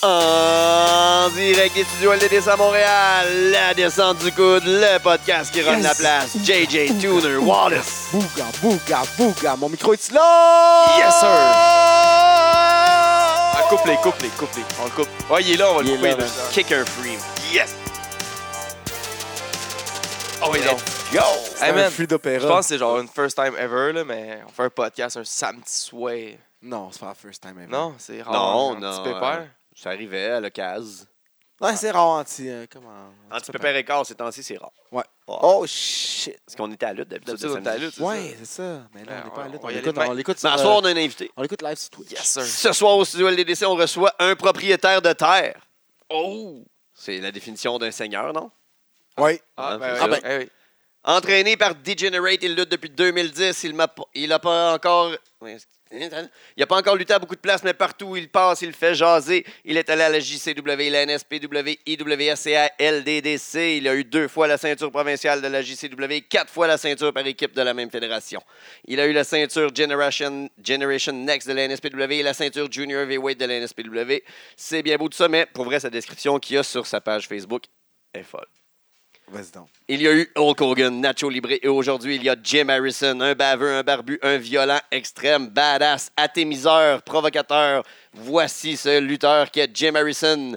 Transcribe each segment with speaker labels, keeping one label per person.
Speaker 1: En direct des studios LDDC à Montréal, la descente du coude, le podcast qui rend la place, JJ Tuner Wallace.
Speaker 2: Bouga, bouga, bouga. Mon micro est là!
Speaker 1: Yes, sir!
Speaker 3: Ah, coupe-les, coupe-les, coupe-les. On le coupe. Ouais, il est là, on va
Speaker 2: Il
Speaker 3: le
Speaker 2: est
Speaker 3: couper.
Speaker 2: là,
Speaker 3: là.
Speaker 2: là.
Speaker 1: Kicker free.
Speaker 3: Yes! Oh, oui, donc.
Speaker 1: Yo!
Speaker 2: C'est
Speaker 3: Hey,
Speaker 2: un
Speaker 3: man.
Speaker 2: flux
Speaker 3: Je pense
Speaker 2: d'opéra.
Speaker 3: que c'est genre une first time ever, là, mais on fait un podcast un samedi soir.
Speaker 2: Non, c'est pas la first time ever.
Speaker 3: Non, c'est rare.
Speaker 1: Non,
Speaker 3: un
Speaker 1: non,
Speaker 3: Petit pépère.
Speaker 1: Ça arrivait à l'occasion.
Speaker 2: Ouais, c'est rare, anti. euh, comment?
Speaker 1: Anti-pépère et quart, ces temps-ci, c'est rare.
Speaker 2: Oh shit!
Speaker 1: Parce qu'on était à la lutte d'habitude.
Speaker 3: D'habitude,
Speaker 1: le
Speaker 3: on est à la
Speaker 1: samedi.
Speaker 3: lutte, c'est
Speaker 2: Ouais, c'est ça. Mais là, on n'est
Speaker 3: Ouais,
Speaker 2: pas à
Speaker 3: on-
Speaker 2: lutte.
Speaker 3: on
Speaker 2: On
Speaker 3: y allait
Speaker 2: l'écoute-
Speaker 3: demain.
Speaker 2: On l'écoute
Speaker 1: Mais
Speaker 2: sur,
Speaker 1: à Ben, soir,
Speaker 2: euh,
Speaker 1: on a un invité.
Speaker 2: on l'écoute live sur Twitch.
Speaker 3: Yes, sir.
Speaker 1: Ce soir, au studio LDDC, on reçoit un propriétaire de terre.
Speaker 3: Oh!
Speaker 1: C'est la définition d'un seigneur, non?
Speaker 2: Ouais.
Speaker 3: Ah, ben,
Speaker 1: Ah,
Speaker 3: oui. Eh oui.
Speaker 1: Entraîné par Degenerate, il lutte depuis 2010. Il n'a il a pas encore. Il n'a pas encore lutté à beaucoup de places, mais partout où il passe, il fait jaser. Il est allé à la JCW, la NSPW, IWSCA, LDDC. Il a eu deux fois la ceinture provinciale de la JCW, quatre fois la ceinture par équipe de la même fédération. Il a eu la ceinture Generation, Generation Next de la NSPW et la ceinture Junior V-Weight de la NSPW. C'est bien beau tout ça, mais pour vrai, sa description qu'il y a sur sa page Facebook est folle.
Speaker 2: Vas-y donc.
Speaker 1: Il y a eu Hulk Hogan, Nacho Libre, et aujourd'hui, il y a Jim Harrison, un baveux, un barbu, un violent extrême, badass, athémiseur, provocateur. Voici ce lutteur qui est Jim Harrison.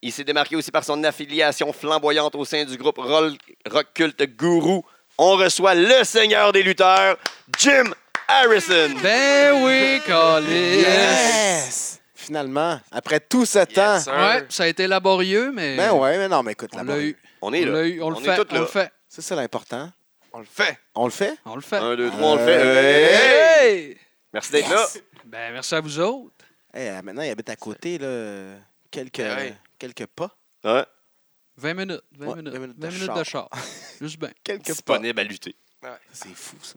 Speaker 1: Il s'est démarqué aussi par son affiliation flamboyante au sein du groupe Roll- Rock Cult Guru. On reçoit le seigneur des lutteurs, Jim Harrison.
Speaker 4: Ben oui, Colin.
Speaker 2: Yes! Finalement, après tout ce temps.
Speaker 3: sir.
Speaker 4: Ouais, ça a été laborieux, mais
Speaker 2: Ben ouais, mais non, mais écoute,
Speaker 4: on
Speaker 2: là
Speaker 4: l'a eu.
Speaker 1: On
Speaker 4: On
Speaker 1: est là.
Speaker 4: l'a eu, on le
Speaker 1: est
Speaker 4: fait,
Speaker 1: tous
Speaker 4: on
Speaker 1: là.
Speaker 4: le fait,
Speaker 2: C'est ça l'important.
Speaker 3: On le fait.
Speaker 2: On le fait?
Speaker 4: on le fait.
Speaker 1: Un, deux, trois, on le fait. Hey!
Speaker 4: Euh, Hey!
Speaker 1: Merci d'être
Speaker 2: Yes.
Speaker 1: là.
Speaker 4: Ben merci à vous autres.
Speaker 2: Hey, euh, maintenant, il habite à côté, là. Quelques,
Speaker 3: Eh ouais.
Speaker 2: quelques pas.
Speaker 1: Ouais.
Speaker 4: 20 minutes, 20
Speaker 2: Ouais,
Speaker 4: minutes,
Speaker 2: 20 minutes de
Speaker 4: 20 minutes de char. Juste bien.
Speaker 2: Quelques pas.
Speaker 1: Disponible à lutter.
Speaker 2: C'est fou, ça.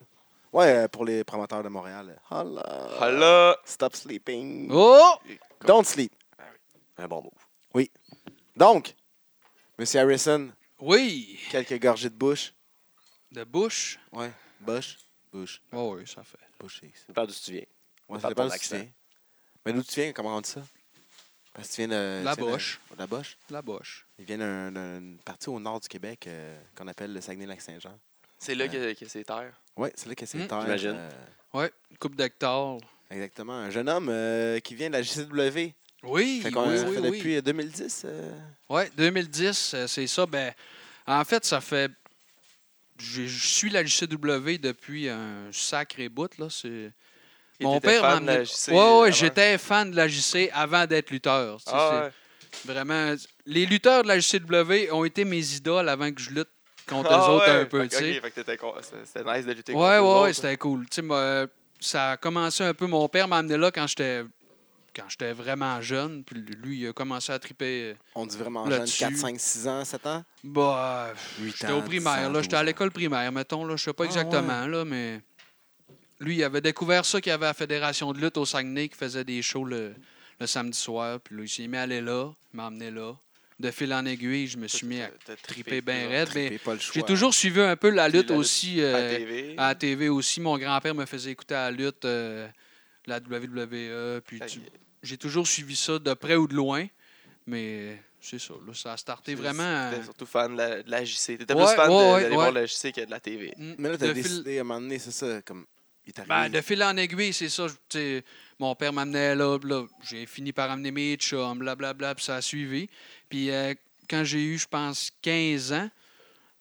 Speaker 2: Ouais, euh, pour les promoteurs de Montréal. Hello.
Speaker 3: Voilà.
Speaker 2: Stop sleeping.
Speaker 4: Oh!
Speaker 2: Don't sleep.
Speaker 1: Un bon mot.
Speaker 2: Donc, Monsieur Harrison,
Speaker 4: Oui!
Speaker 2: quelques gorgées de bouche.
Speaker 4: De bouche.
Speaker 2: Ouais. Bush. Bush.
Speaker 4: Oh oui, ça fait.
Speaker 2: Bush. c'est-
Speaker 1: C'est pas d'où tu viens.
Speaker 2: Ouais, ça
Speaker 1: Par
Speaker 2: dépend
Speaker 1: ton
Speaker 2: d'où tu
Speaker 1: accent.
Speaker 2: viens. Mais d'où tu viens, comment on dit ça? Parce que tu viens de.
Speaker 4: La
Speaker 2: tu viens de-
Speaker 4: Boche.
Speaker 2: de la Boche.
Speaker 4: La bouche.
Speaker 2: Il vient d'un- d'une partie au nord du Québec euh, qu'on appelle le Saguenay-Lac-Saint-Jean.
Speaker 3: C'est là que, que c'est terre.
Speaker 2: Ouais, c'est là que c'est
Speaker 4: Hmm.
Speaker 2: terre,
Speaker 1: J'imagine.
Speaker 2: euh,
Speaker 4: Ouais, une coupe d'hectares.
Speaker 2: exactement. Un jeune homme euh, qui vient de la JCW.
Speaker 4: Oui,
Speaker 2: Fait
Speaker 4: oui,
Speaker 2: qu'on- ça
Speaker 4: oui,
Speaker 2: fait
Speaker 4: oui.
Speaker 2: depuis euh, 2010. euh,
Speaker 4: Ouais, 2010, euh, c'est ça. Ben, en fait, ça fait. Je je suis la JCW depuis un sacré bout. Là. c'est-
Speaker 3: Et
Speaker 4: Mon
Speaker 3: t'étais
Speaker 4: père
Speaker 3: fan de
Speaker 4: m'emmenait-
Speaker 3: la JC
Speaker 4: Ouais, ouais,
Speaker 3: avant?
Speaker 4: j'étais fan de la JC avant d'être lutteur. Tu sais,
Speaker 3: Ah, ouais.
Speaker 4: c'est Vraiment. Les lutteurs de la JCW ont été mes idoles avant que je lutte contre
Speaker 3: Ah,
Speaker 4: eux autres
Speaker 3: ouais.
Speaker 4: un peu.
Speaker 3: Fait que-
Speaker 4: tu sais.
Speaker 3: ok, fait que t'étais con- c'était- C'était nice de lutter contre
Speaker 4: Ouais,
Speaker 3: eux
Speaker 4: ouais,
Speaker 3: autres.
Speaker 4: ouais, c'était cool. Tu sais, moi, euh, ça a commencé un peu. Mon père m'a amené là quand j'étais quand j'étais vraiment jeune. Puis lui, il a commencé à triper. euh,
Speaker 2: On dit vraiment jeune,
Speaker 4: Là-dessus.
Speaker 2: 4, 5, 6 ans, 7 ans?
Speaker 4: Bah,
Speaker 2: 8
Speaker 4: J'étais au primaire, là. J'étais à l'école primaire, mettons, là. Je sais pas
Speaker 2: Ah,
Speaker 4: exactement, là, mais. Lui, il avait découvert ça qu'il y avait à la Fédération de lutte au Saguenay qui faisait des shows le, le samedi soir. Puis là, il s'est mis à aller là, il m'a emmené là. De fil en aiguille, je me suis mis à
Speaker 3: T'as- t'as
Speaker 4: triper
Speaker 3: trippé
Speaker 4: bien
Speaker 3: plus
Speaker 4: raide. mais
Speaker 2: J'ai pas le choix.
Speaker 4: j'ai toujours suivi un peu la
Speaker 3: Puis
Speaker 4: lutte
Speaker 3: la lutte
Speaker 4: aussi.
Speaker 3: À
Speaker 4: euh,
Speaker 3: TV.
Speaker 4: à la TV aussi. Mon grand-père me faisait écouter à la lutte, euh, la WWE. Puis
Speaker 3: Fait
Speaker 4: tu-
Speaker 3: que-
Speaker 4: j'ai toujours suivi ça de près ou de loin. Mais c'est ça, là. Ça a starté vraiment. euh, à-
Speaker 3: T'étais surtout fan de la, de la JC. T'étais
Speaker 4: Ouais,
Speaker 3: plus fan de-
Speaker 4: ouais, ouais,
Speaker 3: d'aller voir
Speaker 4: ouais.
Speaker 3: la JC que de la TV.
Speaker 4: Mm,
Speaker 2: Mais là, t'as
Speaker 4: de fil-
Speaker 2: décidé à un moment donné, c'est ça, comme... Il est
Speaker 4: Ben,
Speaker 2: arrivé.
Speaker 4: de fil en aiguille, c'est ça. je- tu sais, Mon père m'amenait là, puis là, j'ai fini par amener mes chums, blablabla, puis ça a suivi. Puis euh, quand j'ai eu, je pense, 15 ans,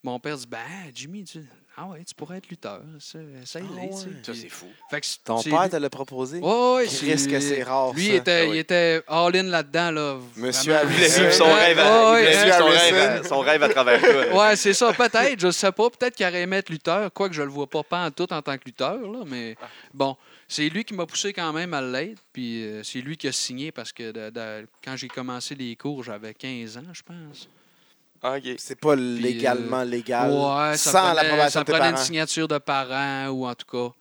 Speaker 4: mon père dit Ben, Jimmy, tu... ah ouais, tu pourrais être lutteur. Ça, ça
Speaker 2: Ah
Speaker 4: l'est, tu sais.
Speaker 2: ouais.
Speaker 1: Ça,
Speaker 4: Puis-
Speaker 1: c'est fou.
Speaker 4: fait que c'est-
Speaker 2: Ton
Speaker 4: c'est-
Speaker 2: père te l'a proposé?
Speaker 4: Ouais, ouais,
Speaker 2: Chris, que c'est rare,
Speaker 4: Lui,
Speaker 2: ça.
Speaker 4: était,
Speaker 2: Ah
Speaker 4: il
Speaker 2: oui.
Speaker 4: était all-in là-dedans. Là,
Speaker 2: Monsieur
Speaker 4: Vraiment.
Speaker 1: Il
Speaker 2: Harrison.
Speaker 4: Euh,
Speaker 1: voulait vivre son
Speaker 4: Ouais,
Speaker 1: rêve à-
Speaker 4: ouais,
Speaker 1: il voulait
Speaker 4: ouais.
Speaker 2: Monsieur
Speaker 1: vivre son
Speaker 2: Harrison.
Speaker 1: rêve à- son rêve à travers toi.
Speaker 4: Ouais, c'est ça, peut-être, je sais pas. Peut-être qu'il aurait aimé être lutteur, quoique je le vois pas pas en tout en tant que lutteur, là, mais
Speaker 2: Ah.
Speaker 4: bon, c'est lui qui m'a poussé quand même à l'être, puis euh, c'est lui qui a signé parce que de- de- quand j'ai commencé les cours, j'avais 15 ans, je pense.
Speaker 3: Ah, ok.
Speaker 2: C'est pas légalement légal.
Speaker 4: euh, Ouais, ça
Speaker 2: sans
Speaker 4: prenait,
Speaker 2: l'approbation
Speaker 4: ça
Speaker 2: de tes
Speaker 4: prenait une
Speaker 2: parents.
Speaker 4: signature de parents ou en tout cas.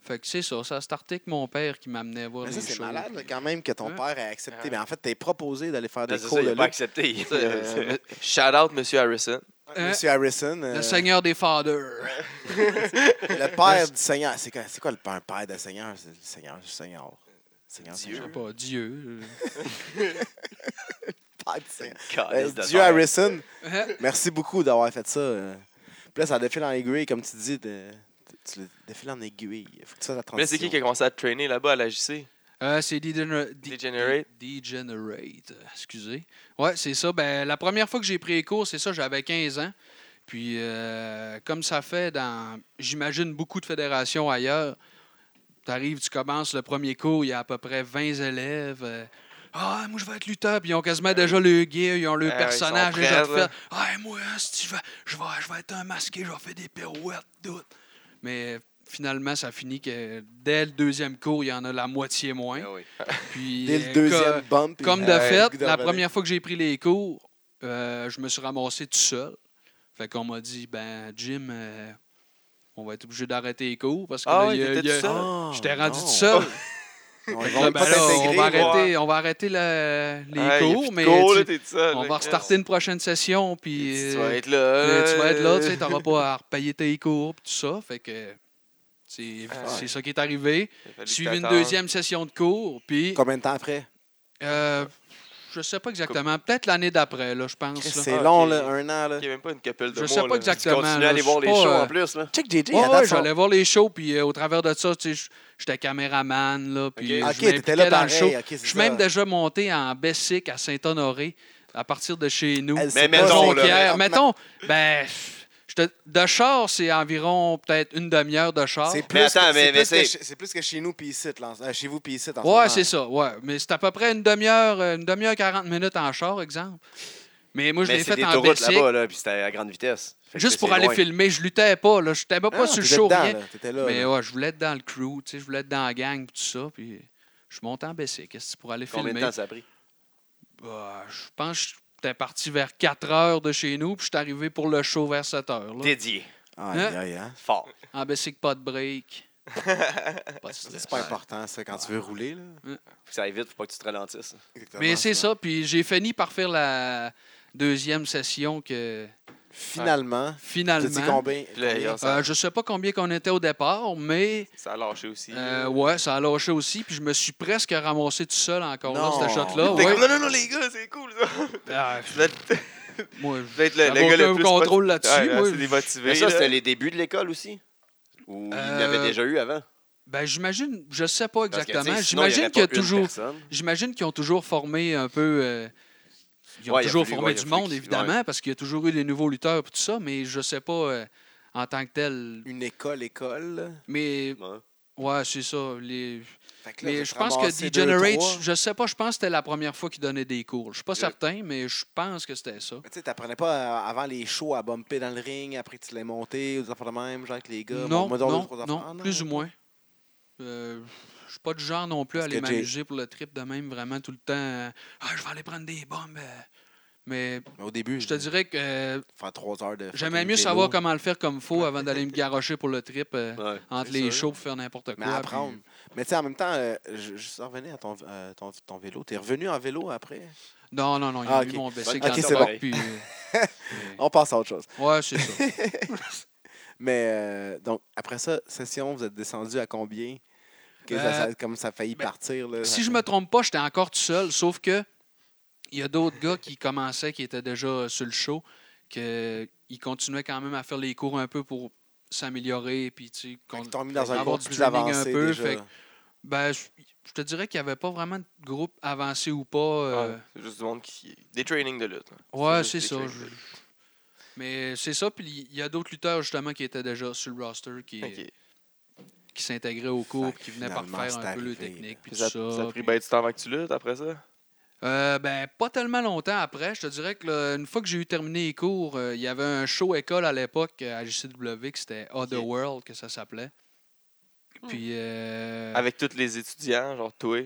Speaker 4: Fait que c'est ça, ça a starté avec mon père qui m'amenait voir
Speaker 2: Mais
Speaker 4: les
Speaker 2: ça, c'est
Speaker 4: shows.
Speaker 2: malade là, quand même que ton
Speaker 4: Hein?
Speaker 2: père ait accepté.
Speaker 3: Ouais.
Speaker 2: Mais en fait, t'es proposé d'aller faire
Speaker 4: Ben,
Speaker 1: Non,
Speaker 2: des
Speaker 1: c'est
Speaker 2: cours
Speaker 1: ça, il
Speaker 2: de
Speaker 1: a pas
Speaker 2: lutte.
Speaker 1: accepté.
Speaker 3: Euh, Shout out, Monsieur Harrison.
Speaker 4: Euh,
Speaker 2: Monsieur Harrison, euh,
Speaker 4: Le Seigneur des Fathers.
Speaker 2: le père du Seigneur. C'est quoi, c'est quoi le père, un père de Seigneur? C'est le Seigneur, le Seigneur. Seigneur,
Speaker 3: Dieu.
Speaker 4: Je sais
Speaker 2: Seigneur.
Speaker 4: pas, Dieu.
Speaker 2: c'est-
Speaker 4: ben,
Speaker 1: Calice de
Speaker 2: Euh, Dieu
Speaker 1: merde.
Speaker 2: Harrison,
Speaker 4: Hein?
Speaker 2: merci beaucoup d'avoir fait ça. euh. Puis là, ça défile en aiguille, comme tu dis. de- Tu le défiles en aiguille. Faut que tu fasses la transition.
Speaker 3: Mais c'est qui qui a commencé à traîner là-bas à la JC?
Speaker 4: Euh, c'est Degener- De-
Speaker 3: Degenerate.
Speaker 4: De- Degenerate, euh, excusez. Ouais, c'est ça. Ben, la première fois que j'ai pris les cours, c'est ça, j'avais 15 ans. Puis, euh, comme ça fait dans, j'imagine, beaucoup de fédérations ailleurs, tu arrives, tu commences le premier cours, il y a à peu près 20 élèves. euh, ah, moi, je vais être lutteur. Puis, ils ont quasiment déjà le gear, ils ont le
Speaker 3: Ben Ah, ils
Speaker 4: personnage
Speaker 3: sont
Speaker 4: déjà
Speaker 3: prêts,
Speaker 4: fait.
Speaker 3: là.
Speaker 4: Ah, moi, si tu veux, je vais, je vais être un masqué, je vais faire des pirouettes, tout. Mais finalement, ça finit que dès le deuxième cours, il y en a la moitié moins.
Speaker 1: Ah oui.
Speaker 4: Puis,
Speaker 2: Dès
Speaker 4: euh,
Speaker 2: le deuxième
Speaker 4: co-
Speaker 2: bump.
Speaker 4: Comme,
Speaker 2: il-
Speaker 4: de
Speaker 2: euh,
Speaker 4: fait,
Speaker 2: goût de
Speaker 4: la
Speaker 2: revenir.
Speaker 4: première fois que j'ai pris les cours, euh, je me suis ramassé tout seul. Fait qu'on m'a dit, ben, Jim, euh, on va être obligé d'arrêter les cours parce que
Speaker 3: Ah
Speaker 4: là,
Speaker 3: oui,
Speaker 4: il y a-
Speaker 3: t'étais
Speaker 4: il y a-
Speaker 3: tout seul?
Speaker 2: Ah,
Speaker 4: j'étais rendu
Speaker 2: non.
Speaker 4: tout seul.
Speaker 2: Ils vont
Speaker 4: Là,
Speaker 2: pas
Speaker 4: ben là, on,
Speaker 2: t'intégrer,
Speaker 4: va
Speaker 2: voir.
Speaker 4: arrêter, on va arrêter la- les
Speaker 3: Hey, y a plus
Speaker 4: cours,
Speaker 3: de
Speaker 4: mais
Speaker 3: cours, là,
Speaker 4: tu-
Speaker 3: t'es tout seul,
Speaker 4: on
Speaker 3: là, Chris.
Speaker 4: va restarter une prochaine session. Puis,
Speaker 3: Tu
Speaker 4: euh,
Speaker 3: vas être
Speaker 4: Là,
Speaker 3: là.
Speaker 4: tu vas être là, tu sais, t'auras pas à repayer tes cours pis tout ça. Fait que c'est
Speaker 3: Ah
Speaker 4: c'est
Speaker 3: ouais.
Speaker 4: ça qui est arrivé.
Speaker 3: Il a fallu que
Speaker 4: Suivi une
Speaker 3: t'attendes.
Speaker 4: deuxième session de cours, puis
Speaker 2: Combien de temps après?
Speaker 4: euh, je sais pas exactement, peut-être l'année d'après, là, je pense. là.
Speaker 2: C'est
Speaker 3: Ah,
Speaker 2: long,
Speaker 3: ok.
Speaker 2: là, un an. Là.
Speaker 3: Il y a même pas une couple de
Speaker 4: Je
Speaker 3: mois,
Speaker 4: sais pas
Speaker 3: là.
Speaker 1: Tu
Speaker 4: exactement.
Speaker 1: continues
Speaker 4: là,
Speaker 1: à aller
Speaker 4: je
Speaker 1: voir
Speaker 4: suis
Speaker 1: les
Speaker 4: pas,
Speaker 1: shows
Speaker 4: euh,
Speaker 1: en plus, là.
Speaker 2: Check JJ,
Speaker 4: Ouais,
Speaker 2: à date,
Speaker 4: ouais,
Speaker 2: son-
Speaker 4: j'allais voir les shows, puis euh, au travers de ça, tu sais, je- j'étais caméraman, là, puis
Speaker 2: Ah, Ok,
Speaker 4: je
Speaker 2: t'étais là
Speaker 4: m'impliquais dans le
Speaker 2: pareil.
Speaker 4: show.
Speaker 2: ok, c'est
Speaker 4: Je
Speaker 2: ça.
Speaker 4: suis même déjà monté en Bessic à Saint-Honoré, à partir de chez nous.
Speaker 2: Elle,
Speaker 1: Mais
Speaker 2: c'est pas
Speaker 1: mettons, là,
Speaker 2: Saint-Pierre.
Speaker 4: Jonquière. Mettons, ben, je te- de char, c'est environ peut-être une demi-heure de char.
Speaker 2: C'est plus,
Speaker 1: Mais attends,
Speaker 2: que-
Speaker 1: mais-
Speaker 2: c'est
Speaker 1: mais
Speaker 2: plus que
Speaker 1: c'est-
Speaker 2: chez- c'est plus que chez nous puis ici, là, en- euh, chez vous puis ici. en ce moment.
Speaker 4: Ouais, c'est ça, ouais. Mais c'est à peu près une demi-heure, euh, une demi-heure 40 minutes en char, exemple. Mais moi, je
Speaker 1: Mais
Speaker 4: l'ai
Speaker 1: c'est
Speaker 4: fait
Speaker 1: des
Speaker 4: en
Speaker 1: autoroutes
Speaker 4: Belgique,
Speaker 1: là-bas, là, puis c'était à grande vitesse. Fait que
Speaker 4: juste
Speaker 1: c'est
Speaker 4: pour aller
Speaker 1: loin.
Speaker 4: filmer. Je luttais pas, là. Je n'étais pas
Speaker 2: Ah,
Speaker 4: sur le
Speaker 2: t'étais
Speaker 4: show,
Speaker 2: dedans,
Speaker 4: rien.
Speaker 2: là, T'étais là.
Speaker 4: Mais
Speaker 2: là.
Speaker 4: ouais, je voulais être dans le crew, tu sais, je voulais être dans la gang, puis tout ça, puis je monte en baissé. Qu'est-ce que pour aller
Speaker 1: Combien de
Speaker 4: filmer?
Speaker 1: temps ça a pris?
Speaker 4: Bah, je pense que j'étais parti vers 4 heures de chez nous, puis je suis arrivé pour le show vers 7 heures, là.
Speaker 1: Dédié.
Speaker 2: Aïe,
Speaker 4: Hein?
Speaker 2: aïe, hein.
Speaker 1: Fort.
Speaker 4: En Bessic, pas de break. pas de stress.
Speaker 2: C'est pas important, ça, quand tu veux rouler. Là.
Speaker 1: Faut que ça aille vite, faut pas que tu te ralentisses.
Speaker 2: hein,
Speaker 4: Mais c'est ça, puis j'ai fini par faire la deuxième session que
Speaker 2: Finalement, tu dis
Speaker 4: finalement.
Speaker 2: combien?
Speaker 3: Puis là,
Speaker 2: combien?
Speaker 3: on s'en-
Speaker 4: Euh, je sais pas combien qu'on était au départ, mais
Speaker 3: Ça a lâché aussi.
Speaker 4: euh, ouais, ça a lâché aussi. Puis je me suis presque ramassé tout seul encore
Speaker 2: Non.
Speaker 4: là, ce shot-là.
Speaker 3: T'es
Speaker 4: ouais.
Speaker 3: comme, non, non, non, les gars, c'est cool, ça.
Speaker 4: Ah,
Speaker 3: Vous êtes, vous
Speaker 4: moi,
Speaker 3: êtes le, le
Speaker 4: J'avais
Speaker 3: gars le
Speaker 4: aucun
Speaker 3: plus...
Speaker 4: contrôle
Speaker 3: pas-
Speaker 4: là-dessus,
Speaker 3: Ouais, là,
Speaker 4: moi.
Speaker 3: C'est démotivé,
Speaker 1: Mais ça,
Speaker 3: là.
Speaker 1: c'était les débuts de l'école aussi? Ou il l'avait
Speaker 4: Euh,
Speaker 1: déjà eu avant?
Speaker 4: ben j'imagine, je sais pas
Speaker 1: Parce que,
Speaker 4: exactement.
Speaker 1: tu sais, sinon, il y
Speaker 4: J'imagine
Speaker 1: aurait
Speaker 4: qu'il y a
Speaker 1: pas une
Speaker 4: toujours,
Speaker 1: personne.
Speaker 4: j'imagine qu'ils ont toujours formé un peu. euh, ils ont
Speaker 1: Ouais, il y a
Speaker 4: toujours
Speaker 1: plus-
Speaker 4: formé
Speaker 1: ouais, il y a
Speaker 4: du
Speaker 1: plus
Speaker 4: monde
Speaker 1: qui-
Speaker 4: évidemment parce qu'il y a toujours eu des nouveaux lutteurs et tout ça, mais je sais pas euh, en tant que tel.
Speaker 2: Une école, école. là.
Speaker 4: Mais
Speaker 1: Ouais.
Speaker 4: ouais, c'est ça. Les,
Speaker 2: Fait que là,
Speaker 4: Mais
Speaker 2: vous
Speaker 4: je
Speaker 2: êtes
Speaker 4: pense que
Speaker 2: ramassés deux,
Speaker 4: Degenerate,
Speaker 2: trois.
Speaker 4: je- je sais pas, je pense que c'était la première fois qu'il donnait des cours. Je suis pas
Speaker 1: Je-
Speaker 4: certain, mais je pense que c'était ça.
Speaker 2: Mais Tu sais, t'apprenais pas euh, avant les shows à bumper dans le ring, après tu l'as monté, ou des affaires de même, genre avec les gars.
Speaker 4: non,
Speaker 2: moi, moi,
Speaker 4: non,
Speaker 2: d'autres, trois
Speaker 4: non,
Speaker 2: affaires. Ah,
Speaker 4: plus ou moins. Euh, je suis pas du genre non plus à
Speaker 2: Parce
Speaker 4: aller
Speaker 2: que j'ai-
Speaker 4: m'amuser pour le trip de même, vraiment tout le temps. euh, Ah, je vais aller prendre des bombes. euh. Mais
Speaker 2: Mais au début,
Speaker 4: je te dirais que euh,
Speaker 2: Faire trois heures de.
Speaker 4: j'aimais
Speaker 2: fucking
Speaker 4: mieux savoir
Speaker 2: vélo.
Speaker 4: comment le faire comme faut avant d'aller me garrocher pour le trip euh,
Speaker 1: Ouais.
Speaker 4: entre
Speaker 2: c'est
Speaker 4: les
Speaker 2: sûr.
Speaker 4: shows pour faire n'importe
Speaker 2: Mais
Speaker 4: quoi.
Speaker 2: apprendre.
Speaker 4: puis-
Speaker 2: Mais tu sais, en même temps, euh, je, je revenais à ton, euh, ton, ton vélo. T'es revenu en vélo après?
Speaker 4: Non, non, non, il y
Speaker 2: Ah,
Speaker 4: a
Speaker 2: ok.
Speaker 4: eu mon basic
Speaker 1: Ok,
Speaker 4: dans le
Speaker 2: c'est
Speaker 4: top,
Speaker 1: bon.
Speaker 4: puis, euh, mais-
Speaker 2: On passe à autre chose.
Speaker 4: Ouais, c'est ça.
Speaker 2: Mais euh, donc, après ça, session, vous êtes descendu à combien? Que ça-
Speaker 4: Euh,
Speaker 2: ça- comme ça a failli
Speaker 4: ben,
Speaker 2: partir. Là,
Speaker 4: Si je me trompe pas, j'étais encore tout seul, sauf que il y a d'autres gars qui commençaient, qui étaient déjà euh, sur le show, qu'ils continuaient quand même à faire les cours un peu pour s'améliorer, puis tu sais, qu'on-
Speaker 2: Ils t'ont mis dans un
Speaker 4: avoir
Speaker 2: cours
Speaker 4: du
Speaker 2: plus
Speaker 4: training un
Speaker 2: avancé.
Speaker 4: peu,
Speaker 2: déjà.
Speaker 4: fait que- ben, je je te dirais qu'il n'y avait pas vraiment de groupe avancé ou pas. euh,
Speaker 3: Ouais, C'est juste du monde qui... Des trainings de lutte. là.
Speaker 4: ouais,
Speaker 3: juste
Speaker 4: c'est
Speaker 3: des
Speaker 4: ça.
Speaker 3: trainings
Speaker 4: je-
Speaker 3: de lutte.
Speaker 4: Mais c'est ça, puis il y a d'autres lutteurs justement qui étaient déjà sur le roster, qui,
Speaker 3: Ok.
Speaker 4: qui s'intégraient au cours,
Speaker 2: que
Speaker 4: qui venaient par
Speaker 2: finalement,
Speaker 4: faire un
Speaker 2: c'est
Speaker 4: peu le
Speaker 2: arrivé.
Speaker 4: technique,
Speaker 3: Puis
Speaker 4: puis tout
Speaker 3: Ça,
Speaker 4: ça.
Speaker 3: ça a pris
Speaker 4: puis-
Speaker 3: bien du temps avant que tu luttes après ça?
Speaker 4: Euh, ben, pas tellement longtemps après. Je te dirais que là, une fois que j'ai eu terminé les cours, euh, il y avait un show école à l'époque euh, à JCW que c'était Otherworld que ça s'appelait. Puis euh,
Speaker 3: Avec tous les étudiants, genre toi.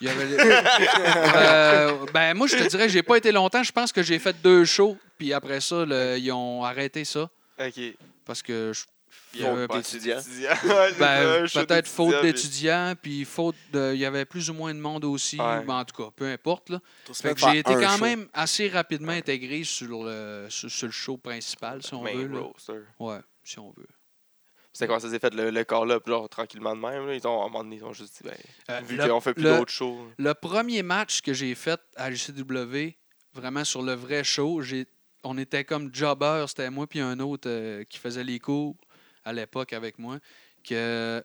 Speaker 4: il y avait Euh, ben moi je te dirais que j'ai pas été longtemps, je pense que j'ai fait deux shows puis après ça le- ils ont arrêté ça
Speaker 3: OK. Il
Speaker 4: parce que je-
Speaker 3: y a
Speaker 4: euh,
Speaker 3: pas
Speaker 1: d'étudiants.
Speaker 3: d'étudiants. Ouais, c'est ça, un
Speaker 4: ben,
Speaker 3: show
Speaker 4: peut-être faute
Speaker 3: puis-
Speaker 4: d'étudiants puis faute de il y avait plus ou moins de monde aussi,
Speaker 3: Ouais.
Speaker 4: mais en tout cas, peu importe là.
Speaker 2: Tout se
Speaker 4: Fait
Speaker 2: fait
Speaker 4: que
Speaker 2: faire
Speaker 4: j'ai été
Speaker 2: un
Speaker 4: quand
Speaker 2: show.
Speaker 4: même assez rapidement intégré sur le, sur, sur le show principal, si on
Speaker 3: Main
Speaker 4: veut. là.
Speaker 3: roster.
Speaker 4: Ouais, si on veut.
Speaker 3: C'est quand ça s'est fait le, le call-up, genre tranquillement de même. Là, ils ont, à un moment donné, ils ont juste dit, ben,
Speaker 4: Euh,
Speaker 3: vu
Speaker 4: le, Hmm.
Speaker 3: qu'on fait plus
Speaker 4: le-
Speaker 3: d'autres shows.
Speaker 4: le premier match que j'ai fait à JCW, vraiment sur le vrai show. J'ai- On était comme jobbers, c'était moi puis un autre euh, qui faisait les cours à l'époque avec moi. Que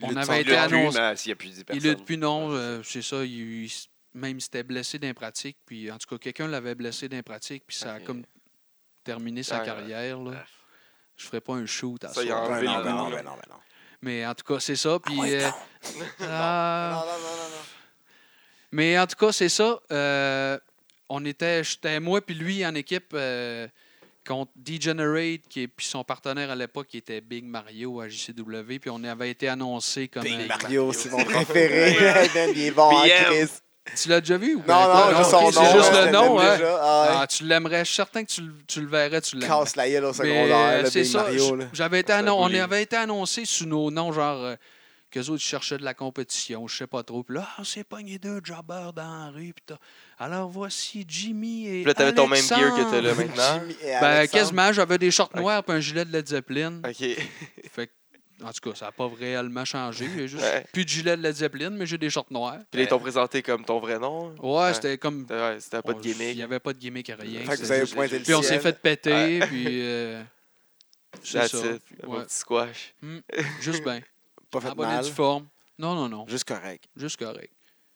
Speaker 4: on
Speaker 2: Lutte
Speaker 4: avait
Speaker 2: sans
Speaker 1: Il
Speaker 4: été
Speaker 1: l'a plus,
Speaker 4: annoncé.
Speaker 1: mais s'il n'y a plus 10
Speaker 4: Il
Speaker 1: personnes.
Speaker 4: lutte plus, non. euh, c'est ça. il- il s- même il s'était blessé d'impratique. Puis, en tout cas, quelqu'un l'avait blessé d'impratique. Puis, ça a
Speaker 3: Ok.
Speaker 4: comme terminé sa
Speaker 3: Ah,
Speaker 4: carrière. Là.
Speaker 1: bref.
Speaker 4: Je ferais pas un shoot à
Speaker 3: Ça,
Speaker 4: ça.
Speaker 3: il y en-
Speaker 2: Ben non, ben non,
Speaker 3: Ville,
Speaker 2: ben non, ben non.
Speaker 4: Mais en tout cas, c'est ça. Puis, euh,
Speaker 2: Non,
Speaker 4: ah,
Speaker 2: non, non, non, non.
Speaker 4: mais en tout cas, c'est ça. Euh, on était, j'étais moi puis lui en équipe euh, contre Degenerate, qui est, puis son partenaire à l'époque qui était Big Mario à JCW. Puis on avait été annoncé comme. euh,
Speaker 2: Big Mario, c'est mon
Speaker 1: Ouais.
Speaker 2: préféré. Ben, il est bon, hein,
Speaker 1: PM.
Speaker 2: Chris.
Speaker 4: Tu l'as déjà vu ou
Speaker 2: Non,
Speaker 4: quoi?
Speaker 2: non, juste son nom.
Speaker 4: ok, C'est juste
Speaker 2: là,
Speaker 4: le
Speaker 2: je
Speaker 4: nom,
Speaker 2: l'aime
Speaker 4: hein?
Speaker 2: déjà. Ah, ouais.
Speaker 4: Ah, tu l'aimerais, je suis certain que tu, le- tu le verrais, tu l'aimerais.
Speaker 2: Casse la gueule au
Speaker 4: Mais,
Speaker 2: secondaire,
Speaker 4: euh,
Speaker 2: le
Speaker 4: c'est
Speaker 2: Big
Speaker 4: ça,
Speaker 2: Mario.
Speaker 4: j-
Speaker 2: là.
Speaker 4: J'avais été
Speaker 3: Ça
Speaker 4: annon- on
Speaker 3: bully.
Speaker 4: avait été annoncé sous nos noms, genre euh, qu'eux autres cherchaient de la compétition, je sais pas trop. Puis là, on s'est pogné deux jobbers dans la rue. puis t'as- Alors voici Jimmy et.
Speaker 3: Puis là, t'avais ton même
Speaker 4: Alexandre.
Speaker 3: gear que t'as là maintenant.
Speaker 2: Jimmy hein. et
Speaker 4: Ben,
Speaker 2: Alexandre.
Speaker 4: quasiment, j'avais des shorts
Speaker 3: Ok.
Speaker 4: noirs et un gilet de Led Zeppelin.
Speaker 3: Ok.
Speaker 4: Fait que, en tout cas, ça n'a pas réellement changé. J'ai juste
Speaker 3: Ouais.
Speaker 4: plus de gilet de Led Zeppelin, mais j'ai des shorts noirs.
Speaker 3: Puis là, ils t'ont présenté comme ton vrai nom.
Speaker 4: Ouais, c'était comme.
Speaker 3: Ouais, c'était pas de
Speaker 4: on-
Speaker 3: gimmick.
Speaker 4: Il n'y avait pas de gimmick à rien.
Speaker 2: Fait que vous
Speaker 4: c'était
Speaker 2: avez
Speaker 4: juste-
Speaker 2: pointé le
Speaker 4: Puis on s'est
Speaker 2: ciel.
Speaker 4: fait péter,
Speaker 3: Ouais.
Speaker 4: puis. euh, c'est
Speaker 3: That's
Speaker 4: ça.
Speaker 3: it. Un bon
Speaker 4: Ouais.
Speaker 3: petit squash.
Speaker 4: Juste bien.
Speaker 2: Pas
Speaker 4: En
Speaker 2: fait
Speaker 4: bonne et
Speaker 2: mal.
Speaker 4: due forme. Non, non, non.
Speaker 2: Juste correct.
Speaker 4: Juste correct.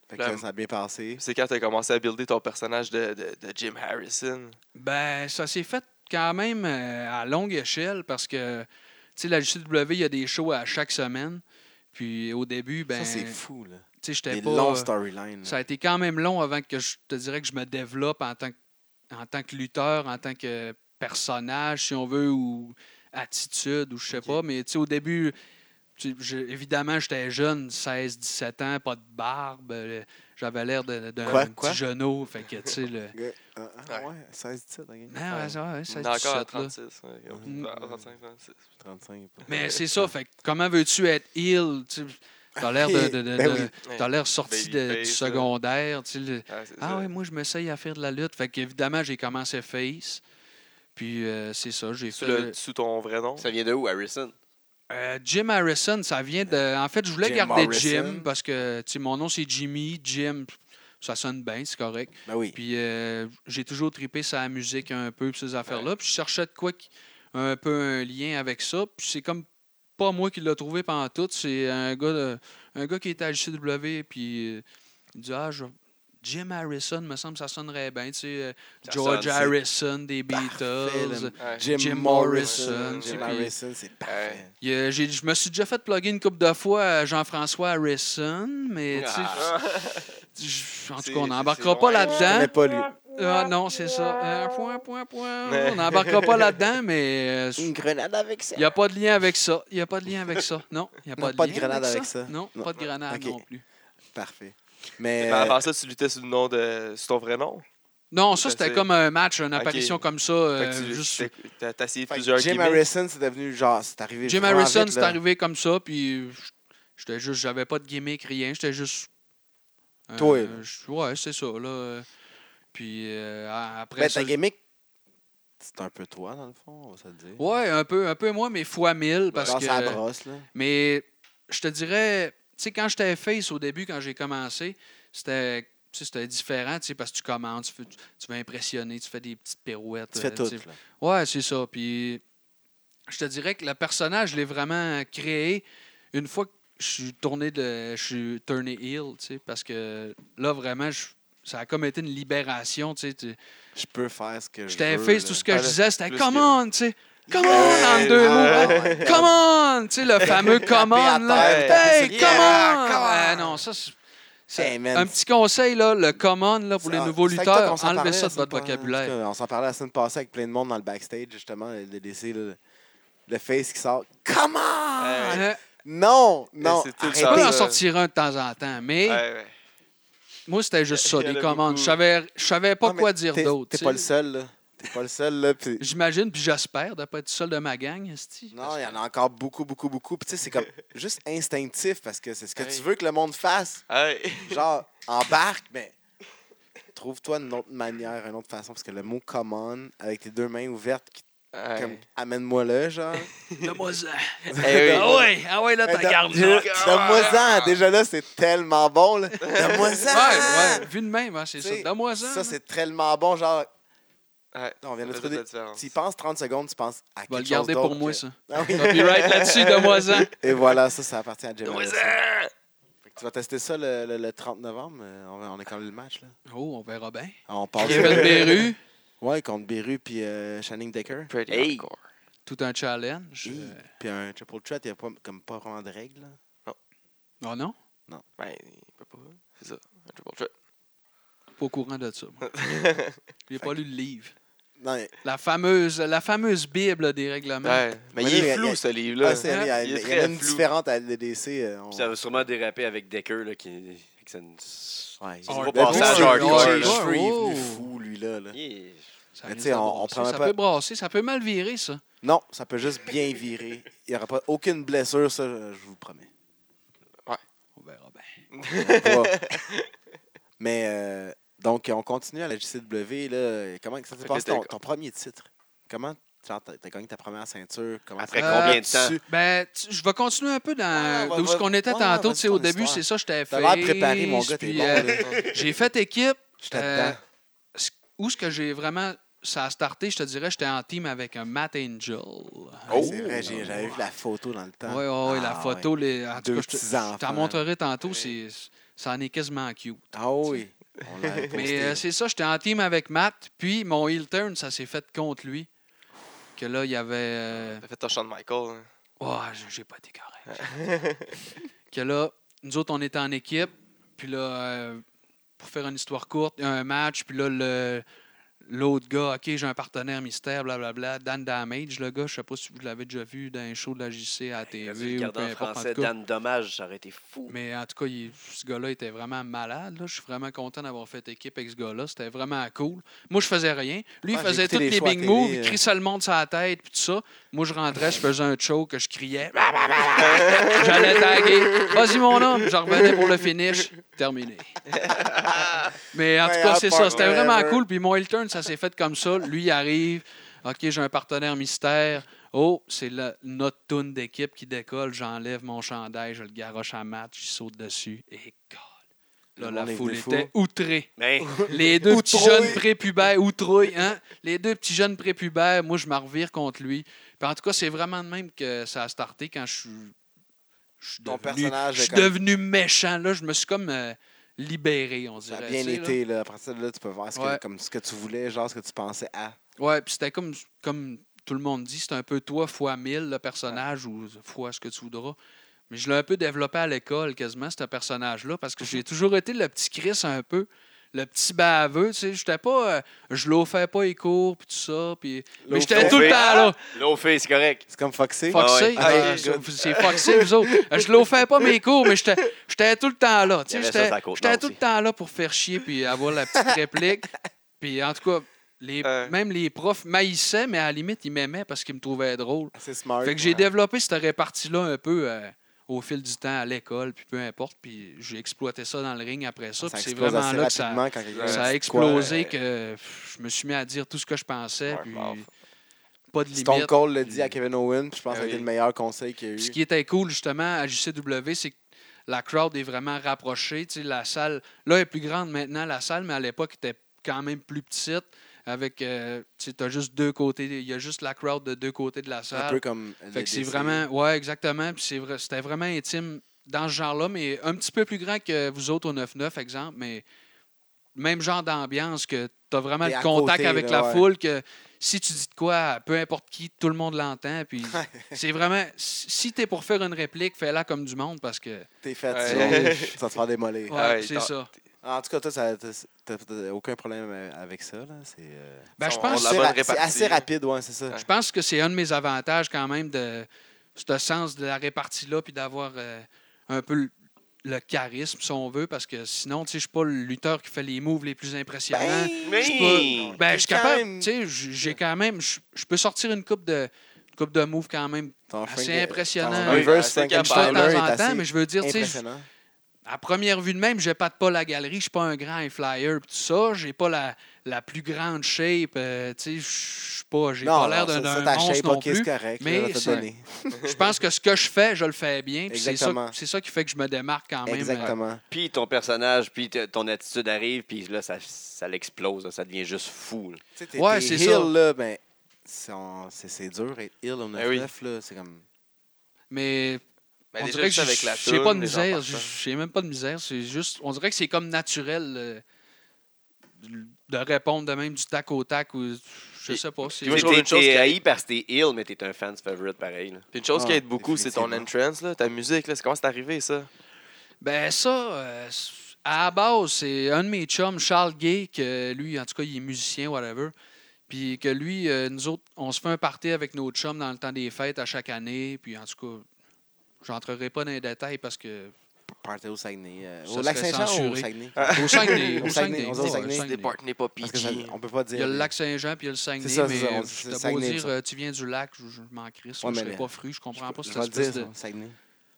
Speaker 2: Fait
Speaker 3: Là,
Speaker 2: que ça a bien passé.
Speaker 3: Puis C'est quand t'as commencé à builder ton personnage de, de, de Jim Harrison.
Speaker 4: Ben, ça s'est fait quand même euh, à longue échelle parce que, tu sais, la JCW, il y a des shows à chaque semaine. Puis au début, ben,
Speaker 2: Ça, c'est
Speaker 4: tu
Speaker 2: fou, là.
Speaker 4: sais, j'étais
Speaker 2: Des
Speaker 4: pas.
Speaker 2: longs
Speaker 4: euh,
Speaker 2: storylines.
Speaker 4: Ça a été quand même long avant que je te dirais que je me développe en tant que, en tant que lutteur, en tant que personnage, si on veut, ou attitude, ou je sais pas. Mais tu sais, au début, tu sais, je- évidemment, j'étais jeune, 16, 17 ans, pas de barbe. euh, J'avais l'air de- d'un
Speaker 2: Quoi?
Speaker 4: petit
Speaker 2: Quoi?
Speaker 4: genou. Fait que, tu sais, le...
Speaker 2: Ouais, ah, ah,
Speaker 3: Ouais.
Speaker 2: ouais, 16, 17, ok.
Speaker 4: Non, ouais, ça, ouais, 16,
Speaker 3: On est encore à
Speaker 4: 17, là.
Speaker 3: 36. ouais, comme-
Speaker 4: Mm.
Speaker 3: Ah, 35, 36.
Speaker 2: 35. pas.
Speaker 4: Mais c'est ça, fait que comment veux-tu être ill? Tu sais, T'as l'air de, de- de-
Speaker 2: Ben
Speaker 4: de- t'as l'air sorti de- du
Speaker 3: Babyface,
Speaker 4: secondaire. tu sais, le-
Speaker 3: Ouais, c'est
Speaker 4: Ah
Speaker 3: ça.
Speaker 2: Euh,
Speaker 4: oui, moi, je m'essaye à faire de la lutte. Fait qu'évidemment, j'ai commencé face. Puis euh, c'est ça, j'ai
Speaker 3: Sous,
Speaker 4: fait.
Speaker 3: le- sous ton vrai nom.
Speaker 1: Ça vient de où, Harrison?
Speaker 4: Euh, Jim Harrison, ça vient de. En fait, je voulais
Speaker 2: Jim
Speaker 4: garder Jim
Speaker 2: Harrison.
Speaker 4: parce que tu sais, mon nom, c'est Jimmy. Jim, ça sonne bien, c'est correct.
Speaker 2: Ben oui.
Speaker 4: Puis euh, j'ai toujours tripé sa musique un peu, puis ces affaires-là. Puis je cherchais de quoi qui- un peu un lien avec ça. Puis c'est comme pas moi qui l'a trouvé pendant tout. C'est un gars, de- un gars qui était à JCW, puis euh, il dit Ah, je- Jim Harrison, me semble, ça sonnerait bien. Tu sais, euh,
Speaker 1: Ça
Speaker 4: George
Speaker 1: sonne, c'est
Speaker 4: Harrison des
Speaker 2: parfait,
Speaker 4: Beatles.
Speaker 2: là.
Speaker 3: Ouais.
Speaker 2: euh, Jim,
Speaker 4: Jim
Speaker 2: Morrison.
Speaker 4: Morrison,
Speaker 2: Jim
Speaker 4: puis-
Speaker 2: Morrison, c'est Hein? parfait.
Speaker 4: Il y a- j'ai- Je me suis déjà fait plugger une couple de fois à Jean-François Harrison, mais tu sais,
Speaker 1: Ah.
Speaker 4: je- en tout
Speaker 3: C'est-
Speaker 4: cas, on
Speaker 3: c'est-
Speaker 4: n'embarquera
Speaker 3: c'est
Speaker 4: pas
Speaker 3: loin.
Speaker 2: Je
Speaker 4: là-dedans.
Speaker 2: connais pas lui.
Speaker 4: Ah non, c'est ça. Euh, point, point, point.
Speaker 3: Mais-
Speaker 4: On n'embarquera pas là-dedans, mais il
Speaker 2: grenade avec ça.
Speaker 4: n'y a pas de lien avec ça. Il n'y a pas de lien avec ça. Non, il n'y a pas,
Speaker 2: Non, pas
Speaker 4: lien
Speaker 2: de grenade avec ça.
Speaker 4: Non,
Speaker 2: Non.
Speaker 4: pas de grenade
Speaker 2: Ok.
Speaker 4: non plus.
Speaker 2: Parfait.
Speaker 3: Mais
Speaker 4: euh,
Speaker 2: Mais
Speaker 3: avant ça, tu luttais sous le nom de. sous ton vrai nom.
Speaker 4: Non, ça,
Speaker 3: Ça,
Speaker 4: c'était
Speaker 3: c'est-
Speaker 4: comme un match, une apparition comme
Speaker 3: Fait
Speaker 4: ça. euh,
Speaker 3: que tu-
Speaker 4: juste...
Speaker 3: t'as- t'as- T'as essayé
Speaker 2: fait que
Speaker 3: plusieurs
Speaker 2: Jim
Speaker 3: gimmicks.
Speaker 2: Harrison, c'est devenu genre, c'est arrivé.
Speaker 4: Jim
Speaker 2: vraiment
Speaker 4: Harrison,
Speaker 2: vite,
Speaker 4: c'est
Speaker 2: là.
Speaker 4: arrivé comme ça, puis j- j'étais juste, j'avais pas de gimmick, rien, j'étais juste. euh,
Speaker 2: Toi, là.
Speaker 4: je- ouais, c'est ça, là. euh, Puis euh, a- après
Speaker 2: Ben,
Speaker 4: ça.
Speaker 2: ta gimmick, c'est un peu toi, dans le fond, on va se le dire.
Speaker 4: Ouais, un peu, un peu moi, mais fois mille, parce
Speaker 2: Genre,
Speaker 4: que.
Speaker 2: ça brosse, là.
Speaker 4: Mais je te dirais, tu sais, quand j'étais face au début, quand j'ai commencé, c'était. tu sais, C'était différent, tu sais, parce que tu commandes, tu, fais- tu veux impressionner, tu fais des petites pirouettes.
Speaker 2: Tu
Speaker 4: euh,
Speaker 2: fais tout,
Speaker 4: tu sais.
Speaker 2: là.
Speaker 4: Ouais, c'est ça. Puis je te dirais que le personnage, je l'ai vraiment créé une fois que je suis tourné de. Je suis turné heel, tu sais, parce que là, vraiment, je- ça a comme été une libération, tu sais. tu-
Speaker 2: Je peux faire ce que je
Speaker 4: J'étais
Speaker 2: veux.
Speaker 4: face, tout ce que
Speaker 3: Ah,
Speaker 4: je
Speaker 3: là,
Speaker 4: disais, c'était
Speaker 3: plus
Speaker 4: come
Speaker 3: que-
Speaker 4: on, tu sais. Come on, en deux mots.
Speaker 2: Ah,
Speaker 4: Come on, tu sais, le fameux come on, là.
Speaker 3: terre,
Speaker 4: Hey,
Speaker 2: taper sur-
Speaker 4: come
Speaker 2: Yeah,
Speaker 4: on!
Speaker 2: come on!
Speaker 4: Ah, non, ça, c'est- c'est.
Speaker 2: Hey, man.
Speaker 4: un petit conseil, là, le come on, là, pour les
Speaker 2: Ah,
Speaker 4: nouveaux
Speaker 2: c'est avec toi qu'on
Speaker 4: lutteurs,
Speaker 2: s'en parlait
Speaker 4: enlevez ça
Speaker 2: la
Speaker 4: de
Speaker 2: semaine
Speaker 4: votre
Speaker 2: passée.
Speaker 4: vocabulaire.
Speaker 2: En tout cas, On s'en parlait la semaine passée avec plein de monde dans le backstage, justement, de laisser le, le face qui sort. Come on!
Speaker 3: Ouais.
Speaker 4: Euh,
Speaker 2: Non, non.
Speaker 3: c'est tout le
Speaker 2: arrêtez.
Speaker 4: Tu peux en
Speaker 3: Arrêtez.
Speaker 4: sortir un de temps en temps, mais
Speaker 3: Ouais, ouais.
Speaker 4: moi, c'était juste ça,
Speaker 3: Il y en
Speaker 4: des
Speaker 3: a
Speaker 4: commandes.
Speaker 3: beaucoup.
Speaker 4: Je savais, je savais pas
Speaker 2: Non, mais
Speaker 4: quoi dire
Speaker 2: t'es-
Speaker 4: d'autre.
Speaker 2: T'es
Speaker 4: tu
Speaker 2: pas
Speaker 4: sais.
Speaker 2: le seul, là. T'es pas le seul, là. puis-
Speaker 4: J'imagine, puis j'espère, de pas être seul de ma gang, esti.
Speaker 2: Non, il y en a encore beaucoup, beaucoup, beaucoup. Puis tu sais, c'est comme juste instinctif parce que c'est ce que
Speaker 3: Hey.
Speaker 2: tu veux que le monde fasse.
Speaker 3: Hey.
Speaker 2: Genre, embarque, mais trouve-toi une autre manière, une autre façon. Parce que le mot common, avec tes deux mains ouvertes qui
Speaker 3: Hey.
Speaker 2: Comme, amène-moi-le, genre.
Speaker 4: Donne-moi ça.
Speaker 3: Eh oui. Ah.
Speaker 4: Ah ouais, ah ouais, là,
Speaker 2: Hey,
Speaker 4: t'as
Speaker 2: don-
Speaker 4: garde
Speaker 2: don-
Speaker 4: là.
Speaker 2: Donne-moi-en. Déjà là, c'est tellement bon, là. Donne-moi-en.
Speaker 4: Ouais, ouais, vu de même, hein, c'est
Speaker 2: Tu sais,
Speaker 4: ça. Donne-moi ça.
Speaker 2: Ça, c'est tellement bon, genre.
Speaker 3: Ouais.
Speaker 2: Non, on vient de
Speaker 3: Ça fait toute
Speaker 2: trouver.
Speaker 3: la différence.
Speaker 2: Tu y penses 30 secondes, tu penses à
Speaker 4: Je vais
Speaker 2: quelque
Speaker 4: le garder
Speaker 2: chose d'autre
Speaker 4: pour moi,
Speaker 2: que-
Speaker 4: ça.
Speaker 2: Ah oui.
Speaker 4: Copyright là-dessus, donne-moi ça.
Speaker 2: Et voilà, ça, ça appartient à Jim
Speaker 3: Donne-moi
Speaker 2: Harrison.
Speaker 3: ça!
Speaker 2: Fait que Tu vas tester ça le, le- le 30 novembre. euh, On, va- on est quand même le match, là. Ah,
Speaker 4: Oh, on verra bien.
Speaker 2: On passe.
Speaker 4: Kevin Beru,
Speaker 2: Ouais, contre Beru puis euh, Shannon Decker.
Speaker 3: Pretty
Speaker 1: Hey.
Speaker 3: hardcore.
Speaker 4: tout un challenge.
Speaker 2: Hi.
Speaker 4: Euh,
Speaker 2: Puis un triple threat, il n'y a pas, comme pas vraiment de règles. là.
Speaker 4: Oh non?
Speaker 3: Ben, il peut pas. C'est ça. Un triple threat.
Speaker 4: Pas au courant de ça. moi. J'ai pas lu le livre.
Speaker 2: Non, mais-
Speaker 4: La fameuse, la fameuse Bible des règlements.
Speaker 3: Ouais. Mais Ben, il
Speaker 2: Mais
Speaker 3: est
Speaker 2: non, mais-
Speaker 3: flou, ce livre-là.
Speaker 2: Ah, c'est- il y a-
Speaker 3: Il
Speaker 2: il
Speaker 3: est
Speaker 2: y en a
Speaker 3: très
Speaker 2: une
Speaker 3: flou.
Speaker 2: différente à l'EDC. euh, on-
Speaker 1: Puis Ça va sûrement déraper avec Decker, là, qui. qui ça-
Speaker 2: Ouais,
Speaker 1: gros
Speaker 2: le
Speaker 1: passage
Speaker 2: gros,
Speaker 1: hardcore,
Speaker 2: bleacher,
Speaker 1: là.
Speaker 2: les cheveux, il est venu
Speaker 4: Oh.
Speaker 2: fou, lui-là. là.
Speaker 1: Yeah.
Speaker 4: Ça,
Speaker 2: Mais
Speaker 4: risque
Speaker 2: tu sais,
Speaker 4: de
Speaker 2: on- on
Speaker 4: brasser.
Speaker 2: prend
Speaker 4: ça
Speaker 2: pas-
Speaker 4: peut brasser, ça peut mal virer, ça.
Speaker 2: Non, ça peut juste bien virer. Il n'y aura pas aucune blessure, ça, je vous le promets.
Speaker 4: On verra bien.
Speaker 2: Pas- Mais euh, donc, on continue à la JCW. Là. Comment que ça s'est
Speaker 3: Fait que
Speaker 2: passé ton,
Speaker 3: t'es-
Speaker 2: ton premier titre? Comment tu as gagné ta première ceinture? Comment
Speaker 1: Après
Speaker 2: ça-
Speaker 1: combien de temps?
Speaker 2: Tu-
Speaker 4: Ben, tu- je vais continuer un peu
Speaker 2: Ouais,
Speaker 4: dans
Speaker 2: va-
Speaker 4: d'où ce
Speaker 2: va-
Speaker 4: qu'on était
Speaker 2: ouais,
Speaker 4: tantôt.
Speaker 2: vas-y
Speaker 4: Tu sais, au
Speaker 2: ton
Speaker 4: début,
Speaker 2: histoire.
Speaker 4: c'est ça, je t'avais
Speaker 2: T'as
Speaker 4: fait.
Speaker 2: l'air préparé, mon gars, t'es
Speaker 4: puis,
Speaker 2: bon.
Speaker 4: euh,
Speaker 2: là.
Speaker 4: J'ai fait équipe.
Speaker 2: J'étais
Speaker 4: euh,
Speaker 2: dedans.
Speaker 4: ce- Où ce que j'ai vraiment. Ça a starté, je te dirais, j'étais en team avec un Matt Angel.
Speaker 2: Ouais, Ah,
Speaker 4: Oh!
Speaker 2: c'est vrai, j'ai- j'avais vu la photo dans le temps.
Speaker 4: Oui, oui, la
Speaker 2: Ah,
Speaker 4: photo, les, en
Speaker 2: Deux
Speaker 4: tout cas, je te-
Speaker 2: petits-enfants.
Speaker 4: je t'en montrerai tantôt, c'est, ça en est quasiment cute.
Speaker 2: Ah oui. On l'avait posté,
Speaker 4: Mais euh,
Speaker 2: là.
Speaker 4: c'est ça, j'étais en team avec Matt, puis mon heel turn, ça s'est fait contre lui. Que là, il y avait... euh,
Speaker 3: T'as fait ton Shawn Michael. hein.
Speaker 4: Oh, j'ai- j'ai pas été correct. que là, nous autres, on était en équipe, puis là, euh, pour faire une histoire courte, il y a un match, puis là, le... L'autre gars, OK, j'ai un partenaire mystère, blablabla. Dan Damage, le gars, je sais pas si vous l'avez déjà vu dans un show de la JC à la
Speaker 1: Il a dû
Speaker 4: TV.
Speaker 1: le
Speaker 4: ou
Speaker 1: garder
Speaker 4: peu
Speaker 1: en
Speaker 4: importe, en
Speaker 1: français,
Speaker 4: tout cas.
Speaker 1: Dan Dommage, ça aurait été fou.
Speaker 4: Mais en tout cas, il- ce gars-là était vraiment malade. là. Je suis vraiment content d'avoir fait équipe avec ce gars-là. C'était vraiment cool. Moi, je faisais rien. Lui,
Speaker 2: Ah,
Speaker 4: il
Speaker 2: j'ai
Speaker 4: faisait
Speaker 2: écouté
Speaker 4: tous
Speaker 2: les
Speaker 4: les,
Speaker 2: shows à
Speaker 4: big
Speaker 2: TV,
Speaker 4: moves.
Speaker 2: euh.
Speaker 4: Il crie ça le monde sur la tête, puis tout ça. Moi, je rentrais, je faisais un choke, je criais. J'allais taguer. Vas-y, mon homme. Je revenais pour le finish. Terminé. Mais en tout
Speaker 2: Ouais,
Speaker 4: cas,
Speaker 2: à
Speaker 4: c'est
Speaker 2: part
Speaker 4: ça. C'était vraiment
Speaker 2: forever.
Speaker 4: cool. Puis mon heel turn, ça s'est fait comme ça. Lui, il arrive. OK, j'ai un partenaire mystère. Oh, c'est la- notre toune d'équipe qui décolle. J'enlève mon chandail, je le garoche à match, je saute dessus. Et God!
Speaker 2: Le
Speaker 4: Là,
Speaker 2: monde est
Speaker 4: la foule
Speaker 2: venu fou.
Speaker 4: était outrée.
Speaker 1: Mais
Speaker 4: Les deux petits
Speaker 2: Outré.
Speaker 4: jeunes prépubères, outrouille, hein? Les deux petits jeunes prépubères, moi, je m'en revire contre lui. Puis en tout cas, c'est vraiment de même que ça a starté quand je suis. Je suis
Speaker 2: Ton
Speaker 4: devenu,
Speaker 2: personnage
Speaker 4: je
Speaker 2: est
Speaker 4: suis
Speaker 2: comme-
Speaker 4: devenu méchant. Là, je me suis comme euh, libéré, on
Speaker 2: Ça
Speaker 4: dirait.
Speaker 2: a bien
Speaker 4: tu sais, là.
Speaker 2: été. Là. Après ça, là, tu peux voir ce que,
Speaker 4: Ouais.
Speaker 2: comme, ce que tu voulais, genre ce que tu pensais à.
Speaker 4: Ouais, puis c'était comme, comme tout le monde dit, c'était un peu toi fois mille, le personnage, ou fois ce que tu voudras. Mais je l'ai un peu développé à l'école, quasiment, ce personnage-là, parce que j'ai toujours été le petit Chris un peu, le petit baveux, tu sais. J'étais pas. euh, je l'offais pas les cours, puis tout ça, puis. Mais j'étais
Speaker 1: l'offais.
Speaker 4: tout le temps là.
Speaker 1: l'eau fait, c'est correct.
Speaker 2: C'est comme Foxy.
Speaker 1: Fox-
Speaker 4: Foxé.
Speaker 1: Ah
Speaker 2: ouais.
Speaker 4: Ah,
Speaker 2: Ah, good.
Speaker 4: c'est foxé, vous autres. Je l'offais pas mes cours, mais j'étais j'étais tout le temps là. Tu
Speaker 1: Il y avait
Speaker 4: sais,
Speaker 1: ça
Speaker 4: J'étais
Speaker 1: sur la côte
Speaker 4: j'étais
Speaker 1: nord
Speaker 4: tout le
Speaker 1: aussi.
Speaker 4: temps là pour faire chier puis avoir la petite réplique. Puis en tout cas, les,
Speaker 3: Ouais.
Speaker 4: même les profs m'haïssaient, mais à la limite, ils m'aimaient parce qu'ils me trouvaient drôle.
Speaker 2: C'est smart.
Speaker 4: Fait que j'ai
Speaker 2: ouais.
Speaker 4: développé cette répartie-là un peu euh, au fil du temps à l'école, puis peu importe. Puis j'ai exploité ça dans le ring après ça. puis c'est
Speaker 2: explose
Speaker 4: vraiment
Speaker 2: assez
Speaker 4: là que ça,
Speaker 2: rapidement Euh, quand quelqu'un
Speaker 3: ça
Speaker 4: ça
Speaker 2: dit
Speaker 4: a
Speaker 2: de
Speaker 4: explosé,
Speaker 3: quoi,
Speaker 4: que pff, je me suis mis à dire tout ce que je pensais,
Speaker 3: Ouais,
Speaker 4: puis
Speaker 3: mort.
Speaker 2: quoi.
Speaker 4: pas de limite.
Speaker 2: Stone Cold l'a dit à Kevin Owen, puis je pense que
Speaker 3: Ah
Speaker 2: ça a été
Speaker 3: oui.
Speaker 2: le meilleur conseil qu'il y a
Speaker 4: Puis Ce
Speaker 2: eu.
Speaker 4: qui était cool, justement, à JCW, c'est que la crowd est vraiment rapprochée. Tu sais, la salle, là, elle est plus grande maintenant, la salle, mais à l'époque, elle était quand même plus petite. Avec, euh, tu as juste deux côtés, il y a juste la crowd de deux côtés de la
Speaker 2: C'est un peu
Speaker 4: salle.
Speaker 2: comme.
Speaker 4: Fait que c'est
Speaker 2: LDC.
Speaker 4: vraiment, ouais, exactement. Puis c'est vrai- c'était vraiment intime dans ce genre-là, mais un petit peu plus grand que vous autres au 9-9, exemple, mais même genre d'ambiance que tu as vraiment
Speaker 2: T'es à
Speaker 4: le contact
Speaker 2: côté,
Speaker 4: avec
Speaker 2: là,
Speaker 4: la
Speaker 2: ouais.
Speaker 4: foule que si tu dis de quoi, peu importe qui, tout le monde l'entend. Puis c'est vraiment, si tu es pour faire une réplique, fais-la comme du monde parce que.
Speaker 2: T'es fait,
Speaker 3: Ouais.
Speaker 2: tu vas te faire démolir.
Speaker 4: Ouais,
Speaker 3: Ah ouais,
Speaker 4: c'est
Speaker 3: t'as-
Speaker 4: ça.
Speaker 2: En tout cas, toi, ça- t'as t'as- t'as aucun problème euh, avec ça. là. C'est euh,
Speaker 4: Ben, je
Speaker 3: on- on
Speaker 4: pense que
Speaker 3: la
Speaker 2: c'est
Speaker 3: bonne
Speaker 2: ra- c'est
Speaker 3: répartie,
Speaker 2: assez
Speaker 3: là.
Speaker 2: rapide, ouais, c'est ça.
Speaker 3: Ouais.
Speaker 4: Je pense que c'est un de mes avantages quand même de ce sens de la répartie-là, puis d'avoir euh, un peu le, le charisme, si on veut, parce que sinon, tu sais, je suis pas le lutteur qui fait les moves les plus impressionnants.
Speaker 2: Ben,
Speaker 1: Mais
Speaker 4: Je suis pas- ben, je suis
Speaker 2: T'es quand
Speaker 4: capable,
Speaker 2: même-
Speaker 4: tu sais, j- j'ai quand même, je je peux sortir une coupe de une coupe de moves quand même
Speaker 2: Ton
Speaker 4: assez
Speaker 2: Frank-
Speaker 4: impressionnant.
Speaker 2: ton
Speaker 3: Oui,
Speaker 2: reverse
Speaker 3: assez capable.
Speaker 4: de temps
Speaker 2: Frankensteiner est
Speaker 4: en temps,
Speaker 2: assez
Speaker 4: mais je veux dire, tu sais,
Speaker 2: impressionnant.
Speaker 4: À première vue de même, je pâte pas la galerie, je suis pas un grand flyer, pis tout ça, j'ai pas la, la plus grande shape, euh, tu sais, je suis pas, j'ai pas l'air
Speaker 2: ça,
Speaker 4: d'un
Speaker 2: ça,
Speaker 4: d'un
Speaker 2: ta
Speaker 4: monstre
Speaker 2: shape,
Speaker 4: non
Speaker 2: ok,
Speaker 4: plus.
Speaker 2: c'est correct.
Speaker 4: mais
Speaker 2: là, on va te
Speaker 4: c'est-
Speaker 2: donner.
Speaker 4: Je pense que ce que je fais, je le fais bien, puis c'est ça,
Speaker 2: Exactement.
Speaker 4: c'est ça qui fait que je me démarque quand même. euh,
Speaker 2: Exactement.
Speaker 1: Puis ton personnage, puis t- ton attitude arrive, puis là, ça, ça l'explose, là, ça devient juste fou. là.
Speaker 2: Tu sais, t'es-
Speaker 4: Ouais,
Speaker 2: t'es
Speaker 4: c'est
Speaker 2: heel,
Speaker 4: ça.
Speaker 2: là, ben, c'est on- c'est- c'est dur être heel au
Speaker 4: Ben
Speaker 2: 9-9, là. C'est comme.
Speaker 4: euh, Mais
Speaker 3: Mais
Speaker 4: on
Speaker 3: Ben, déjà,
Speaker 4: dirait que
Speaker 3: juste avec la
Speaker 4: j'ai
Speaker 3: toune,
Speaker 4: pas de
Speaker 3: les gens
Speaker 4: misère,
Speaker 3: partant.
Speaker 4: j'ai même pas de misère, c'est juste, on dirait que c'est comme naturel euh, de répondre de même du tac au tac ou je sais pas. c'est-
Speaker 3: Puis moi, je trouve
Speaker 1: T'es
Speaker 3: une chose
Speaker 1: t'es
Speaker 3: qui-
Speaker 1: haï parce que t'es ill, mais t'es un fan favorite pareil. là.
Speaker 3: Puis une chose qui
Speaker 2: Ah,
Speaker 3: aide beaucoup, c'est ton entrance, là, ta musique. Là. C'est- Comment c'est arrivé, ça?
Speaker 4: Ben ça, euh, à la base, c'est un de mes chums, Charles Gay, que lui, en tout cas, il est musicien, whatever. Puis que lui, euh, nous autres, on se fait un party avec nos chums dans le temps des fêtes à chaque année. Puis en tout cas, j'entrerai pas dans les détails parce que.
Speaker 2: Party au Saguenay. euh,
Speaker 4: Ça
Speaker 2: au lac
Speaker 4: serait
Speaker 2: Saint-Jean ou au
Speaker 4: censuré. Ah.
Speaker 2: Saguenay?
Speaker 4: Au Saguenay.
Speaker 2: Au
Speaker 4: Au
Speaker 2: Saguenay,
Speaker 4: Saguenay.
Speaker 2: on dit au
Speaker 4: ouais, au
Speaker 2: Saguenay.
Speaker 4: Saguenay.
Speaker 3: Des parts n'est pas
Speaker 2: Parce que ça-
Speaker 3: peachy.
Speaker 2: on peut pas dire.
Speaker 4: Il y a le lac Saint-Jean puis il y a le Saguenay.
Speaker 2: ça, c'est
Speaker 4: mais
Speaker 2: ça, on-
Speaker 4: euh,
Speaker 2: c'est
Speaker 4: t'as beau
Speaker 2: Saguenay,
Speaker 4: dire,
Speaker 2: ça.
Speaker 4: euh, tu viens du lac, je, je m'en crisse.
Speaker 2: Ouais,
Speaker 4: moi, je
Speaker 2: mais
Speaker 4: serais
Speaker 2: là,
Speaker 4: pas fru, je comprends pas
Speaker 2: Je
Speaker 4: cette
Speaker 2: vais le
Speaker 4: espèce
Speaker 2: dire,
Speaker 4: de.
Speaker 2: ça, au Saguenay.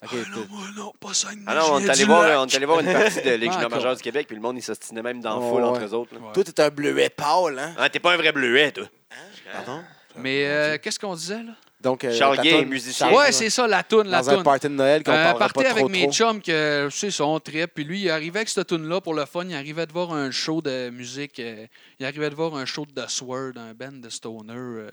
Speaker 2: Ok,
Speaker 4: Ah non,
Speaker 2: t'as-
Speaker 4: moi, non, pas Saguenay.
Speaker 1: Ah non, on
Speaker 4: je
Speaker 1: est
Speaker 4: viens
Speaker 1: allé
Speaker 4: du
Speaker 1: voir,
Speaker 4: lac.
Speaker 1: on est allé voir une partie de Ligue
Speaker 4: Pas
Speaker 1: junior
Speaker 4: encore.
Speaker 1: majeure du Québec, puis le monde, il s'ostinait même dans la
Speaker 2: Oh,
Speaker 1: foule
Speaker 2: ouais.
Speaker 1: entre eux autres. là.
Speaker 4: Ouais.
Speaker 2: Toi, t'es un bleuet pâle, hein?
Speaker 1: Hein, t'es pas un vrai bleuet, toi.
Speaker 2: Pardon?
Speaker 4: Mais euh, qu'est-ce qu'on disait là?
Speaker 2: Donc, euh,
Speaker 1: Charles
Speaker 2: ta
Speaker 1: Gay est
Speaker 2: toune-
Speaker 1: musicien.
Speaker 2: Charles-
Speaker 4: Ouais, c'est ça, la toune, la
Speaker 2: Dans un
Speaker 4: toune.
Speaker 2: party de Noël qu'on
Speaker 4: Euh,
Speaker 2: parlera
Speaker 4: partait
Speaker 2: pas
Speaker 4: avec
Speaker 2: trop
Speaker 4: mes
Speaker 2: trop.
Speaker 4: chums que euh, c'est son trip puis lui il arrivait avec cette tune là pour le fun il arrivait de voir un show de musique euh, il arrivait de voir un show de The Sword un band de stoner euh,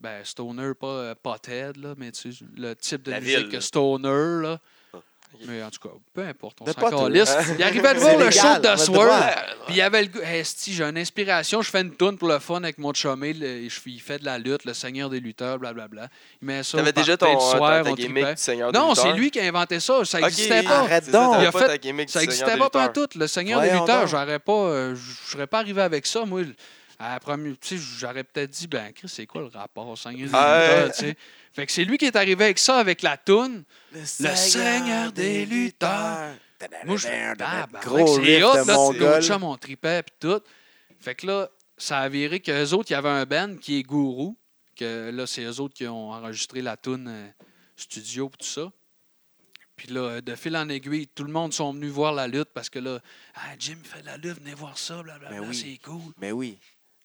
Speaker 4: ben stoner pas euh, Pothead là mais tu sais, le type de
Speaker 1: La
Speaker 4: musique
Speaker 1: ville, là.
Speaker 4: stoner là
Speaker 1: Ah.
Speaker 4: mais en tout cas peu importe on
Speaker 2: De
Speaker 4: s'en
Speaker 2: Pothead.
Speaker 4: calisse il arrivait de voir
Speaker 2: C'est
Speaker 4: le
Speaker 2: légal,
Speaker 4: show de
Speaker 2: on a
Speaker 4: The
Speaker 2: le droit.
Speaker 4: Sword puis il y avait le goût, Esti, j'ai une inspiration, je fais une toune pour le fun avec mon chumé, le- je- il fait de la lutte, le seigneur des lutteurs, blablabla. Il met ça.
Speaker 3: T'avais
Speaker 4: au
Speaker 3: déjà
Speaker 4: party
Speaker 3: ton,
Speaker 4: du
Speaker 3: ta-
Speaker 4: soir,
Speaker 3: ta
Speaker 4: on
Speaker 3: gimmick
Speaker 4: tripait.
Speaker 3: du Seigneur des
Speaker 4: Non,
Speaker 3: Lutteurs.
Speaker 4: c'est lui qui a inventé ça, ça
Speaker 3: Ok,
Speaker 4: n'existait pas.
Speaker 2: Arrête
Speaker 3: c'est ça,
Speaker 2: donc.
Speaker 3: t'avais
Speaker 4: Il a
Speaker 3: pas
Speaker 4: fait-
Speaker 3: ta gimmick du
Speaker 4: Ça
Speaker 3: Seigneur
Speaker 4: n'existait
Speaker 3: des
Speaker 4: pas pendant
Speaker 3: Lutteurs.
Speaker 4: tout. Le Seigneur des
Speaker 2: Voyons
Speaker 4: lutteurs,
Speaker 2: donc.
Speaker 4: j'aurais pas, euh, je serais pas arrivé avec ça, moi. À la première, tu sais, j'aurais peut-être dit, ben, Chris, c'est quoi le rapport Seigneur des
Speaker 3: Ah,
Speaker 4: lutteurs,
Speaker 3: ouais.
Speaker 4: tu sais? Fait que c'est lui qui est arrivé avec ça, avec la toune.
Speaker 2: Le
Speaker 4: Seigneur des lutteurs. Moi, je tabarnak,
Speaker 2: Gros
Speaker 4: c'est
Speaker 2: riff
Speaker 4: hot, là,
Speaker 2: de
Speaker 4: tu- nos
Speaker 2: mongol.
Speaker 4: chums, on tripait, puis tout. Fait que là, ça a viré qu'eux autres, il y avait un band qui est Gourou, que là, c'est eux autres qui ont enregistré la toune euh, studio pis tout ça. Puis là, euh, de fil en aiguille, tout le monde sont venus voir la lutte parce que là, ah, Jim fait de la lutte, venez voir ça, blablabla,
Speaker 2: Ben oui.
Speaker 4: c'est cool.
Speaker 2: Mais oui,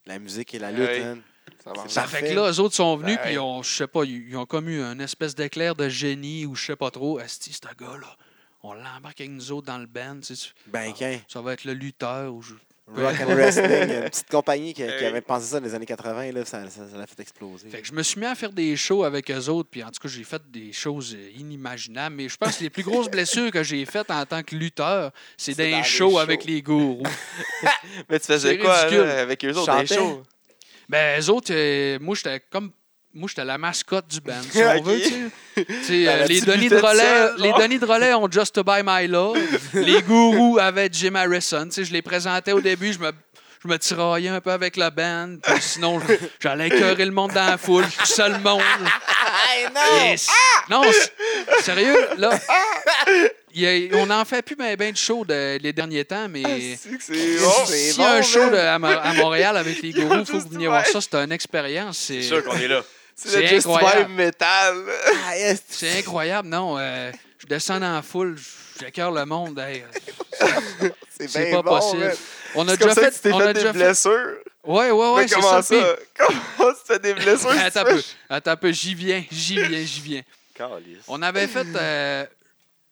Speaker 2: la musique et la
Speaker 3: Ah
Speaker 2: lutte,
Speaker 3: oui.
Speaker 2: man.
Speaker 3: Ça marche.
Speaker 2: C'est
Speaker 4: Ça
Speaker 2: parfait.
Speaker 4: fait que là, eux autres sont venus,
Speaker 3: Ben
Speaker 4: puis
Speaker 3: oui.
Speaker 4: ils ont, je sais pas, ils ils ont comme eu un espèce d'éclair de génie ou je sais pas trop. Asti, ce gars-là, on l'embarque avec nous autres dans le band, tu sais,
Speaker 2: Ben, qu'un.
Speaker 4: ça va être le lutteur ou je-
Speaker 2: Rock and Wrestling, une petite compagnie qui, qui
Speaker 3: Hey.
Speaker 2: avait pensé ça dans les années 80, là, ça, ça, ça l'a fait exploser.
Speaker 4: Fait que je me suis mis à faire des shows avec eux autres, puis en tout cas, j'ai fait des choses euh, inimaginables. Mais je pense que les plus grosses blessures que j'ai faites en tant que lutteur, c'est
Speaker 2: C'est dans
Speaker 4: des
Speaker 2: les
Speaker 4: shows
Speaker 2: shows.
Speaker 4: avec les gourous.
Speaker 3: Mais tu
Speaker 4: C'est
Speaker 3: faisais quoi
Speaker 4: ridicule.
Speaker 3: là, avec eux autres, des
Speaker 2: Chantais.
Speaker 3: shows?
Speaker 4: ben, eux autres, euh, moi, j'étais comme. Moi, j'étais la mascotte du band, si on
Speaker 3: Ok.
Speaker 4: veut, tu sais. Tu sais. euh,
Speaker 3: la
Speaker 4: les
Speaker 3: petite
Speaker 4: Denis de
Speaker 3: lutette
Speaker 4: Relais,
Speaker 3: seule,
Speaker 4: les
Speaker 3: genre.
Speaker 4: Denis de Relais ont Just to Buy My Love. les gourous avaient Jim Harrison. Tu sais, je les présentais au début, je me, je me tiraillais un peu avec la band. puis sinon, j'allais écœurer le monde dans la foule. Je suis seul monde.
Speaker 2: Hey,
Speaker 4: Mais c-
Speaker 3: Ah!
Speaker 4: Non, c- sérieux, là. il y a- on n'en fait plus ben, ben de show de- les derniers temps, mais.
Speaker 3: Ah, C'est que c'est
Speaker 2: bon,
Speaker 4: S'il
Speaker 2: c'est
Speaker 4: y a
Speaker 3: ben.
Speaker 4: un
Speaker 2: bon,
Speaker 4: show
Speaker 2: man.
Speaker 4: de- à, Mo- à Montréal avec les
Speaker 3: Ils ont
Speaker 4: gourous, il faut que
Speaker 3: juste
Speaker 4: vous veniez voir
Speaker 3: ouvert.
Speaker 4: ça. C'est une expérience. C'est,
Speaker 1: C'est sûr qu'on est là.
Speaker 3: C'est le
Speaker 4: c'est
Speaker 3: Just
Speaker 4: incroyable.
Speaker 3: Vibe Metal.
Speaker 2: Ah, yes.
Speaker 4: c'est incroyable, non? euh, je descends dans la foule, je- j'écœure le monde. hey, euh, c'est
Speaker 2: bien
Speaker 4: pas
Speaker 2: bon,
Speaker 4: possible.
Speaker 2: man.
Speaker 4: On
Speaker 3: Ben
Speaker 4: a
Speaker 3: C'est comme
Speaker 4: déjà
Speaker 3: ça que
Speaker 4: fait.
Speaker 3: tu t'es
Speaker 4: on a
Speaker 3: fait
Speaker 4: déjà
Speaker 3: des blessures.
Speaker 4: Ouais, ouais, ouais,
Speaker 3: Mais
Speaker 4: c'est
Speaker 3: comment
Speaker 4: ça. le
Speaker 3: ça? Ben, Comment tu fais des blessures?
Speaker 4: pire.
Speaker 3: si
Speaker 4: Attends un
Speaker 3: tu
Speaker 4: peu, attends un peu, j'y viens, j'y viens, j'y viens.
Speaker 1: Calice.
Speaker 4: On avait fait. euh,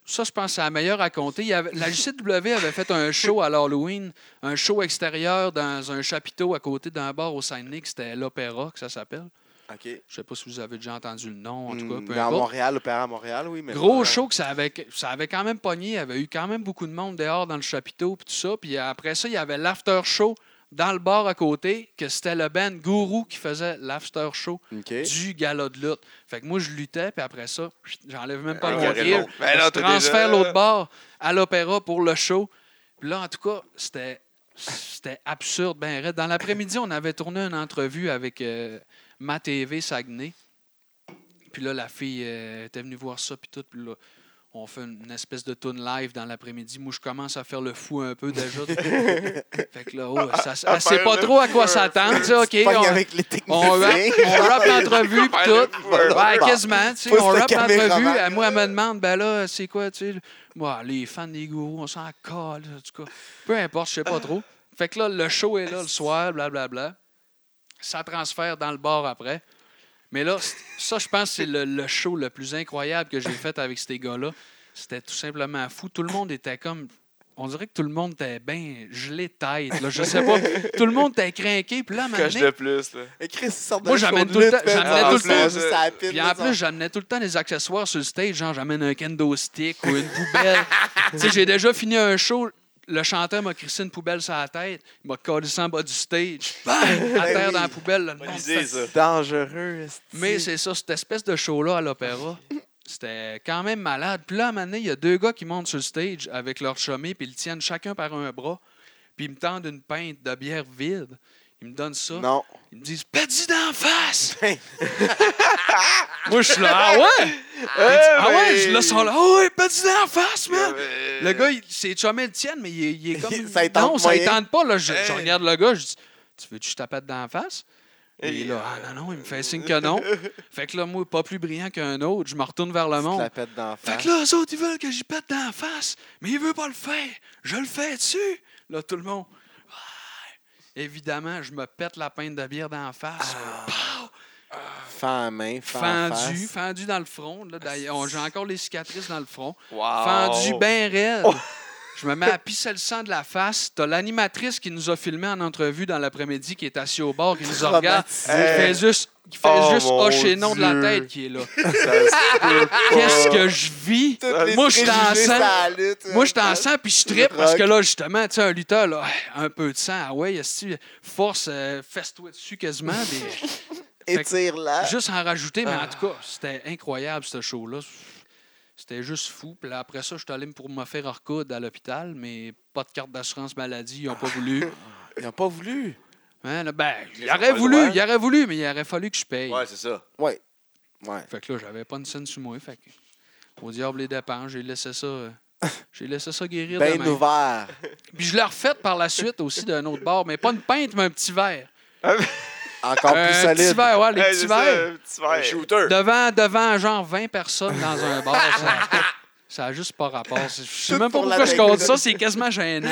Speaker 4: ça, je pense, c'est la meilleure à compter. Il y avait- la JCW avait fait un show à l'Halloween, un show extérieur dans un chapiteau à côté d'un bar au Saguenay, que c'était l'Opéra, que ça s'appelle.
Speaker 2: OK.
Speaker 4: Je sais pas si vous avez déjà entendu le nom, en tout
Speaker 1: Hmm,
Speaker 4: cas,
Speaker 2: Mm,
Speaker 4: peu
Speaker 2: Dans
Speaker 4: importe.
Speaker 2: Montréal, opéra à Montréal, oui. Mais
Speaker 4: Gros
Speaker 2: pas-
Speaker 4: show que ça avait, ça avait quand même pogné. Il y avait eu quand même beaucoup de monde dehors dans le chapiteau, puis tout ça. Puis après ça, il y avait l'after show dans le bar à côté, que c'était le band Gourou qui faisait l'after show
Speaker 2: OK.
Speaker 4: du gala de lutte. Fait que moi, je luttais, puis après ça, j'enlève même pas
Speaker 1: Ah,
Speaker 4: mon
Speaker 1: il y aurait
Speaker 4: gear.
Speaker 1: le monde.
Speaker 3: Ben
Speaker 4: On
Speaker 3: là,
Speaker 4: se
Speaker 3: t'es
Speaker 4: transfère
Speaker 3: déjà-
Speaker 4: l'autre bord à l'opéra pour le show. Puis là, en tout cas, c'était, c'était absurde. Ben, raide. dans l'après-midi, on avait tourné une entrevue avec euh, ma TV Saguenay. Puis là, la fille euh, était venue voir ça, puis tout. Puis là, on fait une espèce de tune live dans l'après-midi. Moi, je commence à faire le fou un peu déjà. fait que là, oh, ça, elle sait pas trop à quoi s'attendre. tu sais, OK,
Speaker 2: Tu pognes
Speaker 4: on,
Speaker 2: avec les techniciens.
Speaker 4: on rap, on rap l'entrevue pis
Speaker 3: Ouais,
Speaker 4: tout. Ben, quasiment, tu sais,
Speaker 2: Pousse
Speaker 4: on
Speaker 2: le
Speaker 4: rap l'entrevue.
Speaker 2: caméraman.
Speaker 4: Euh, Moi, elle me demande, ben là, c'est quoi, tu sais, le- moi, les fans des gourous, on s'en colle, en tout cas. Peu importe, je sais pas trop. Fait que là, le show est là le soir, blablabla. Ça transfère dans le bar après. Mais là, c- ça, je pense que c'est le, le show le plus incroyable que j'ai fait avec ces gars-là. C'était tout simplement fou. Tout le monde était comme. On dirait que tout le monde était bien gelé de tête. Là, je sais pas. Tout le monde était craqué. Puis là, à un moment
Speaker 3: Coche
Speaker 4: donné,
Speaker 3: de plus, là.
Speaker 2: Mais Chris, il sort de
Speaker 4: Moi,
Speaker 2: la
Speaker 4: j'amène
Speaker 2: show de
Speaker 4: tout le
Speaker 2: lutte,
Speaker 4: temps-
Speaker 2: man.
Speaker 4: j'amène
Speaker 2: Ah,
Speaker 4: tout le
Speaker 2: c'est
Speaker 3: temps.
Speaker 2: juste à la pile,
Speaker 4: Puis
Speaker 2: là,
Speaker 4: en plus,
Speaker 2: ça.
Speaker 4: j'amenais tout le temps des accessoires sur le stage. Genre, j'amène un kendo stick ou une poubelle. tu sais, j'ai déjà fini un show. Le chanteur m'a crissé une poubelle sur la tête. Il m'a collé ça en bas du stage. Bang! À
Speaker 2: Ben
Speaker 4: terre
Speaker 2: oui.
Speaker 4: dans la poubelle. là, le monde
Speaker 3: idée, ça.
Speaker 2: dangereux. esti.
Speaker 4: mais c'est ça, cette espèce de show-là à l'opéra, c'était quand même malade. Puis là, à un moment donné, il y a deux gars qui montent sur le stage avec leur chômé, puis ils le tiennent chacun par un bras, puis ils me tendent une pinte de bière vide. Ils me donnent ça.
Speaker 2: Non.
Speaker 4: Ils me disent « Pète-y d'en face! »
Speaker 2: Ben.
Speaker 4: Moi, je suis là « Ah ouais? Ah ouais? Je- Là, ils sont là « Ah ouais, pète-y d'en face, man! » Le gars, il- ses chômés le tiennent, mais il, est- il est comme...
Speaker 2: Ça y tente
Speaker 4: non, ça ne
Speaker 2: moyen.
Speaker 4: tente pas. Là. Je,
Speaker 3: Hey.
Speaker 4: je regarde le gars, je dis « Tu veux que je te pète d'en face? » Et
Speaker 3: Hey,
Speaker 4: il est là, ah non, non, il me fait signe que non. Fait que là, moi, pas plus brillant qu'un autre, je me retourne vers le
Speaker 2: Tu te
Speaker 4: monde.
Speaker 2: la pètes d'en
Speaker 4: Fait
Speaker 2: face.
Speaker 4: que
Speaker 3: Hein?
Speaker 4: là, eux autres, ils veulent que j'y pète dans la face, mais ils veulent pas le faire. Je le fais dessus. Là, tout le monde. Ouais. Évidemment, je me pète la pinte de bière dans la face.
Speaker 3: Ah,
Speaker 4: Pow!
Speaker 2: Fend en main, fend en face.
Speaker 4: Fendu, fendu dans le front. là. D'ailleurs, j'ai encore les cicatrices dans le front.
Speaker 3: Ah, Wow. Oh.
Speaker 4: Fendu bien raide. Je me mets à pisser le sang de la face. T'as l'animatrice qui nous a filmé en entrevue dans l'après-midi, qui est assise au bord, qui nous regarde.
Speaker 2: Traumatisé.
Speaker 4: Il fait juste, il fait
Speaker 3: Oh,
Speaker 4: juste
Speaker 3: mon
Speaker 4: hocher non de la
Speaker 3: Dieu. Oh.
Speaker 4: tête qui est là.
Speaker 3: Ça se peut pas.
Speaker 4: Qu'est-ce que je vis?
Speaker 2: Toutes les
Speaker 4: Moi, je suis en
Speaker 2: préjugés,
Speaker 4: sang.
Speaker 2: ça la lutte, euh,
Speaker 4: Moi, je
Speaker 2: man.
Speaker 4: t'en sens, puis je trippe,
Speaker 2: Rock.
Speaker 4: parce que là, justement, tu sais, un lutteur, là, un peu de sang, ah ouais, esti, force, euh, fesse-toi dessus quasiment. mais
Speaker 2: Étire
Speaker 1: Ah.
Speaker 2: là.
Speaker 4: juste en rajouter, mais en tout cas, c'était incroyable, ce show-là. C'était juste fou. Puis là, après ça, je suis allé pour me faire recoudre à l'hôpital, mais pas de carte d'assurance maladie, ils n'ont pas voulu.
Speaker 2: Ils n'ont pas voulu.
Speaker 4: Hein, là, ben, ils
Speaker 1: ont
Speaker 4: auraient
Speaker 1: pas le
Speaker 4: voulu,
Speaker 1: droit.
Speaker 4: ils auraient voulu, mais il aurait fallu que je paye.
Speaker 1: Ouais, c'est ça.
Speaker 2: Ouais. Ouais.
Speaker 4: Fait que là, j'avais pas une scène sous moi. Fait que, au diable les dépenses, j'ai laissé ça. euh, j'ai laissé ça guérir de
Speaker 2: Ben
Speaker 4: même.
Speaker 2: ouvert.
Speaker 4: Puis je l'ai refaite par la suite aussi d'un autre bord, mais pas une pinte, mais un petit verre. Euh,
Speaker 2: Encore
Speaker 4: Un
Speaker 2: Ah, plus
Speaker 4: petit
Speaker 2: solide.
Speaker 4: verre, ouais, les
Speaker 3: Hey,
Speaker 4: petits
Speaker 3: c'est ça,
Speaker 4: verres.
Speaker 3: un petit verre.
Speaker 1: shooter.
Speaker 4: Devant, devant genre 20 personnes dans un bar, ça, ça a juste pas rapport. C'est- Je sais
Speaker 2: Tout
Speaker 4: même pas
Speaker 2: pour la
Speaker 4: pourquoi je compte
Speaker 2: technique.
Speaker 4: ça, c'est quasiment gênant.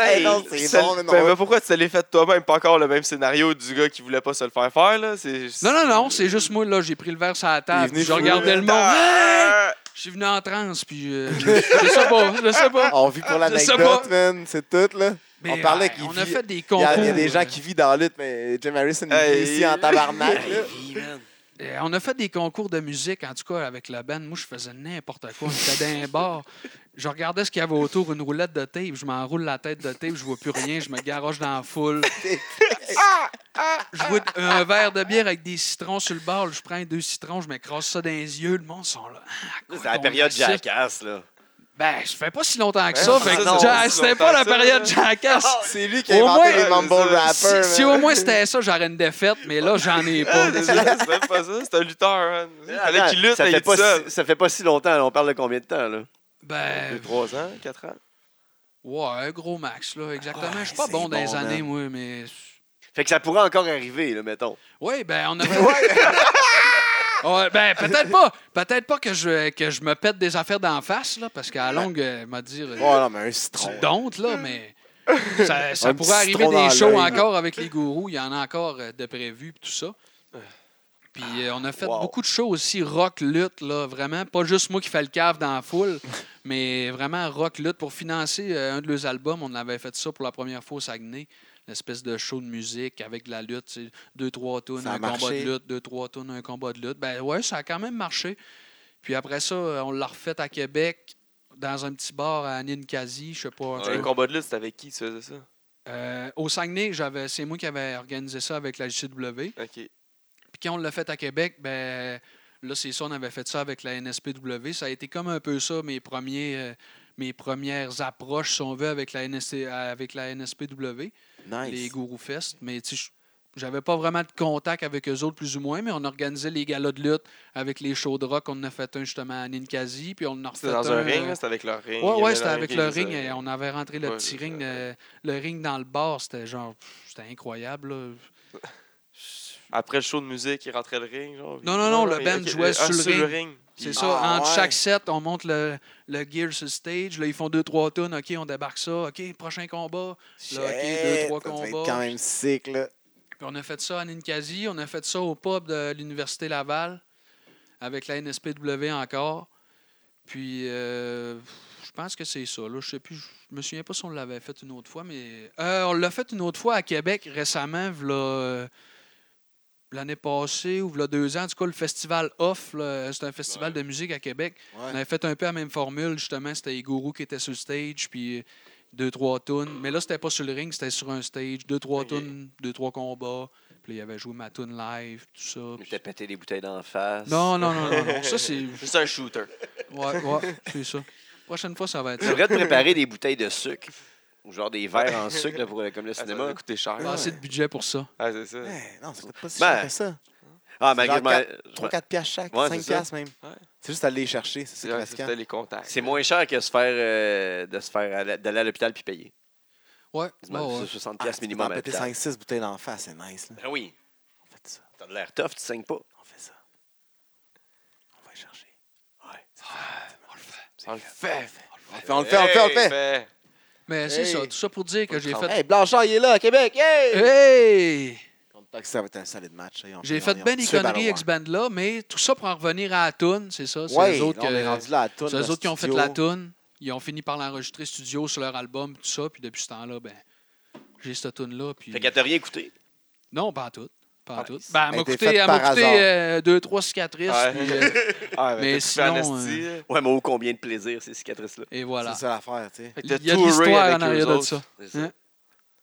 Speaker 2: Hey, non, c'est
Speaker 3: Ça-
Speaker 2: bon, mais non.
Speaker 3: Ben, mais pourquoi tu te l'es fait toi-même? Pas encore le même scénario du gars qui voulait pas se le faire faire, là? C'est...
Speaker 4: Non, non, non, c'est juste moi, là, j'ai pris le verre sur la
Speaker 2: Il est
Speaker 4: table,
Speaker 2: venu
Speaker 4: puis je
Speaker 2: fou,
Speaker 4: regardais le monde. Hey!
Speaker 3: Ah!
Speaker 4: Je suis venu en transe, puis euh, je sais pas, je sais pas.
Speaker 2: On vit pour
Speaker 4: Je
Speaker 2: l'anecdote,
Speaker 4: sais
Speaker 2: man. C'est tout, là.
Speaker 4: Mais,
Speaker 2: on parlait
Speaker 4: euh,
Speaker 2: qu'il
Speaker 4: on a
Speaker 2: vit-
Speaker 4: fait des
Speaker 2: Il y,
Speaker 4: concours. euh,
Speaker 2: a, il y a des gens qui vivent dans la lutte, mais Jim Harrison, il
Speaker 3: Hey.
Speaker 2: vit ici en tabarnak, là.
Speaker 4: Euh, On a fait des concours de musique, en tout cas avec la bande. Moi, je faisais n'importe quoi. On était dans un bar. Je regardais ce qu'il y avait autour, une roulette de tape. Je m'enroule la tête de tape, je vois plus rien. Je me garoche dans la foule. Je vois un verre de bière avec des citrons sur le bord. Je prends deux citrons, je m'écrase ça dans les yeux. Le monde sont là. Ah, à quoi
Speaker 1: C'est la
Speaker 4: qu'on
Speaker 1: période
Speaker 4: assiste?
Speaker 1: jackass, là.
Speaker 4: Ben, ça fait pas si longtemps que
Speaker 3: Ouais,
Speaker 4: ça.
Speaker 3: c'est
Speaker 4: fait que
Speaker 3: ça,
Speaker 4: ja-
Speaker 3: c'est
Speaker 4: C'était
Speaker 3: longtemps
Speaker 4: pas
Speaker 3: que
Speaker 4: la
Speaker 3: ça. Ah,
Speaker 4: période jackass.
Speaker 2: C'est lui qui
Speaker 4: Au
Speaker 2: a inventé
Speaker 4: moins,
Speaker 2: les mumble
Speaker 3: euh,
Speaker 2: rappers.
Speaker 4: Si, si
Speaker 2: man.
Speaker 4: au moins c'était ça, j'aurais une défaite, mais là, j'en ai pas.
Speaker 3: C'est ça, ah, c'est même pas ça, c'est un lutteur, man. Il fallait qu'il lutte,
Speaker 1: Ah, ça,
Speaker 3: là, il
Speaker 1: fait
Speaker 3: est
Speaker 1: pas
Speaker 3: tout
Speaker 1: si,
Speaker 3: seul.
Speaker 1: ça fait pas si longtemps. là. On parle de combien de temps, là?
Speaker 4: Ben,
Speaker 3: 3 ans, 4 ans.
Speaker 4: Ouais, un gros max, là, exactement.
Speaker 2: Ouais,
Speaker 4: je suis pas
Speaker 2: Ah, c'est
Speaker 4: bon dans les
Speaker 2: bon,
Speaker 4: années,
Speaker 2: man.
Speaker 4: moi, mais.
Speaker 1: Fait que ça pourrait encore arriver, là, mettons.
Speaker 4: Oui, ben, on a. Ouais, ben, peut-être pas. Peut-être pas que je, que je me pète des affaires d'en face, là, parce qu'à la longue, elle m'a dit. euh,
Speaker 2: Oh non, mais un
Speaker 4: tu
Speaker 2: citron.
Speaker 4: dontes, là, mais. Ça, ça
Speaker 2: Un petit
Speaker 4: pourrait arriver
Speaker 2: citron
Speaker 4: des
Speaker 2: dans
Speaker 4: shows
Speaker 2: l'œil.
Speaker 4: encore avec les gourous. Il y en a encore euh, de prévus, pis tout ça. Puis euh, on a fait
Speaker 1: Wow.
Speaker 4: beaucoup de shows aussi, rock, lutte, là, vraiment. Pas juste moi qui fais le cave dans la foule, mais vraiment rock, lutte. Pour financer euh, un de leurs albums, on avait fait ça pour la première fois au Saguenay. Une espèce de show de musique avec de la lutte. tu sais, Deux, trois tonnes,
Speaker 2: Ça a
Speaker 4: un combat
Speaker 2: marché.
Speaker 4: de lutte, deux, trois tonnes, un combat de lutte. Ben ouais, ça a quand même marché. Puis après ça, euh, on l'a refait à Québec, dans un petit bar à Ninkasi, je sais pas. un
Speaker 3: Le
Speaker 4: peu.
Speaker 3: combat de lutte, c'était avec qui tu faisais ça?
Speaker 4: Euh, au Saguenay, j'avais, c'est moi qui avais organisé ça avec la JCW.
Speaker 3: Ok.
Speaker 4: Puis quand on l'a fait à Québec, ben là, c'est ça, on avait fait ça avec la NSPW. Ça a été comme un peu ça, mes, premiers, euh, mes premières approches, si on veut, avec la, NSC avec la NSPW, les
Speaker 2: Nice.
Speaker 4: Gourou Fest. Mais tu sais, je- J'avais pas vraiment de contact avec eux autres, plus ou moins, mais on organisait les galas de lutte avec les shows de rock. On en a fait un justement à Ninkasi, puis on en a refait
Speaker 3: C'était dans un ring,
Speaker 4: euh,
Speaker 3: là, c'était avec leur ring. Il
Speaker 4: Ouais,
Speaker 3: y
Speaker 4: ouais,
Speaker 3: avait
Speaker 4: c'était
Speaker 3: un
Speaker 4: avec
Speaker 3: qui
Speaker 4: le
Speaker 3: les
Speaker 4: ring.
Speaker 3: a-
Speaker 4: et on avait rentré le
Speaker 3: ouais,
Speaker 4: petit
Speaker 3: c'est
Speaker 4: ring,
Speaker 3: ça.
Speaker 4: euh, le ring dans le bar. C'était genre, pff, c'était incroyable. là.
Speaker 3: Après le show de musique, ils rentraient le ring. Genre,
Speaker 4: Non, non, non, le
Speaker 3: mais-
Speaker 4: band
Speaker 3: ok,
Speaker 4: jouait
Speaker 3: ah,
Speaker 4: sur le ring.
Speaker 3: Puis-
Speaker 4: C'est
Speaker 2: Ah,
Speaker 4: ça, entre
Speaker 2: ouais.
Speaker 4: chaque set, on monte le, le gear sur le stage. Là, ils font deux, trois tonnes. OK, on débarque ça. OK, prochain combat. Là, ok, deux,
Speaker 2: Shit,
Speaker 4: trois
Speaker 2: ça devait être
Speaker 4: combats.
Speaker 2: quand même sick, là.
Speaker 4: Puis on a fait ça à Ninkasi, on a fait ça au pub de l'Université Laval, avec la NSPW encore. Puis euh, je pense que c'est ça. Là. Je sais plus, je me souviens pas si on l'avait fait une autre fois, mais. Euh, on l'a fait une autre fois à Québec récemment, v'là, euh, l'année passée ou v'là deux ans. En tout cas, le festival Off, là, c'est un festival de musique à Québec. On avait fait un peu la même formule, justement. C'était les gourous qui étaient sur le stage, puis deux, trois tunes. Mais là, c'était pas sur le ring, c'était sur un stage. Deux, trois
Speaker 3: Ok.
Speaker 4: tunes, deux, trois combats. Puis là, il avait joué ma tune live, tout ça.
Speaker 1: Il
Speaker 4: puis-
Speaker 1: t'a pété des bouteilles d'en face.
Speaker 4: Non, non, non, non, non. Ça, c'est.
Speaker 3: Juste un shooter.
Speaker 4: Ouais, ouais, c'est ça. Prochaine fois, ça va être
Speaker 1: Tu
Speaker 4: ça.
Speaker 1: devrais te préparer des bouteilles de sucre. Ou genre des verres en sucre, là, pour, euh, comme le
Speaker 3: Ah, ça va
Speaker 1: cinéma.
Speaker 3: coûter cher.
Speaker 4: Pas assez de budget pour ça.
Speaker 3: Ah, c'est ça.
Speaker 2: Eh, non, c'est pas si
Speaker 1: Ben,
Speaker 2: cher que ça.
Speaker 1: Ah, malgré
Speaker 2: genre
Speaker 1: moi, je-
Speaker 2: 3-4 piastres chaque,
Speaker 1: Ouais,
Speaker 2: 5
Speaker 1: c'est ça.
Speaker 2: piastres même.
Speaker 3: Ouais.
Speaker 2: C'est juste aller les chercher, c'est hein. ça
Speaker 3: C'est
Speaker 2: qui est fatigant.
Speaker 3: vrai, C'était les contacts.
Speaker 1: C'est moins cher que se faire, euh, de se faire aller- d'aller à l'hôpital puis payer.
Speaker 4: Ouais,
Speaker 1: C'est
Speaker 4: ouais, Oh, ouais.
Speaker 1: 60
Speaker 2: Ah,
Speaker 1: pièces
Speaker 2: tu peux
Speaker 1: minimum
Speaker 2: t'en
Speaker 1: à
Speaker 2: péter
Speaker 1: l'hôpital.
Speaker 2: 5-6 bouteilles d'en face, c'est nice. Là.
Speaker 1: Ben oui,
Speaker 2: On fait ça,
Speaker 1: t'as de l'air tough, tu saignes pas.
Speaker 2: on fait ça. On va les chercher.
Speaker 1: Ouais.
Speaker 3: On le fait.
Speaker 2: On le fait, on le fait, on le fait, on le fait.
Speaker 3: fait.
Speaker 4: Mais c'est
Speaker 2: Hey.
Speaker 4: ça. Tout ça pour dire que j'ai fait.
Speaker 2: Hey, Blanchard, il est là, à Québec! Hey!
Speaker 4: Hey!
Speaker 2: Contre Taxi, Ça va être un solide match. hey, on
Speaker 4: J'ai
Speaker 2: peut-
Speaker 4: fait Ben
Speaker 2: on-
Speaker 4: bien
Speaker 2: on
Speaker 4: des
Speaker 2: tue
Speaker 4: conneries
Speaker 2: Battle
Speaker 4: avec ce band-là, mais tout ça pour en revenir à la toune, c'est ça.
Speaker 2: War.
Speaker 4: C'est
Speaker 2: Ouais,
Speaker 4: eux autres
Speaker 2: là, on
Speaker 4: que-
Speaker 2: est rendu là à la toune,
Speaker 4: C'est eux
Speaker 2: le
Speaker 4: autres qui ont fait
Speaker 2: studio.
Speaker 4: la toune. Ils ont fini par l'enregistrer studio sur leur album, tout ça. Puis depuis ce temps-là, ben, j'ai cette toune-là. Puis...
Speaker 1: Fait qu'elle t'a rien coûté.
Speaker 4: Non, pas en tout. Pas en
Speaker 1: Ah,
Speaker 4: tout. Ben,
Speaker 2: Elle
Speaker 4: elle m'a
Speaker 2: était
Speaker 4: coûté,
Speaker 2: faite
Speaker 4: elle m'a
Speaker 2: par
Speaker 4: coûté
Speaker 2: hasard.
Speaker 4: euh, deux, trois cicatrices.
Speaker 3: Ouais.
Speaker 4: puis, euh,
Speaker 3: Ah,
Speaker 4: Mais
Speaker 3: mais
Speaker 4: sinon, euh,
Speaker 3: sinon.
Speaker 1: Ouais, mais oh, combien de plaisir, ces cicatrices-là.
Speaker 4: et voilà.
Speaker 2: C'est ça l'affaire, tu sais.
Speaker 3: Fait que
Speaker 4: Il
Speaker 3: t'as
Speaker 4: y a de
Speaker 3: touré
Speaker 4: l'histoire
Speaker 3: avec
Speaker 4: en arrière
Speaker 3: eux
Speaker 4: de
Speaker 3: autres.
Speaker 4: ça.
Speaker 1: C'est ça.
Speaker 4: Hein?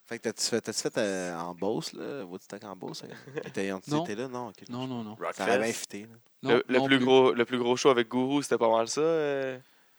Speaker 2: Fait que t'as-tu fait, t'as-tu fait euh, en Beauce, là? Woodstock en Beauce? T'étais
Speaker 4: Non.
Speaker 2: là? Non, ok.
Speaker 4: Non, non, non.
Speaker 2: Ça avait
Speaker 1: Rockfest.
Speaker 2: bien fité, là.
Speaker 4: Non,
Speaker 3: le, le
Speaker 4: non
Speaker 3: plus Gros, le plus gros show avec Gourou, c'était pas mal ça. euh,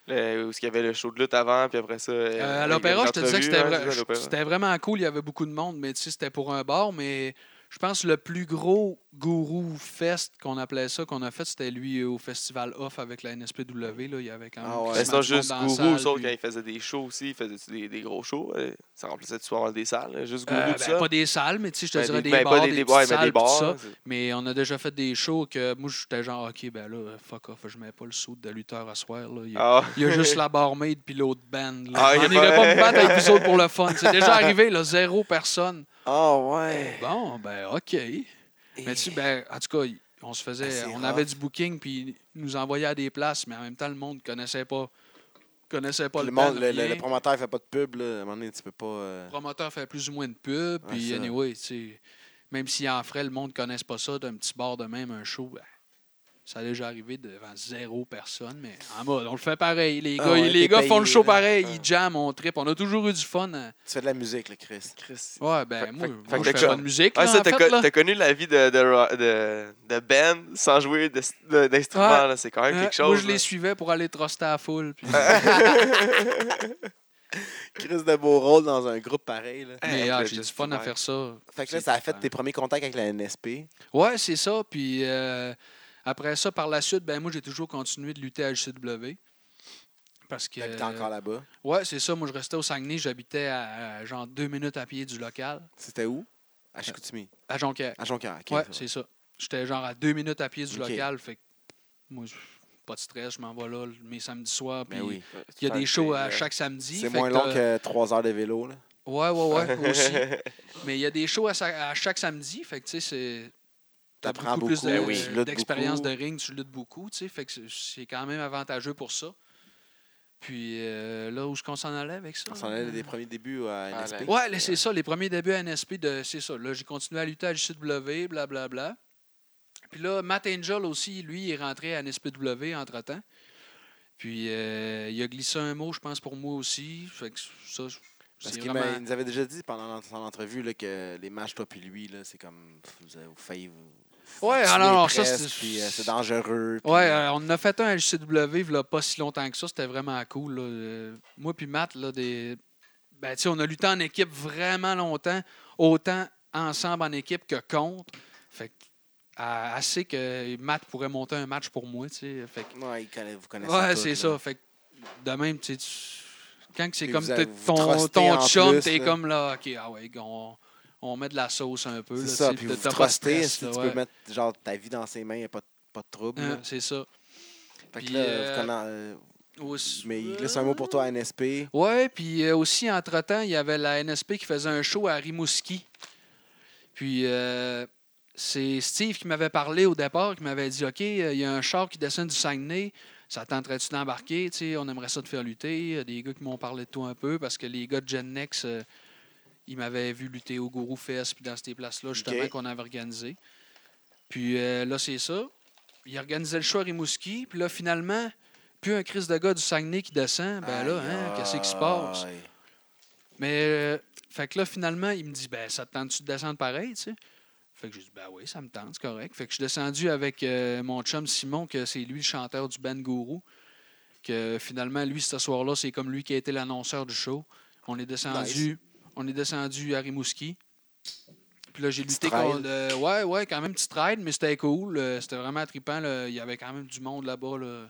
Speaker 3: le- où il y avait le show de lutte avant, puis après ça.
Speaker 4: Euh, à l'opéra, je te disais que c'était,
Speaker 3: hein,
Speaker 4: vra-
Speaker 3: vrai.
Speaker 4: c'était vraiment cool. Il y avait beaucoup de monde, mais tu sais, c'était pour un bar. Mais je pense que le plus gros gourou fest qu'on appelait ça, qu'on a fait, c'était lui euh, au festival off avec la NSPW. Là. Il y avait quand même.
Speaker 2: Ah ouais.
Speaker 4: plus
Speaker 3: Mais
Speaker 4: de
Speaker 3: sinon,
Speaker 4: monde
Speaker 3: juste
Speaker 4: dans la
Speaker 3: Gourou,
Speaker 4: salle,
Speaker 3: sauf
Speaker 4: puis-
Speaker 3: quand il faisait des shows aussi, il faisait des, des gros shows. euh, ça remplissait tout souvent des salles. là, Juste Gourou,
Speaker 4: Euh,
Speaker 3: tout
Speaker 4: ben,
Speaker 3: ça.
Speaker 4: pas des salles, mais tu sais, je te
Speaker 3: Ben,
Speaker 4: dirais des,
Speaker 3: ben, pas
Speaker 4: bars, des, petites
Speaker 3: ouais, mais
Speaker 4: salles, tout ça.
Speaker 3: hein, c'est-
Speaker 4: Mais on a déjà fait des shows que moi, j'étais genre, OK, ben là, fuck off, je mets pas le saut de lutteur à soir. Là. Il, y a,
Speaker 3: Ah.
Speaker 4: il y a juste la barmaid puis l'autre band. Là.
Speaker 3: Ah, il y
Speaker 4: on
Speaker 3: a
Speaker 4: n'irait
Speaker 3: pas-
Speaker 4: pas me battre avec vous autres pour le fun. C'est déjà arrivé, là, zéro personne.
Speaker 2: Oh, ouais!
Speaker 4: Bon, ben OK. Mais tu sais, ben, en tout cas, il- on se
Speaker 2: Ah,
Speaker 4: faisait,
Speaker 2: c'est
Speaker 4: on
Speaker 2: rough.
Speaker 4: avait du booking, puis ils nous envoyaient à des places, mais en même temps, le monde connaissait pas, connaissait pas
Speaker 2: Puis
Speaker 4: le,
Speaker 2: le, monde,
Speaker 4: band,
Speaker 2: le, le-
Speaker 4: rien.
Speaker 2: le promoteur fait pas de pub, là. À un moment donné, tu peux pas. euh,
Speaker 4: Le promoteur fait plus ou moins de pub,
Speaker 2: Ouais,
Speaker 4: puis
Speaker 2: ça.
Speaker 4: anyway, tu sais, même s'il en ferait, le monde ne connaisse pas ça, d'un petit bar de même, un show, ben, ça a déjà arrivé devant zéro personne, mais en mode, on le fait pareil. Les
Speaker 2: Ah
Speaker 4: gars,
Speaker 2: ouais,
Speaker 4: les
Speaker 2: t'es
Speaker 4: gars
Speaker 2: payé,
Speaker 4: font le show
Speaker 2: là. Ah.
Speaker 4: pareil,
Speaker 3: Ouais.
Speaker 4: ils jamment, on trip, on a toujours eu du fun. hein.
Speaker 2: Tu fais de la musique, le Chris.
Speaker 3: Christ.
Speaker 4: Ouais, ben
Speaker 3: Fait-
Speaker 4: moi,
Speaker 3: fait-
Speaker 4: moi,
Speaker 3: fait que
Speaker 4: je
Speaker 3: t'as
Speaker 4: fais pas
Speaker 3: con-
Speaker 4: de musique,
Speaker 3: Ouais,
Speaker 4: là,
Speaker 3: ça,
Speaker 4: en
Speaker 3: t'as
Speaker 4: fait,
Speaker 3: co-
Speaker 4: là.
Speaker 3: t'as connu la vie de, de, ro- de, de Ben sans jouer de- de- d'instrument,
Speaker 4: Ouais.
Speaker 3: là, c'est quand même
Speaker 4: Hein,
Speaker 3: quelque chose.
Speaker 4: moi, je les
Speaker 3: là.
Speaker 4: suivais pour aller truster à la foule. puis-
Speaker 2: Chris de beau rôle dans un groupe pareil, là.
Speaker 3: Hey,
Speaker 4: mais ah,
Speaker 3: le
Speaker 4: j'ai du
Speaker 3: Justin
Speaker 4: fun à
Speaker 3: Bieber.
Speaker 4: faire ça.
Speaker 2: Fait que là,
Speaker 4: C'est
Speaker 2: ça a fait
Speaker 4: différent.
Speaker 2: tes premiers contacts avec la NSP.
Speaker 4: Ouais, c'est ça. Puis euh, après ça, par la suite, ben moi, j'ai toujours continué de lutter à LCW. Parce que.
Speaker 2: T'habites encore là-bas.
Speaker 4: Ouais, c'est ça. Moi, je restais au Saguenay. J'habitais à, à, genre deux minutes à pied du local,
Speaker 2: C'était où? À Chicoutimi.
Speaker 4: à Jonquière.
Speaker 2: À Jonquière. ok.
Speaker 4: ouais, c'est ça. J'étais genre à deux minutes à pied du
Speaker 2: Ok.
Speaker 4: local. Fait que moi, je- pas de stress. Je m'en vais là mes samedis soirs. Puis
Speaker 2: Ben oui.
Speaker 4: il y a des shows à
Speaker 3: Ouais.
Speaker 4: chaque samedi.
Speaker 2: C'est
Speaker 4: fait
Speaker 2: moins
Speaker 4: que
Speaker 2: long
Speaker 4: t'as- Ah,
Speaker 2: que 3 heures de vélo, là.
Speaker 4: Ouais, ouais, ouais, aussi. Mais il y a des shows à, sa- à chaque samedi. Fait que, tu sais, c'est. T'as
Speaker 2: T'apprends
Speaker 4: beaucoup plus
Speaker 2: beaucoup,
Speaker 4: de-
Speaker 1: ben oui.
Speaker 2: Tu luttes
Speaker 4: d'expérience de,
Speaker 2: beaucoup.
Speaker 4: ring, tu luttes beaucoup, tu sais, fait que c'est- c'est quand même avantageux pour ça. Puis euh, là où je qu'on s'en allait avec ça? Euh,
Speaker 2: On s'en allait des premiers débuts à
Speaker 3: Ah,
Speaker 2: NSP.
Speaker 4: Ouais, là, c'est ça, les premiers débuts à NSP, de, c'est ça. Là, j'ai continué à lutter à l'UCW, blablabla. Puis là, Matt Angel aussi, lui, il est rentré à NSPW entre-temps. Puis euh, il a glissé un mot, je pense, pour moi aussi. Fait que ça,
Speaker 2: Parce
Speaker 4: c'est
Speaker 2: qu'il
Speaker 4: vraiment-
Speaker 2: m'a- il nous avait déjà dit pendant l'ent- son entrevue là, que les matchs, toi puis lui, là, c'est comme. Vous avez vous failli. vous- vous
Speaker 4: Ouais,
Speaker 2: tuer
Speaker 4: alors, ça,
Speaker 2: presque,
Speaker 4: c'est-
Speaker 2: puis, euh, c'est dangereux. puis-
Speaker 4: Ouais, euh, on en a fait un à LCW v'là pas si longtemps que ça. C'était vraiment cool. là. Euh, Moi puis Matt, là, des... ben, tu sais, on a lutté en équipe vraiment longtemps, autant ensemble en équipe que contre. Fait que, elle- elle sait que Matt pourrait monter un match pour moi, tu sais. Fait que-
Speaker 2: Ouais, il connaît- vous connaissez
Speaker 4: ah. ouais,
Speaker 2: tout,
Speaker 4: c'est
Speaker 2: là.
Speaker 4: ça. Fait que, de même, tu sais, tu- quand que c'est
Speaker 2: Puis
Speaker 4: comme
Speaker 2: vous avez-
Speaker 4: t'es-
Speaker 2: vous
Speaker 4: ton,
Speaker 2: trustez
Speaker 4: ton
Speaker 2: en
Speaker 4: chum,
Speaker 2: plus,
Speaker 4: t'es
Speaker 2: là.
Speaker 4: comme là, OK, ah ouais, on, on met de la sauce un peu.
Speaker 2: C'est
Speaker 4: là,
Speaker 2: ça,
Speaker 4: tu sais,
Speaker 2: puis
Speaker 4: t'as-
Speaker 2: vous
Speaker 4: t'as pas de
Speaker 2: trustez,
Speaker 4: stress,
Speaker 2: si
Speaker 4: là,
Speaker 2: tu
Speaker 4: ouais.
Speaker 2: peux mettre genre, ta vie dans ses mains, il n'y a pas de, pas de trouble. là.
Speaker 4: Hein, c'est ça.
Speaker 2: Fait que
Speaker 4: puis,
Speaker 2: là,
Speaker 4: euh,
Speaker 2: vous conna- euh,
Speaker 4: Aussi-
Speaker 2: mais il laisse un mot pour toi à NSP.
Speaker 4: Ouais, puis euh, aussi, entre-temps, il y avait la NSP qui faisait un show à Rimouski. Puis euh, c'est Steve qui m'avait parlé au départ, qui m'avait dit OK, euh, il y a un char qui descend du Saguenay, ça tenterait-tu d'embarquer Tu sais, On aimerait ça te faire lutter. Il y a des gars qui m'ont parlé de toi un peu parce que les gars de Gen Next, euh, ils m'avaient vu lutter au Guru Fest, puis dans ces places-là, justement,
Speaker 2: Ok.
Speaker 4: qu'on avait organisé. Puis euh, là, c'est ça. Il organisait le show à Rimouski, puis là, finalement, plus un Chris de gars du Saguenay qui descend, ben là, hein, qu'est-ce qui se passe?
Speaker 2: Aïe.
Speaker 4: Mais, euh, fait que là, finalement, il me dit, ben, ça te tente-tu de descendre pareil, tu sais? Fait que j'ai dit, ben oui, ça me tente, c'est correct. Fait que je suis descendu avec euh, mon chum Simon, que c'est lui le chanteur du band Guru. Que finalement, lui, ce soir-là, c'est comme lui qui a été l'annonceur du show. On est descendu, on est descendu à Rimouski. Puis là, j'ai
Speaker 2: Petit
Speaker 4: lutté
Speaker 2: trail.
Speaker 4: contre. euh, ouais, ouais, quand même, petite ride, mais c'était cool. euh, c'était vraiment trippant. là. Il y avait quand même du monde là-bas. là.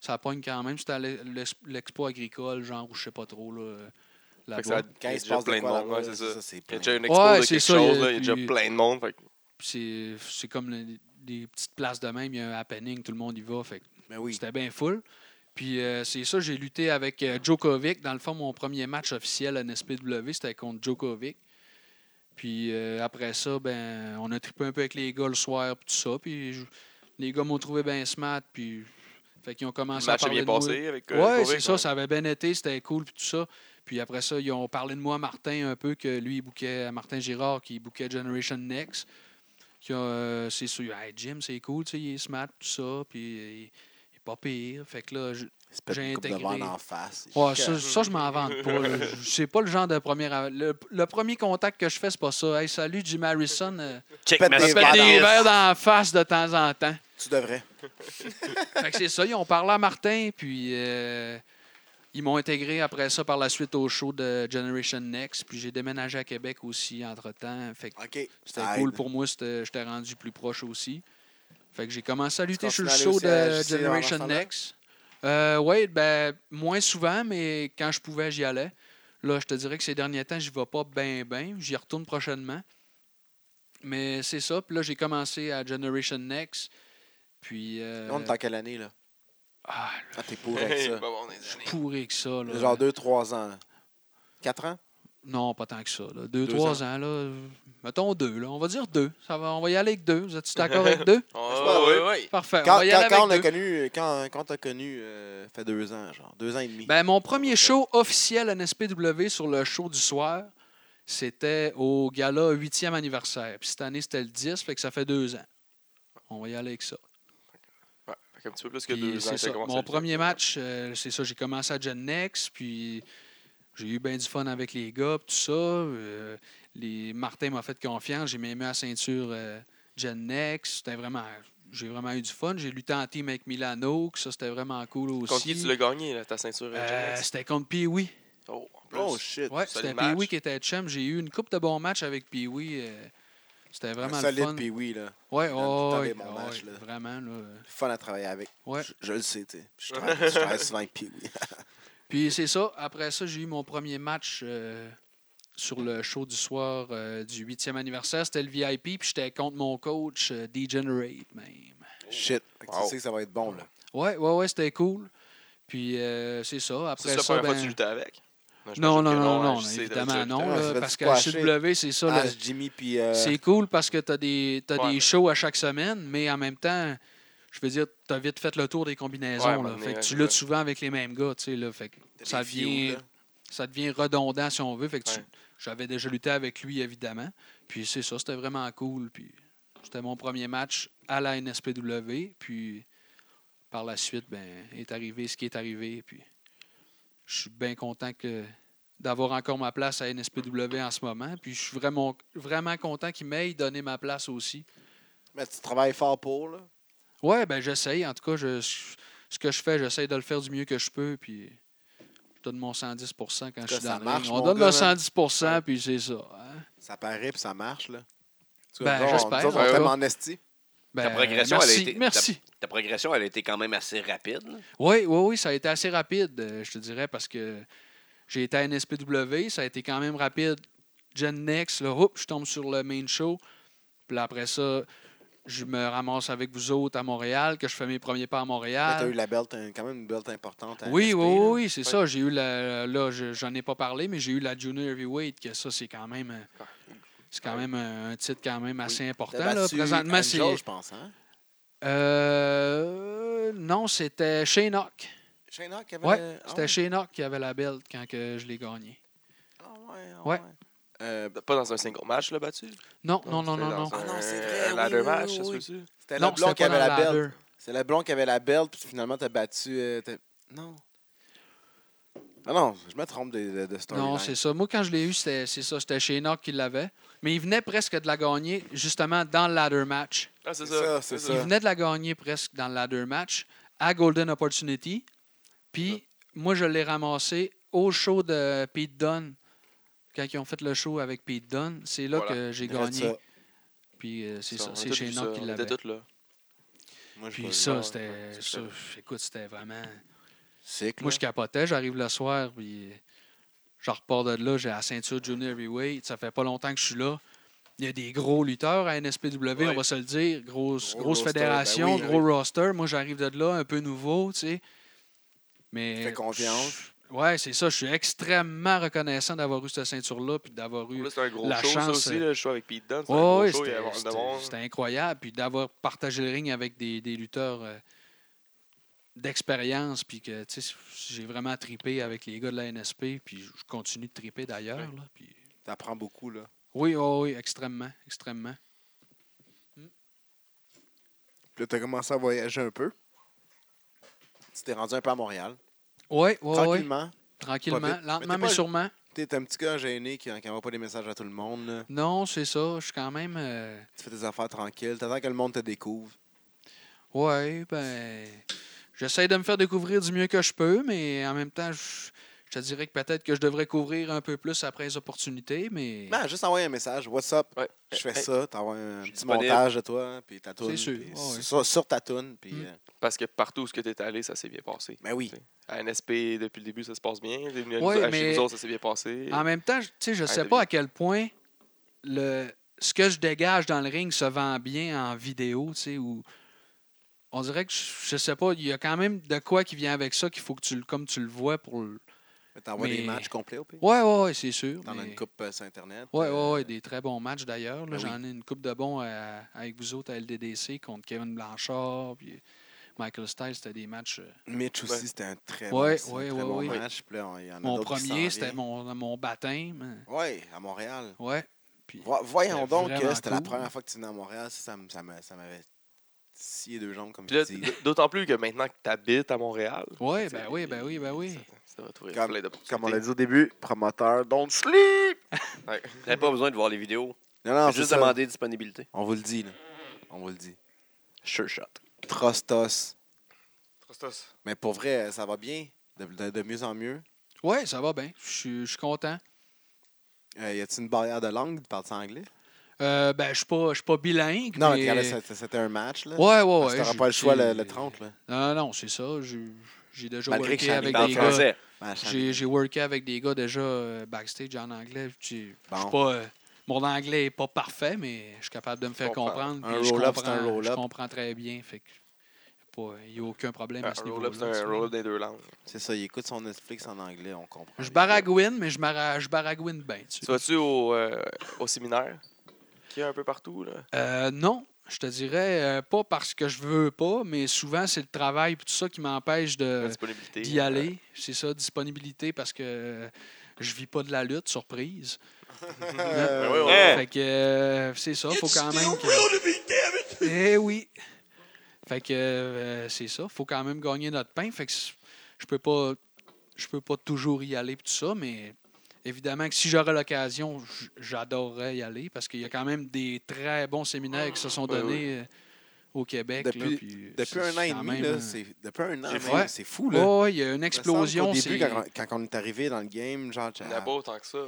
Speaker 4: Ça pogne quand même. C'était à l'e- l'es- l'expo agricole, genre, ou je sais pas trop. Là, euh,
Speaker 3: Fait que
Speaker 4: là-bas.
Speaker 3: ça-
Speaker 2: Quand
Speaker 3: il y
Speaker 2: il
Speaker 3: a
Speaker 2: se
Speaker 3: déjà
Speaker 2: passe
Speaker 3: plein
Speaker 2: de
Speaker 3: de
Speaker 2: quoi
Speaker 3: monde,
Speaker 2: là-bas,
Speaker 3: ouais, c'est
Speaker 2: ça,
Speaker 3: ça.
Speaker 2: c'est
Speaker 3: Il y a
Speaker 2: plein.
Speaker 3: déjà une
Speaker 4: Ouais,
Speaker 3: expo de
Speaker 4: c'est
Speaker 3: quelque
Speaker 4: ça, il y a-
Speaker 3: chose, là, il y a déjà
Speaker 4: puis-
Speaker 3: plein de monde. Fait que
Speaker 4: Puis c'est c'est comme le- des petites places de même, il y a un happening, tout le monde y va. Fait que
Speaker 2: Mais oui.
Speaker 4: c'était bien full. Puis euh, c'est ça, j'ai lutté avec euh, Djokovic. Dans le fond, mon premier match officiel à NSPW, c'était contre Djokovic. Puis euh, après ça, ben, on a trippé un peu avec les gars le soir, puis tout ça. Puis je- les gars m'ont trouvé bien smart, puis fait qu'ils ont
Speaker 3: le
Speaker 4: commencé à
Speaker 3: match a
Speaker 4: parler
Speaker 3: bien
Speaker 4: de moi.
Speaker 3: passé avec euh,
Speaker 4: Ouais,
Speaker 3: Kovic,
Speaker 4: c'est ça,
Speaker 3: ouais.
Speaker 4: ça avait bien été, c'était cool, puis tout ça. Puis après ça, ils ont parlé de moi à Martin un peu, que lui, il bouquait Martin Girard, qui bouquait Generation Next. Qui a, euh, c'est sûr, hey, Jim, c'est cool, tu sais, il est smart, tout ça, puis il, il est pas pire. Fait que là, je-
Speaker 2: C'est peut-être
Speaker 4: j'ai
Speaker 2: une coupe de
Speaker 4: intégré.
Speaker 2: vent en face.
Speaker 4: ouais, ça, ça, je m'en vante pas. là. Je- C'est pas le genre de premier. av- Le, le premier contact que je fais, c'est pas ça. Hey, salut, Jim Harrison. euh,
Speaker 1: Check
Speaker 2: Pète
Speaker 1: ma
Speaker 2: des
Speaker 4: je
Speaker 2: C'est
Speaker 4: pète
Speaker 2: pas
Speaker 4: des
Speaker 2: dans-
Speaker 4: verres dans la face de temps en temps.
Speaker 2: Tu devrais.
Speaker 4: Fait que c'est ça, ils ont parlé à Martin, puis euh, ils m'ont intégré après ça par la suite au show de Generation Next. Puis j'ai déménagé à Québec aussi entre-temps. Fait que
Speaker 2: OK.
Speaker 4: c'était
Speaker 2: Ça
Speaker 4: cool
Speaker 2: Ah, aide.
Speaker 4: pour moi, c'était- j'étais rendu plus proche aussi. Fait que j'ai commencé à lutter
Speaker 2: Tu
Speaker 4: sur le
Speaker 2: continues à
Speaker 4: show
Speaker 2: aller
Speaker 4: de
Speaker 2: aussi à LHC avant
Speaker 4: Generation
Speaker 2: ce temps-là?
Speaker 4: Next. Euh, oui, ben, moins souvent, mais quand je pouvais, j'y allais. Là, je te dirais que ces derniers temps, j'y vais pas bien, bien. J'y retourne prochainement. Mais c'est ça. Puis là, j'ai commencé à Generation Next. Puis. euh,
Speaker 2: On est en quelle année, là?
Speaker 4: ah,
Speaker 2: Ah, t'es pour avec ça.
Speaker 3: Pas bon, on est des années.
Speaker 4: pourri que ça. Là.
Speaker 2: Genre 2-3 ans. 4 ans?
Speaker 4: Non, pas tant que ça. là.
Speaker 2: Deux
Speaker 4: Deux, trois ans. là. Mettons deux. Là. On va dire deux. Ça va, on va y aller avec deux. Vous êtes d'accord avec deux?
Speaker 3: Ah,
Speaker 2: Ouais,
Speaker 3: ouais, ouais.
Speaker 4: Parfait. on
Speaker 2: Quand,
Speaker 4: va y
Speaker 2: quand-
Speaker 4: aller
Speaker 2: quand on a
Speaker 4: avec deux.
Speaker 2: connu, quand, quand t'as connu, euh, fait deux ans, genre, deux ans et demi.
Speaker 4: Ben, mon premier show officiel à NSPW sur le show du soir, c'était au gala 8e anniversaire. Puis cette année, c'était le 10, fait que ça fait deux ans. On va y aller avec ça.
Speaker 3: Ouais, fait qu'un petit peu plus que
Speaker 4: Puis
Speaker 3: deux ans.
Speaker 4: c'est
Speaker 3: que
Speaker 4: ça.
Speaker 3: t'as commencé à
Speaker 4: Mon
Speaker 3: lutter.
Speaker 4: premier match, euh, c'est ça. J'ai commencé à Gen Next, puis j'ai eu bien du fun avec les gars, puis tout ça. Euh, les... Martin m'a fait confiance. J'ai même eu la ceinture euh, Gen Next. C'était vraiment. J'ai vraiment eu du fun. J'ai lutté en team avec Milano, que ça, c'était vraiment cool aussi.
Speaker 3: Contre qui tu l'as gagné, là, ta ceinture?
Speaker 4: Euh,
Speaker 3: Janex?
Speaker 4: C'était contre Pee-Wee.
Speaker 3: Oh, en plus.
Speaker 2: Oh shit.
Speaker 4: Ouais,
Speaker 3: solide
Speaker 4: c'était
Speaker 3: match.
Speaker 4: Pee-Wee qui était chum. J'ai eu une coupe de bons matchs avec Pee-Wee. euh, c'était
Speaker 2: Un
Speaker 4: vraiment le
Speaker 2: solide,
Speaker 4: fun.
Speaker 2: puis oui, là.
Speaker 4: Ouais,
Speaker 2: Dans le
Speaker 4: oh,
Speaker 2: temps
Speaker 4: ouais,
Speaker 2: des bons matchs,
Speaker 4: ouais,
Speaker 2: là.
Speaker 4: vraiment. Là.
Speaker 2: Fun à travailler avec.
Speaker 4: Ouais.
Speaker 2: Je, je le sais, tu sais. Je travaille, je travaille souvent avec Pee Wee.
Speaker 4: Puis c'est ça. Après ça, j'ai eu mon premier match euh, sur le show du soir euh, du 8e anniversaire. C'était le VIP, puis j'étais contre mon coach euh, Degenerate même.
Speaker 2: Shit. Fait que
Speaker 3: Wow.
Speaker 2: Tu sais que ça va être bon, là.
Speaker 4: Ouais, ouais, ouais, c'était cool. Puis euh, c'est ça.
Speaker 3: C'est
Speaker 4: Après
Speaker 3: la
Speaker 4: ça,
Speaker 3: première fois que
Speaker 4: ben-
Speaker 3: tu luttais avec?
Speaker 4: non,
Speaker 3: j'imagine
Speaker 4: non,
Speaker 3: que
Speaker 4: non,
Speaker 3: hein,
Speaker 4: non,
Speaker 3: je sais,
Speaker 4: évidemment
Speaker 3: d'habitude,
Speaker 4: non.
Speaker 2: t'as-
Speaker 4: là,
Speaker 2: ça fait
Speaker 4: parce
Speaker 2: du
Speaker 4: qu'à
Speaker 2: squasher.
Speaker 4: CW, c'est ça.
Speaker 2: Ah,
Speaker 4: le-
Speaker 2: Jimmy, puis. euh,
Speaker 4: C'est cool parce que tu as, des, t'as
Speaker 3: Ouais.
Speaker 4: des shows à chaque semaine, mais en même temps, je veux dire, tu as vite fait le tour des combinaisons.
Speaker 3: Ouais,
Speaker 4: là.
Speaker 3: bon,
Speaker 4: Fait que
Speaker 3: ouais,
Speaker 4: tu
Speaker 3: c'est
Speaker 4: luttes
Speaker 3: ça.
Speaker 4: souvent avec les mêmes gars. tu sais, Là, fait que
Speaker 2: t'as des
Speaker 4: ça
Speaker 2: feuds,
Speaker 4: devient,
Speaker 2: là.
Speaker 4: ça devient redondant si on veut. Fait que tu-
Speaker 3: Ouais.
Speaker 4: J'avais déjà lutté avec lui, évidemment. Puis c'est ça, c'était vraiment cool. Puis c'était mon premier match à la NSPW. Puis par la suite, ben, est arrivé ce qui est arrivé. Puis je suis bien content que d'avoir encore ma place à NSPW en ce moment. Puis je suis vraiment, vraiment content qu'il m'ait donné ma place aussi.
Speaker 2: Mais tu travailles fort pour, là.
Speaker 4: Ouais, ben j'essaye. En tout cas, je, ce que je fais, j'essaye de le faire du mieux que je peux. Puis je donne mon 110 quand je suis
Speaker 2: ça
Speaker 4: dans le
Speaker 2: marche,
Speaker 4: ring. On
Speaker 2: mon
Speaker 4: donne
Speaker 2: gars,
Speaker 4: le
Speaker 2: man.
Speaker 4: 110 puis c'est ça. hein.
Speaker 2: Ça paraît puis ça marche, là. Tu vois,
Speaker 4: Ben,
Speaker 2: nous autres,
Speaker 4: j'espère,
Speaker 2: nous autres, On
Speaker 3: en tout
Speaker 2: est
Speaker 4: cas.
Speaker 2: tellement en esti.
Speaker 4: Ben,
Speaker 1: Ta progression,
Speaker 4: merci,
Speaker 1: elle a été-
Speaker 4: Merci.
Speaker 1: Ta progression, elle a été quand même assez rapide. là.
Speaker 4: Oui, oui, oui, ça a été assez rapide, euh, je te dirais, parce que j'ai été à NSPW, ça a été quand même rapide. Gen Next, là, hop, je tombe sur le main show. Puis là, après ça, je me ramasse avec vous autres à Montréal, que je fais mes premiers pas à
Speaker 2: Mais T'as
Speaker 4: Montréal.
Speaker 2: eu la belt, hein, quand même une belt importante. à
Speaker 4: Ah. Oui,
Speaker 2: NSP,
Speaker 4: oui,
Speaker 2: là.
Speaker 4: oui, c'est ça. J'ai eu la. Là, je- j'en ai pas parlé, mais j'ai eu la Junior Heavyweight, que ça, c'est quand même. euh, C'est quand même euh, un un titre quand même assez important.
Speaker 2: T'as
Speaker 4: là.
Speaker 2: battu
Speaker 4: Présentement,
Speaker 2: Angel,
Speaker 4: c'est.
Speaker 2: je pense, hein?
Speaker 4: Euh, non, c'était Shane Hawk.
Speaker 2: Shane Hawk avait...
Speaker 4: Oui,
Speaker 2: le- ah
Speaker 4: c'était Shane Hawk qui avait la belt quand que je l'ai gagné.
Speaker 2: Ah ouais, ah
Speaker 4: Ouais.
Speaker 2: Euh,
Speaker 3: Pas dans un single match, là, battu?
Speaker 4: Non, non, non, non,
Speaker 3: c'était
Speaker 4: non.
Speaker 3: dans
Speaker 2: Ah
Speaker 3: un
Speaker 2: non, c'est vrai, oui,
Speaker 3: ladder
Speaker 2: oui,
Speaker 3: match,
Speaker 2: oui,
Speaker 3: ça se
Speaker 2: oui.
Speaker 3: peut-tu?
Speaker 2: C'était
Speaker 4: Non,
Speaker 2: le blond
Speaker 4: c'était
Speaker 2: qui
Speaker 4: pas
Speaker 2: avait la
Speaker 4: dans
Speaker 2: belt.
Speaker 4: ladder.
Speaker 2: C'est LeBlanc qui avait la belt, puis finalement, t'as battu. euh, t'as- non. Ah non, je me trompe de, de, de storyline.
Speaker 4: Non, c'est ça. Moi, quand je l'ai eu, c'était c'est ça, c'était Shane Hawk qui l'avait. Mais il venait presque de la gagner, justement, dans le ladder match.
Speaker 3: Ah, c'est
Speaker 2: C'est ça,
Speaker 3: ça,
Speaker 2: c'est
Speaker 4: Il
Speaker 2: ça.
Speaker 4: venait de la gagner presque dans le ladder match à Golden Opportunity. Puis, moi, je l'ai ramassé au show de Pete Dunne. Quand ils ont fait le show avec Pete Dunne, c'est là
Speaker 3: Voilà.
Speaker 4: que j'ai
Speaker 2: Il reste
Speaker 4: gagné.
Speaker 2: ça.
Speaker 4: Puis, euh, c'est
Speaker 3: on
Speaker 4: ça,
Speaker 3: a
Speaker 4: c'est
Speaker 3: tous vu
Speaker 4: Shane
Speaker 3: ça,
Speaker 4: Hawk qui
Speaker 3: on
Speaker 4: l'avait.
Speaker 3: était tous là.
Speaker 2: Moi, je
Speaker 4: Puis
Speaker 2: vois-
Speaker 4: ça,
Speaker 3: ouais,
Speaker 4: c'était.
Speaker 3: ouais, c'est
Speaker 4: ça,
Speaker 3: ça.
Speaker 4: Écoute, c'était vraiment.
Speaker 2: Sick,
Speaker 4: Moi,
Speaker 2: là.
Speaker 4: je capotais. J'arrive le soir, puis je repars de là. J'ai la ceinture Junior Heavyweight. Ça fait pas longtemps que je suis là. Il y a des gros lutteurs à NSPW, on
Speaker 3: Ouais.
Speaker 4: va se le dire. Grosse,
Speaker 2: Gros
Speaker 4: grosse
Speaker 2: roster,
Speaker 4: fédération,
Speaker 2: ben oui,
Speaker 4: gros roster. Moi, j'arrive de là, un peu nouveau, tu sais. Mais.
Speaker 2: Fais confiance.
Speaker 4: je- Ouais, c'est ça. Je suis extrêmement reconnaissant d'avoir eu cette ceinture-là, puis d'avoir eu.
Speaker 3: Là, c'est un gros
Speaker 4: la
Speaker 3: show, ça
Speaker 4: chance,
Speaker 3: aussi.
Speaker 4: euh,
Speaker 3: Là, le show avec Pete Dunne. c'est un gros
Speaker 4: Oui,
Speaker 3: show, il y
Speaker 4: c'était
Speaker 3: avait
Speaker 4: c'était-
Speaker 3: de monde.
Speaker 4: c'était incroyable. Puis d'avoir partagé le ring avec des, des lutteurs euh, d'expérience, puis que tu sais, j'ai vraiment tripé avec les gars de la NSP, puis je continue de triper d'ailleurs. là, puis-
Speaker 2: T'apprends beaucoup, là.
Speaker 4: Oui, oh, oui, extrêmement, extrêmement.
Speaker 2: Puis là, t'as commencé à voyager un peu. Tu t'es rendu un peu à Montréal.
Speaker 4: Oui, oui, oui.
Speaker 2: Tranquillement. Pas
Speaker 4: Tranquillement,
Speaker 2: vite. Mais
Speaker 4: lentement,
Speaker 2: t'es
Speaker 4: mais
Speaker 2: pas-
Speaker 4: sûrement.
Speaker 2: T'es un petit gars gêné qui n'envoie pas des messages à tout le monde. là.
Speaker 4: Non, c'est ça. Je suis quand même. euh,
Speaker 2: Tu fais tes affaires tranquilles. T'attends que le monde te découvre.
Speaker 4: Ouais, ben. J'essaie de me faire découvrir du mieux que je peux, mais en même temps, je, je te dirais que peut-être que je devrais couvrir un peu plus après les opportunités, mais.
Speaker 2: Ben, juste envoyer un message. What's up?
Speaker 3: Ouais.
Speaker 2: Je fais
Speaker 3: Hey,
Speaker 2: ça. T'envoies un
Speaker 1: suis
Speaker 2: petit
Speaker 1: disponible.
Speaker 2: montage de toi, puis ta toune.
Speaker 4: C'est sûr,
Speaker 2: puis
Speaker 4: ouais, ouais.
Speaker 2: Sur, sur ta toune, puis...
Speaker 4: Mm.
Speaker 2: euh,
Speaker 3: Parce que partout où tu es allé, ça s'est bien passé.
Speaker 2: ben oui.
Speaker 3: À NSP, depuis le début, ça se passe bien. T'es venu à
Speaker 4: Ouais,
Speaker 3: nous- à
Speaker 4: mais-
Speaker 3: chez nous autres, ça s'est bien passé.
Speaker 4: En même temps, je- tu sais, je
Speaker 3: Ah,
Speaker 4: sais
Speaker 3: t'as
Speaker 4: pas
Speaker 3: vu.
Speaker 4: à quel point le ce que je dégage dans le ring se vend bien en vidéo, tu sais, ou on dirait que je, je sais pas, il y a quand même de quoi qui vient avec ça qu'il faut que tu le- comme tu le vois pour le.
Speaker 2: Mais T'envoies
Speaker 4: Mais-
Speaker 2: des matchs complets, au pire.
Speaker 4: Ouais, ouais, ouais, c'est sûr.
Speaker 2: T'en as
Speaker 4: mais-
Speaker 2: une coupe euh, sur Internet.
Speaker 4: Ouais, ouais,
Speaker 2: euh,
Speaker 4: ouais, des très bons matchs d'ailleurs. là.
Speaker 2: Ben oui.
Speaker 4: J'en ai une coupe de bons à- avec vous autres à LDDC contre Kevin Blanchard, puis Michael Styles, c'était des matchs. euh,
Speaker 2: Mitch aussi,
Speaker 3: Ouais.
Speaker 2: c'était un très
Speaker 4: Ouais,
Speaker 2: bon, c'est un
Speaker 4: ouais,
Speaker 2: très
Speaker 4: ouais,
Speaker 2: bon
Speaker 4: ouais.
Speaker 2: match. Puis là, on- il y en a
Speaker 4: Mon
Speaker 2: d'autres qui s'en
Speaker 4: premier, c'était
Speaker 2: viennent.
Speaker 4: mon, mon baptême. hein.
Speaker 2: Ouais, à Montréal.
Speaker 4: Ouais. Puis,
Speaker 2: Vo- voyons
Speaker 4: C'était
Speaker 2: donc
Speaker 4: vraiment
Speaker 2: que c'était la
Speaker 4: cool.
Speaker 2: première fois que tu venais à Montréal. Ça, ça, me- ça me- ça m'avait scié deux jambes, comme
Speaker 3: Puis là,
Speaker 2: tu dis.
Speaker 3: d- d'autant plus que maintenant que tu habites à Montréal.
Speaker 4: ouais,
Speaker 3: tu sais,
Speaker 4: ben oui, ben oui, ben oui.
Speaker 3: Ça, ça va trouver
Speaker 2: Comme-
Speaker 3: plein
Speaker 2: Comme on
Speaker 3: d'opportunités.
Speaker 2: l'a dit au début, promoteur, don't sleep!
Speaker 3: Ouais.
Speaker 1: T'avais pas besoin de voir les vidéos.
Speaker 2: Non, non, c'est
Speaker 1: juste
Speaker 2: ça.
Speaker 1: demander disponibilité.
Speaker 2: On vous le dit, là. On vous le dit.
Speaker 1: Sure shot.
Speaker 2: Trostos. Mais pour vrai, ça va bien. De, de- de mieux en mieux.
Speaker 4: Ouais, ça va bien. Je suis- je suis content.
Speaker 2: Euh, y a-t-il une barrière de langue? Tu parles anglais?
Speaker 4: Euh, ben, je ne suis pas- je suis pas bilingue.
Speaker 2: Non, mais
Speaker 4: mais...
Speaker 2: regardez, c'était- c'était un match, là.
Speaker 4: Ouais,
Speaker 2: Tu
Speaker 4: ouais, ouais.
Speaker 2: n'auras
Speaker 4: j'ai-
Speaker 2: pas le choix
Speaker 4: j'ai-
Speaker 2: le, le 30, là.
Speaker 4: Non, non, c'est ça. J'ai- J'ai déjà
Speaker 2: Malgré que
Speaker 4: worké
Speaker 2: ça
Speaker 4: avec
Speaker 2: parle
Speaker 4: des gars.
Speaker 1: français.
Speaker 2: Ben, ça-
Speaker 4: J'ai j'ai worké avec des gars déjà euh, backstage en anglais. puis j'ai- Je suis
Speaker 2: Bon.
Speaker 4: pas. euh, mon anglais n'est pas parfait, mais je suis capable de me faire
Speaker 3: Je comprends.
Speaker 4: comprendre.
Speaker 2: Un
Speaker 4: puis je
Speaker 2: roll-up, c'est un
Speaker 4: comprends- Je
Speaker 2: roll-up.
Speaker 4: comprends très bien. Fait que il n'y a aucun problème
Speaker 3: Un
Speaker 4: à ce
Speaker 3: roll-up, c'est
Speaker 4: niveau-là. tu
Speaker 3: un
Speaker 4: vois.
Speaker 3: roll-up des deux langues.
Speaker 2: C'est ça, il écoute son Netflix en anglais, on comprend.
Speaker 4: Je baragouine, mais je, mara- je baragouine bien. tu
Speaker 3: Tu
Speaker 4: sais.
Speaker 3: vas-tu au, euh, au séminaire qui est un peu partout? Là?
Speaker 4: Euh, non, je te dirais euh, pas parce que je veux pas, mais souvent c'est le travail et tout ça qui m'empêche de.
Speaker 3: La disponibilité.
Speaker 4: Euh,
Speaker 2: euh,
Speaker 4: d'y aller. C'est ça, disponibilité, parce que euh, je vis pas de la lutte, surprise. Hein?
Speaker 3: Ben oui,
Speaker 2: Euh,
Speaker 3: ouais, ouais.
Speaker 4: Fait que euh, c'est ça, faut quand même. Que... Eh oui! Fait que euh, c'est ça, faut quand même gagner notre pain. Fait que c- je peux pas. Je peux pas toujours y aller pis tout ça, mais évidemment que si j'aurais l'occasion, j- j'adorerais y aller parce qu'il y a quand même des très bons séminaires qui se sont
Speaker 3: Ouais, ouais.
Speaker 4: donnés euh, au Québec. là,
Speaker 2: Ben Depuis-
Speaker 4: puis
Speaker 2: depuis
Speaker 4: c'est-
Speaker 2: un an
Speaker 4: c'est
Speaker 2: et
Speaker 4: quand
Speaker 2: demi,
Speaker 4: même,
Speaker 2: là,
Speaker 4: euh,
Speaker 2: c'est depuis un an,
Speaker 3: J'ai
Speaker 2: même,
Speaker 4: fait-
Speaker 2: c'est fou là.
Speaker 4: Ouais, ouais, il y a une
Speaker 2: Il me semble qu'au
Speaker 4: Oh, explosion.
Speaker 2: début,
Speaker 4: c'est-
Speaker 3: euh,
Speaker 2: quand, quand on est arrivé dans le game, genre,
Speaker 3: Il n'y en a pas autant que ça.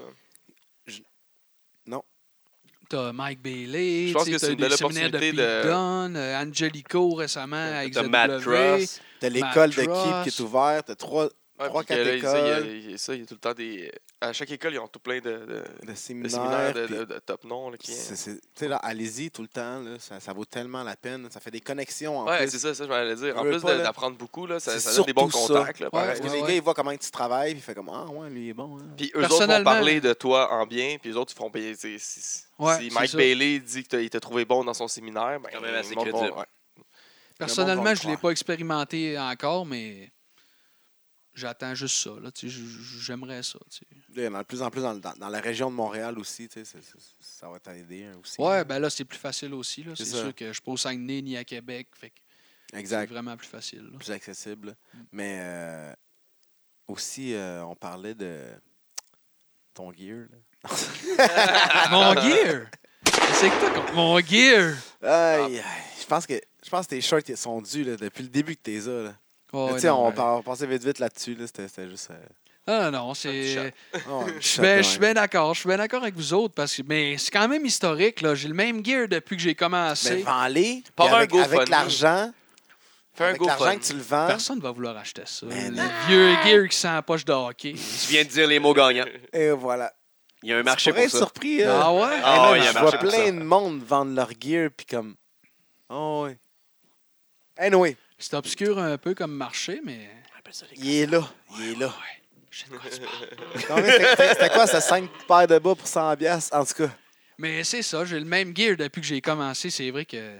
Speaker 4: T'as Mike Bailey.
Speaker 3: Je pense
Speaker 4: t'sais,
Speaker 3: que c'est
Speaker 4: t'as
Speaker 3: une
Speaker 4: des
Speaker 3: belle
Speaker 4: séminaires
Speaker 3: opportunité
Speaker 4: Pete
Speaker 3: de-
Speaker 4: Dunne, euh, Angelico récemment Ah, avec
Speaker 1: T'as Matt Cross.
Speaker 2: T'as
Speaker 4: Matt
Speaker 2: l'école de Keep
Speaker 4: Cross.
Speaker 2: qui est ouverte. T'as trois,
Speaker 3: Ouais,
Speaker 2: trois,
Speaker 3: puis que
Speaker 2: quatre
Speaker 3: là, il- ça, il y a-
Speaker 2: écoles.
Speaker 3: il- ça, il y a tout le temps des. À chaque école, ils ont tout plein de, de,
Speaker 2: de
Speaker 3: de
Speaker 2: séminaires.
Speaker 3: séminaires de,
Speaker 2: puis
Speaker 3: de- de top noms. là, qui-
Speaker 2: c'est- c'est- Tu sais, là, allez-y tout le temps. là, ça, ça vaut tellement la peine. Ça fait des connexions en
Speaker 3: Ouais,
Speaker 2: plus.
Speaker 3: c'est ça, ça, je m'allais dire. En
Speaker 2: Veux
Speaker 3: plus
Speaker 2: pas,
Speaker 3: de-
Speaker 2: là.
Speaker 3: d'apprendre beaucoup, là, ça,
Speaker 2: C'est
Speaker 3: ça donne des bons
Speaker 2: surtout ça.
Speaker 3: contacts. Là,
Speaker 4: Ouais,
Speaker 3: pareil.
Speaker 2: Parce que les gars, ils voient comment tu travailles, puis ils font comme Ah, ouais, lui, il est bon. hein.
Speaker 3: Puis eux autres vont
Speaker 4: Personnellement-
Speaker 3: parler de toi en bien, puis eux autres, ils feront payer. tu sais, Si, si-
Speaker 4: Ouais,
Speaker 3: si
Speaker 4: c'est
Speaker 3: Mike
Speaker 4: ça.
Speaker 3: Bailey dit qu'il t'a trouvé bon dans son séminaire, ben,
Speaker 1: Quand même assez
Speaker 3: le monde va-
Speaker 1: crédible.
Speaker 3: ouais.
Speaker 4: Personnellement,
Speaker 2: monde
Speaker 4: je
Speaker 2: va
Speaker 4: ne
Speaker 2: le
Speaker 4: l'ai pas expérimenté encore, mais j'attends juste ça. là, tu sais, j- J'aimerais ça. tu sais.
Speaker 2: Là, il y en a de plus en plus dans, dans- dans la région de Montréal aussi. tu sais, c'est- c'est- ça va t'aider hein, aussi.
Speaker 4: Ouais, ben là, c'est plus facile aussi. là.
Speaker 2: C'est
Speaker 4: C'est
Speaker 2: ça.
Speaker 4: sûr que je ne suis pas au Saguenay ni à Québec. Fait que c'est
Speaker 2: Exact.
Speaker 4: vraiment plus facile. là.
Speaker 2: Plus accessible. Mais euh, aussi, euh, on parlait de ton gear. là.
Speaker 4: Mon gear! C'est que toi, qu'on- mon gear!
Speaker 2: Aïe, aïe, je pense que je pense que tes shirts ils sont dus là, depuis le début que t'es là. là.
Speaker 4: Ouais,
Speaker 2: Mais
Speaker 4: ouais,
Speaker 2: tu sais,
Speaker 4: non,
Speaker 2: on,
Speaker 4: ben-
Speaker 2: par- on passait vite vite là-dessus. Là, C'était c'était juste. euh,
Speaker 4: Ah, non, non,
Speaker 3: petit
Speaker 4: c'est.
Speaker 3: chat.
Speaker 2: oh, une
Speaker 4: Je suis
Speaker 2: shot
Speaker 4: bien-
Speaker 2: de
Speaker 4: Ben, je suis
Speaker 2: même.
Speaker 4: bien d'accord. Je suis bien d'accord avec vous autres. Parce que, mais c'est quand même historique. là. J'ai le même gear depuis que j'ai
Speaker 2: Mais
Speaker 4: commencé.
Speaker 2: vends-les.
Speaker 3: Pas
Speaker 2: puis
Speaker 3: un
Speaker 2: Avec,
Speaker 3: GoFundMe.
Speaker 2: avec l'argent.
Speaker 3: Fais un
Speaker 2: Avec l'argent
Speaker 3: GoFundMe.
Speaker 2: que tu le vends.
Speaker 4: Personne ne va vouloir acheter ça.
Speaker 2: Mais
Speaker 4: le
Speaker 2: Ben, non.
Speaker 4: vieux gear qui sent la poche de hockey.
Speaker 1: Tu viens de dire les mots gagnants.
Speaker 2: Et voilà.
Speaker 1: Il y a un
Speaker 2: Tu
Speaker 1: marché
Speaker 2: pourrais
Speaker 1: pour
Speaker 2: être
Speaker 1: ça.
Speaker 2: surpris. euh,
Speaker 4: Ah ouais?
Speaker 1: Ah,
Speaker 2: Hey, man,
Speaker 1: ouais, il y a
Speaker 2: je
Speaker 1: marché
Speaker 2: vois
Speaker 1: pour
Speaker 2: plein
Speaker 1: ça.
Speaker 2: de monde vendre leur gear, puis comme. Oh, ouais. Anyway,
Speaker 4: C'est obscur un peu comme marché, mais.
Speaker 2: il est là. Il est là.
Speaker 4: Ouais, je sais de quoi tu parles.
Speaker 2: Combien C'était c'était quoi, ça? 5 paires de bas pour 100 piastres? En tout cas,
Speaker 4: Mais c'est ça, j'ai le même gear depuis que j'ai commencé. C'est vrai que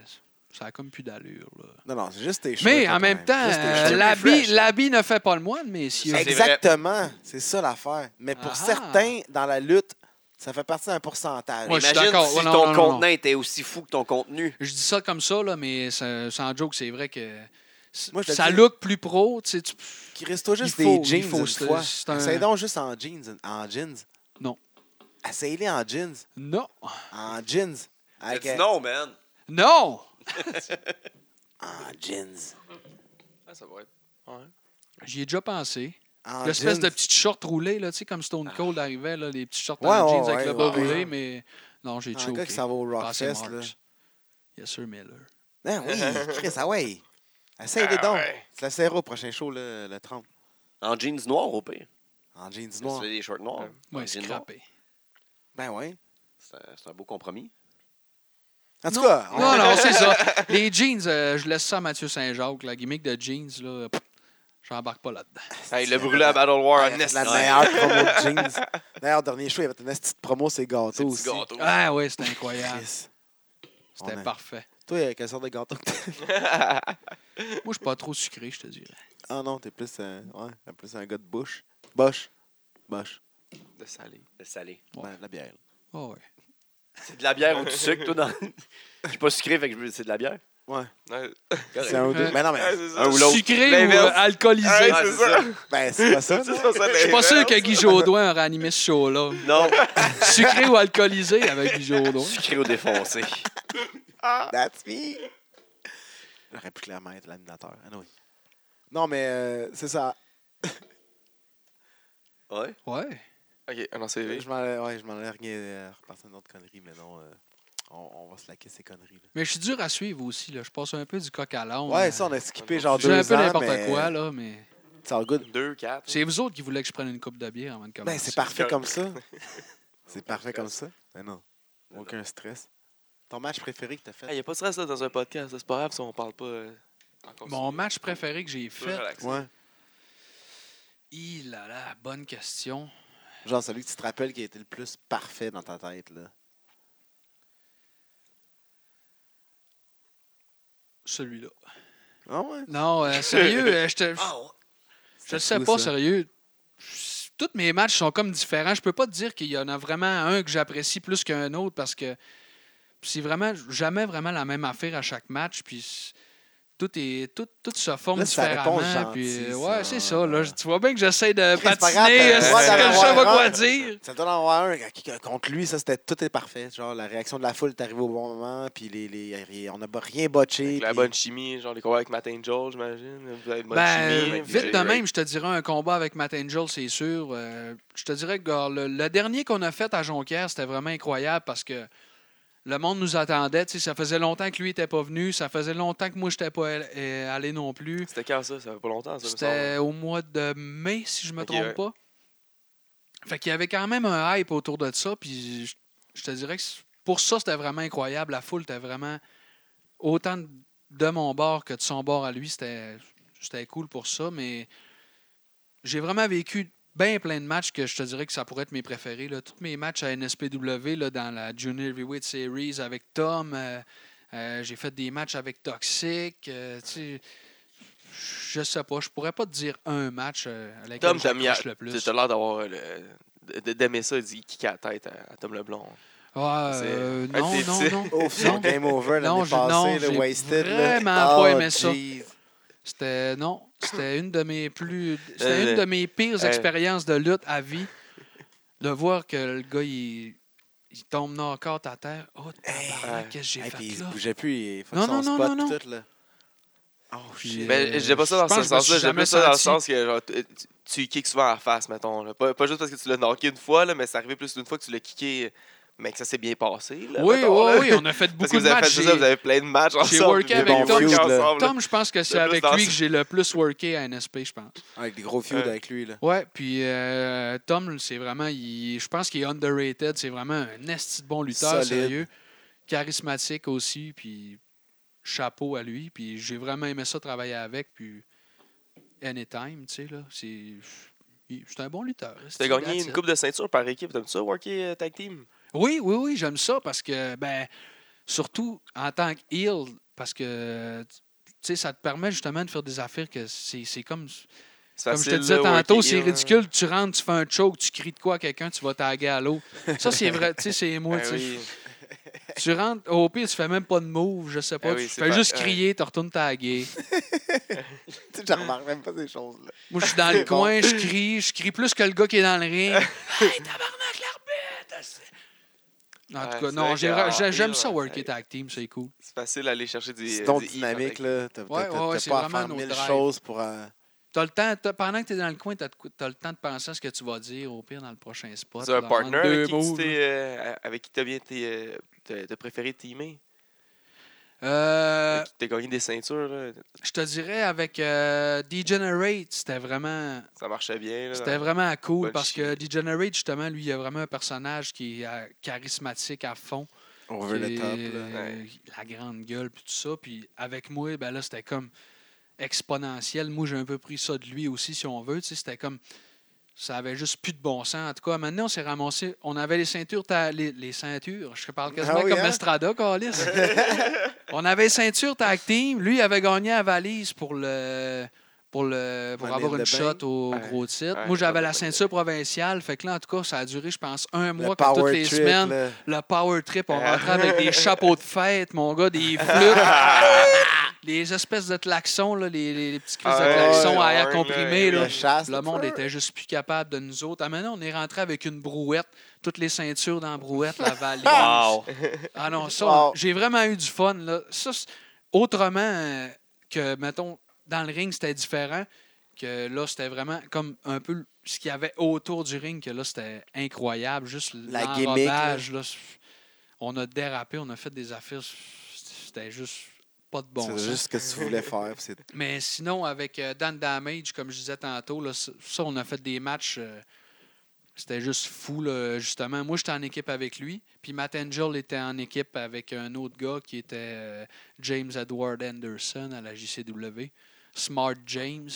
Speaker 4: ça a comme plus d'allure. là.
Speaker 2: non, non, c'est juste tes shirts.
Speaker 4: Mais
Speaker 2: là,
Speaker 4: en
Speaker 2: quand
Speaker 4: même temps,
Speaker 2: Juste tes
Speaker 4: euh,
Speaker 2: shirts.
Speaker 4: l'habit
Speaker 1: fresh.
Speaker 4: l'habit ne fait pas le moine, messieurs.
Speaker 1: vrai.
Speaker 2: Exactement. C'est ça l'affaire. Mais
Speaker 4: Ah.
Speaker 2: pour certains, dans la lutte, ça fait partie d'un pourcentage.
Speaker 4: Ouais, je suis
Speaker 1: Imagine
Speaker 4: d'accord.
Speaker 1: si
Speaker 4: Ouais, non,
Speaker 1: ton
Speaker 4: non, non,
Speaker 1: contenant
Speaker 4: non.
Speaker 1: était aussi fou que ton contenu.
Speaker 4: Je dis ça comme ça, là, mais ça- sans joke, c'est vrai que c-
Speaker 2: Moi, je te
Speaker 4: ça
Speaker 2: dis-
Speaker 4: look plus pro. tu sais, tu-
Speaker 2: Qui reste toi juste
Speaker 4: Il faut-
Speaker 2: des jeans
Speaker 4: il faut,
Speaker 2: une
Speaker 4: c'est-
Speaker 2: fois.
Speaker 4: c'est un-
Speaker 2: Essaye donc juste en jeans. En jeans.
Speaker 4: Non.
Speaker 2: Essaye-les en jeans.
Speaker 4: Non!
Speaker 2: En jeans. Avec,
Speaker 1: Elle dit Non, man.
Speaker 4: Non!
Speaker 2: En jeans.
Speaker 3: Ah, ça va être-
Speaker 4: J'y ai déjà pensé.
Speaker 2: En
Speaker 4: L'espèce
Speaker 2: jeans.
Speaker 4: de petite short roulée, là, tu sais, comme Stone Cold arrivait, là, les petites shorts
Speaker 2: Ouais,
Speaker 4: en
Speaker 2: ouais,
Speaker 4: jeans avec
Speaker 2: ouais,
Speaker 4: le bas
Speaker 2: ouais.
Speaker 4: roulé, mais non, j'ai
Speaker 2: En cas
Speaker 4: choqué.
Speaker 2: que ça va au
Speaker 4: Passez
Speaker 2: Rockfest,
Speaker 4: Marks.
Speaker 2: là.
Speaker 4: Yes, sir, Miller.
Speaker 2: Ah oui, Chris, ah ouais. Essaye-les
Speaker 3: Ah
Speaker 2: donc.
Speaker 3: ouais.
Speaker 2: Tu la serres au prochain show, le, le 30.
Speaker 1: En jeans noirs, au pire.
Speaker 2: En jeans
Speaker 1: Tu
Speaker 2: noirs.
Speaker 1: fais des shorts noirs. En
Speaker 4: Ouais,
Speaker 1: jeans noirs.
Speaker 4: scrappé.
Speaker 2: Ben ouais.
Speaker 1: C'est un- c'est un beau compromis.
Speaker 2: En tout cas, on-
Speaker 4: Non, non, c'est ça. Les jeans, euh, je laisse ça à Mathieu Saint-Jacques. La gimmick de jeans, là, pff, j'embarque pas là-dedans.
Speaker 3: Hey, le brûlé à Battle War,
Speaker 2: Ah, il a fait
Speaker 3: Nest.
Speaker 2: la meilleure promo de jeans. D'ailleurs, dernier show, il y avait une petite promo, c'est gâteau
Speaker 3: petit
Speaker 2: aussi.
Speaker 3: gâteau.
Speaker 4: Ah ouais, c'était incroyable.
Speaker 2: Chris.
Speaker 4: C'était
Speaker 2: On a-
Speaker 4: parfait.
Speaker 2: Toi, euh, quelle sorte de gâteau que t'aimes?
Speaker 4: Moi, je suis pas trop sucré, je te dirais.
Speaker 2: Ah non, t'es plus, euh, ouais, t'es plus un gars de bouche. Boche. Boche.
Speaker 3: De salé.
Speaker 1: Le salé.
Speaker 2: Ben, de la bière.
Speaker 4: Ah ouais.
Speaker 1: C'est de la bière ou du sucre, toi, dans. Je suis pas sucré, fait que je- c'est de la bière.
Speaker 3: Ouais.
Speaker 2: C'est un ou deux.
Speaker 4: Euh,
Speaker 2: Mais non,
Speaker 3: Ouais,
Speaker 2: mais
Speaker 3: c'est ça.
Speaker 1: Un ou l'autre.
Speaker 4: Sucré ou
Speaker 3: L'inverse.
Speaker 4: euh, alcoolisé.
Speaker 3: Ouais,
Speaker 1: Ah,
Speaker 3: c'est
Speaker 1: c'est
Speaker 3: ça.
Speaker 2: ben, c'est pas ça.
Speaker 3: C'est
Speaker 2: non?
Speaker 3: ça, ça, hein.
Speaker 4: Je suis pas
Speaker 3: l'inverse.
Speaker 4: sûr que Guy Jodoin aurait animé ce show-là.
Speaker 1: Non,
Speaker 4: Sucré ou alcoolisé avec Guy Jodoin.
Speaker 1: sucré ou défoncé.
Speaker 2: That's me. J'aurais pu clairement être l'animateur. Ah, Anyway. Non, mais euh, c'est ça.
Speaker 1: Ouais.
Speaker 4: Ouais.
Speaker 3: Ok, un CV.
Speaker 2: Je m'en allais- ouais, je m'en allais rien- euh, repartir une autre connerie, mais non, euh, on, on va se laquer ces conneries. là.
Speaker 4: Mais je suis dur à suivre aussi. Là. Je passe un peu du coq à l'âne.
Speaker 2: Ouais, ça, on a skippé genre
Speaker 4: J'ai un
Speaker 2: deux
Speaker 4: peu
Speaker 2: ans,
Speaker 4: n'importe
Speaker 2: mais
Speaker 4: quoi, là, mais.
Speaker 2: It's all good.
Speaker 3: Deux, quatre.
Speaker 4: C'est vous autres qui voulez que je prenne une coupe de bière avant de commencer.
Speaker 2: Ben, c'est parfait comme ça. C'est parfait comme ça. Ben non, aucun stress. Ton match préféré que t'as
Speaker 3: Il
Speaker 2: fait?
Speaker 3: n'y a pas de stress là, dans un podcast. là, C'est pas grave si on parle pas. euh, encore
Speaker 4: Mon
Speaker 3: sur-
Speaker 4: match préféré que j'ai fait.
Speaker 3: Relax.
Speaker 2: Ouais.
Speaker 4: Il a la bonne question.
Speaker 2: Genre celui que tu te rappelles qui a été le plus parfait dans ta tête, là.
Speaker 4: Celui-là.
Speaker 2: Ah ouais?
Speaker 4: Non, euh, sérieux, euh, je te.
Speaker 1: Ah, ouais.
Speaker 4: Je
Speaker 2: C'était
Speaker 4: le sais
Speaker 2: fou,
Speaker 4: pas,
Speaker 2: ça.
Speaker 4: sérieux. Je- Tous mes matchs sont comme différents. Je peux pas te dire qu'il y en a vraiment un que j'apprécie plus qu'un autre parce que c'est vraiment jamais vraiment la même affaire à chaque match. Puis c- tout, est, tout, tout se forme
Speaker 2: Là, c'est la
Speaker 4: différemment.
Speaker 2: réponse gentille,
Speaker 4: puis, euh,
Speaker 2: ça.
Speaker 4: ouais, c'est ça. là. Je- Tu vois bien que j'essaie de
Speaker 2: c'est pas grave,
Speaker 4: patiner.
Speaker 2: t'as
Speaker 4: euh,
Speaker 2: le
Speaker 4: c'est
Speaker 2: droit
Speaker 4: que
Speaker 2: d'en
Speaker 4: Je sais pas
Speaker 2: avoir
Speaker 4: quoi
Speaker 2: un.
Speaker 4: dire.
Speaker 2: Ça doit en avoir un qui- qui- contre lui, ça c'était tout est parfait. Genre la réaction de la foule est arrivée au bon moment, puis les, les- on n'a pas rien botché.
Speaker 3: Avec la
Speaker 2: puis-
Speaker 3: bonne chimie, genre les combats avec Matt Angel, j'imagine. Vous avez une bonne chimie.
Speaker 4: Ben,
Speaker 3: avec
Speaker 4: vite de
Speaker 3: Jay Ray.
Speaker 4: même, je te dirais un combat avec Matt Angel, c'est sûr. Euh, je te dirais que gars, le, le dernier qu'on a fait à Jonquière, c'était vraiment incroyable parce que Le monde nous attendait. tu sais, Ça faisait longtemps que lui n'était pas venu. Ça faisait longtemps que moi, je n'étais pas all- euh, allé non plus.
Speaker 3: C'était quand ça? Ça fait pas longtemps, ça. me semble.
Speaker 4: C'était au mois de mai, si je me
Speaker 3: Ok,
Speaker 4: trompe
Speaker 3: ouais.
Speaker 4: pas. Fait qu'il y avait quand même un hype autour de ça. Puis je, je te dirais que c- pour ça, c'était vraiment incroyable. La foule était vraiment autant de- de mon bord que de son bord à lui. C'était c'était cool pour ça. Mais j'ai vraiment vécu bien plein de matchs que je te dirais que ça pourrait être mes préférés. là. Tous mes matchs à NSPW là, dans la Junior Heavyweight Series avec Tom. euh, euh, j'ai fait des matchs avec Toxic. euh, tu sais, je sais pas. Je pourrais pas te dire un match euh, à lequel
Speaker 3: Tom, t'as mis à-
Speaker 4: j'accroche le plus.
Speaker 3: t'as l'air d'avoir euh, le- d- d'aimer ça, il dit qui à la tête à, à Tom Leblond.
Speaker 4: Ah,
Speaker 3: C'est-
Speaker 4: euh,
Speaker 3: Ah,
Speaker 4: non,
Speaker 3: c'est-
Speaker 4: non,
Speaker 3: c'est-
Speaker 4: non.
Speaker 2: Ouf, son
Speaker 4: Non.
Speaker 2: game over
Speaker 4: Non,
Speaker 2: l'année
Speaker 4: j'ai- non,
Speaker 2: passée,
Speaker 4: j'ai
Speaker 2: le wasted. là.
Speaker 4: vraiment pas
Speaker 2: Oh,
Speaker 4: aimé ça.
Speaker 2: jeez.
Speaker 4: C'était non, c'était une de mes plus
Speaker 3: Euh,
Speaker 4: c'était une
Speaker 3: le-
Speaker 4: de mes pires
Speaker 3: euh.
Speaker 4: expériences de lutte à vie de voir que le gars il, il tombe knock-out à terre. Oh tabarnak,
Speaker 3: Ouais.
Speaker 4: qu'est-ce que j'ai
Speaker 2: Hey, puis
Speaker 4: fait
Speaker 2: il se
Speaker 4: là
Speaker 2: bougeait plus, il fait
Speaker 4: Non,
Speaker 2: son
Speaker 4: non, non,
Speaker 2: spot
Speaker 4: non, non.
Speaker 2: tout là. Oh
Speaker 4: Puis,
Speaker 2: shit.
Speaker 3: Mais
Speaker 4: Euh,
Speaker 3: j'ai pas ça
Speaker 4: je
Speaker 3: dans ce
Speaker 4: pense que je me
Speaker 3: sens-là,
Speaker 4: suis
Speaker 3: j'ai
Speaker 4: jamais
Speaker 3: plus ça dans le
Speaker 4: senti-
Speaker 3: sens que genre, tu, tu- tu kicks souvent à la face, mettons. là. Pas, pas juste parce que tu l'as knocké une fois, là, mais c'est arrivé plus d'une fois que tu l'as kické, mais que ça s'est bien passé. Là,
Speaker 4: Oui,
Speaker 3: mettons,
Speaker 4: oui,
Speaker 3: là.
Speaker 4: oui, on a fait
Speaker 3: Parce
Speaker 4: beaucoup
Speaker 3: que vous
Speaker 4: de
Speaker 3: avez
Speaker 4: matchs.
Speaker 3: fait ça,
Speaker 4: J'ai-
Speaker 3: vous avez plein de matchs ensemble.
Speaker 4: worké
Speaker 3: puis des
Speaker 2: avec
Speaker 3: bons
Speaker 2: Tom.
Speaker 3: feud, là.
Speaker 2: Tom,
Speaker 4: Tom, je pense que c'est
Speaker 3: Le plus
Speaker 4: avec
Speaker 3: dans
Speaker 4: lui
Speaker 3: ce-
Speaker 4: que j'ai le plus worké à NSP, je pense.
Speaker 2: Avec des gros feuds
Speaker 3: Euh.
Speaker 2: avec lui là.
Speaker 4: Ouais, puis euh, Tom, c'est vraiment, il- je pense qu'il est underrated. C'est vraiment un esti de bon lutteur,
Speaker 2: Solide.
Speaker 4: sérieux. Charismatique aussi, puis chapeau à lui. Puis j'ai vraiment aimé ça travailler avec, puis anytime, tu sais, là. C'est il- c'est un bon lutteur. esti,
Speaker 3: T'as gagné
Speaker 4: that's
Speaker 3: une
Speaker 4: it.
Speaker 3: coupe de ceinture par équipe, t'aimes ça, worker euh, tag team?
Speaker 4: Oui, oui, oui, j'aime ça parce que, ben, surtout en tant que heel, parce que, tu sais, ça te permet justement de faire des affaires que c'est c'est comme...
Speaker 3: C'est
Speaker 4: Comme je te
Speaker 3: facile,
Speaker 4: disais
Speaker 3: là,
Speaker 4: tantôt,
Speaker 3: worker
Speaker 4: c'est
Speaker 3: heel,
Speaker 4: ridicule. Tu rentres, tu fais un choke, tu cries de quoi à quelqu'un, tu vas taguer à l'eau. Ça, c'est vrai. tu sais, c'est
Speaker 3: hein.
Speaker 4: moi.
Speaker 3: Ben
Speaker 4: tu sais.
Speaker 3: oui.
Speaker 4: Tu rentres, au pire, tu fais même pas de move, je sais pas.
Speaker 3: Ah oui,
Speaker 4: tu
Speaker 3: c'est
Speaker 4: fais
Speaker 3: pas-
Speaker 4: juste
Speaker 3: ouais.
Speaker 4: crier, tu retournes taguer.
Speaker 2: Tu sais, je remarque même pas ces choses là.
Speaker 4: moi, je suis dans le
Speaker 2: C'est bon.
Speaker 4: coin, je crie. Je crie plus que le gars qui est dans le ring. hey, tabarnak, l'arbitre! En
Speaker 3: Ouais,
Speaker 4: tout cas,
Speaker 3: c'est
Speaker 4: non,
Speaker 3: vrai
Speaker 4: j'ai-
Speaker 3: que, ah,
Speaker 4: j'ai- j'aime
Speaker 3: heel,
Speaker 4: ça,
Speaker 3: ouais,
Speaker 4: worker
Speaker 3: hey.
Speaker 4: tag team, c'est cool.
Speaker 3: C'est euh, facile d'aller chercher des.
Speaker 2: C'est donc
Speaker 3: des hits
Speaker 2: dynamique
Speaker 3: avec-
Speaker 2: là, t'as
Speaker 4: Ouais,
Speaker 2: t'as-
Speaker 4: ouais,
Speaker 2: t'as
Speaker 4: c'est
Speaker 2: pas à
Speaker 4: vraiment
Speaker 2: faire
Speaker 4: nos
Speaker 2: mille
Speaker 4: drives.
Speaker 2: choses pour euh,
Speaker 4: T'as le temps, t'as- pendant que tu es dans le coin, tu as, le temps de penser à ce que tu vas dire, au pire, dans le prochain spot.
Speaker 3: C'est un
Speaker 4: dans
Speaker 3: partner
Speaker 4: deux
Speaker 3: avec qui, tu
Speaker 4: moves,
Speaker 3: t'es, euh, avec qui t'as bien été, euh, t'as t'as préféré teamer.
Speaker 4: là. Euh,
Speaker 3: Avec qui T'as gagné des ceintures, là.
Speaker 4: Je te dirais avec euh, Degenerate, c'était vraiment
Speaker 3: ça marchait bien. Là,
Speaker 4: c'était vraiment cool
Speaker 3: bonne
Speaker 4: parce que
Speaker 3: chimie.
Speaker 4: Degenerate justement lui il a vraiment un personnage qui est euh, charismatique à fond,
Speaker 2: over
Speaker 4: qui
Speaker 2: the top
Speaker 4: est,
Speaker 2: là.
Speaker 4: euh, la grande gueule puis tout ça puis avec moi ben là c'était comme exponentiel. Moi j'ai un peu pris ça de lui aussi si on veut, tu sais c'était comme ça avait juste plus de bon sens. En tout cas, maintenant, on s'est ramassé. On avait les ceintures. ta- Les, les ceintures. Je parle quasiment
Speaker 2: Ah oui,
Speaker 4: comme
Speaker 2: hein?
Speaker 4: Estrada, Calis. on avait ceinture tag team. Lui, il avait gagné la valise pour le. Pour, le, pour
Speaker 2: Money
Speaker 4: avoir
Speaker 2: in
Speaker 4: une
Speaker 2: the
Speaker 4: shot
Speaker 2: bank.
Speaker 4: au
Speaker 3: Ouais,
Speaker 4: gros titre.
Speaker 3: ouais,
Speaker 4: Moi, j'avais
Speaker 3: ouais,
Speaker 4: la
Speaker 3: ouais.
Speaker 4: ceinture provinciale. Fait que là, en tout cas, ça a duré, je pense, un
Speaker 2: Le
Speaker 4: mois. que toutes
Speaker 2: power
Speaker 4: les
Speaker 2: trip
Speaker 4: semaines,
Speaker 2: là.
Speaker 4: le power trip, on
Speaker 3: Ah.
Speaker 4: rentrait avec des chapeaux de fête, mon gars, des flûtes, les espèces de klaxons, là, les, les, les petits crises
Speaker 3: Ah
Speaker 4: de
Speaker 3: ouais,
Speaker 4: klaxons à
Speaker 3: ouais,
Speaker 4: air
Speaker 3: ouais,
Speaker 4: comprimé.
Speaker 3: ouais.
Speaker 4: là.
Speaker 2: La chasse,
Speaker 4: Le
Speaker 2: là,
Speaker 4: monde
Speaker 2: tu
Speaker 4: était juste plus capable de nous autres. Ah, maintenant, on est rentré avec une brouette, toutes les ceintures dans la brouette, la valise.
Speaker 3: Wow!
Speaker 4: Ah non, ça,
Speaker 2: Wow.
Speaker 4: j'ai vraiment eu du fun. Là. Ça, c'est- autrement euh, que, mettons, dans le ring, c'était différent, que là, c'était vraiment comme un peu le- ce qu'il y avait autour du ring, que là, c'était incroyable. Juste
Speaker 2: La
Speaker 4: l'enrobage, là, c'est- on a dérapé, on a fait des affaires, c'était juste pas de bon
Speaker 2: C'est
Speaker 4: sens.
Speaker 2: juste ce que tu voulais faire, puis c'est
Speaker 4: Mais sinon, avec euh, Dan Damage, comme je disais tantôt, là, ça, ça, on a fait des matchs. euh, c'était juste fou, là, justement. Moi, j'étais en équipe avec lui. Puis Matt Angel était en équipe avec un autre gars qui était euh, James Edward Anderson à la JCW. Smart James.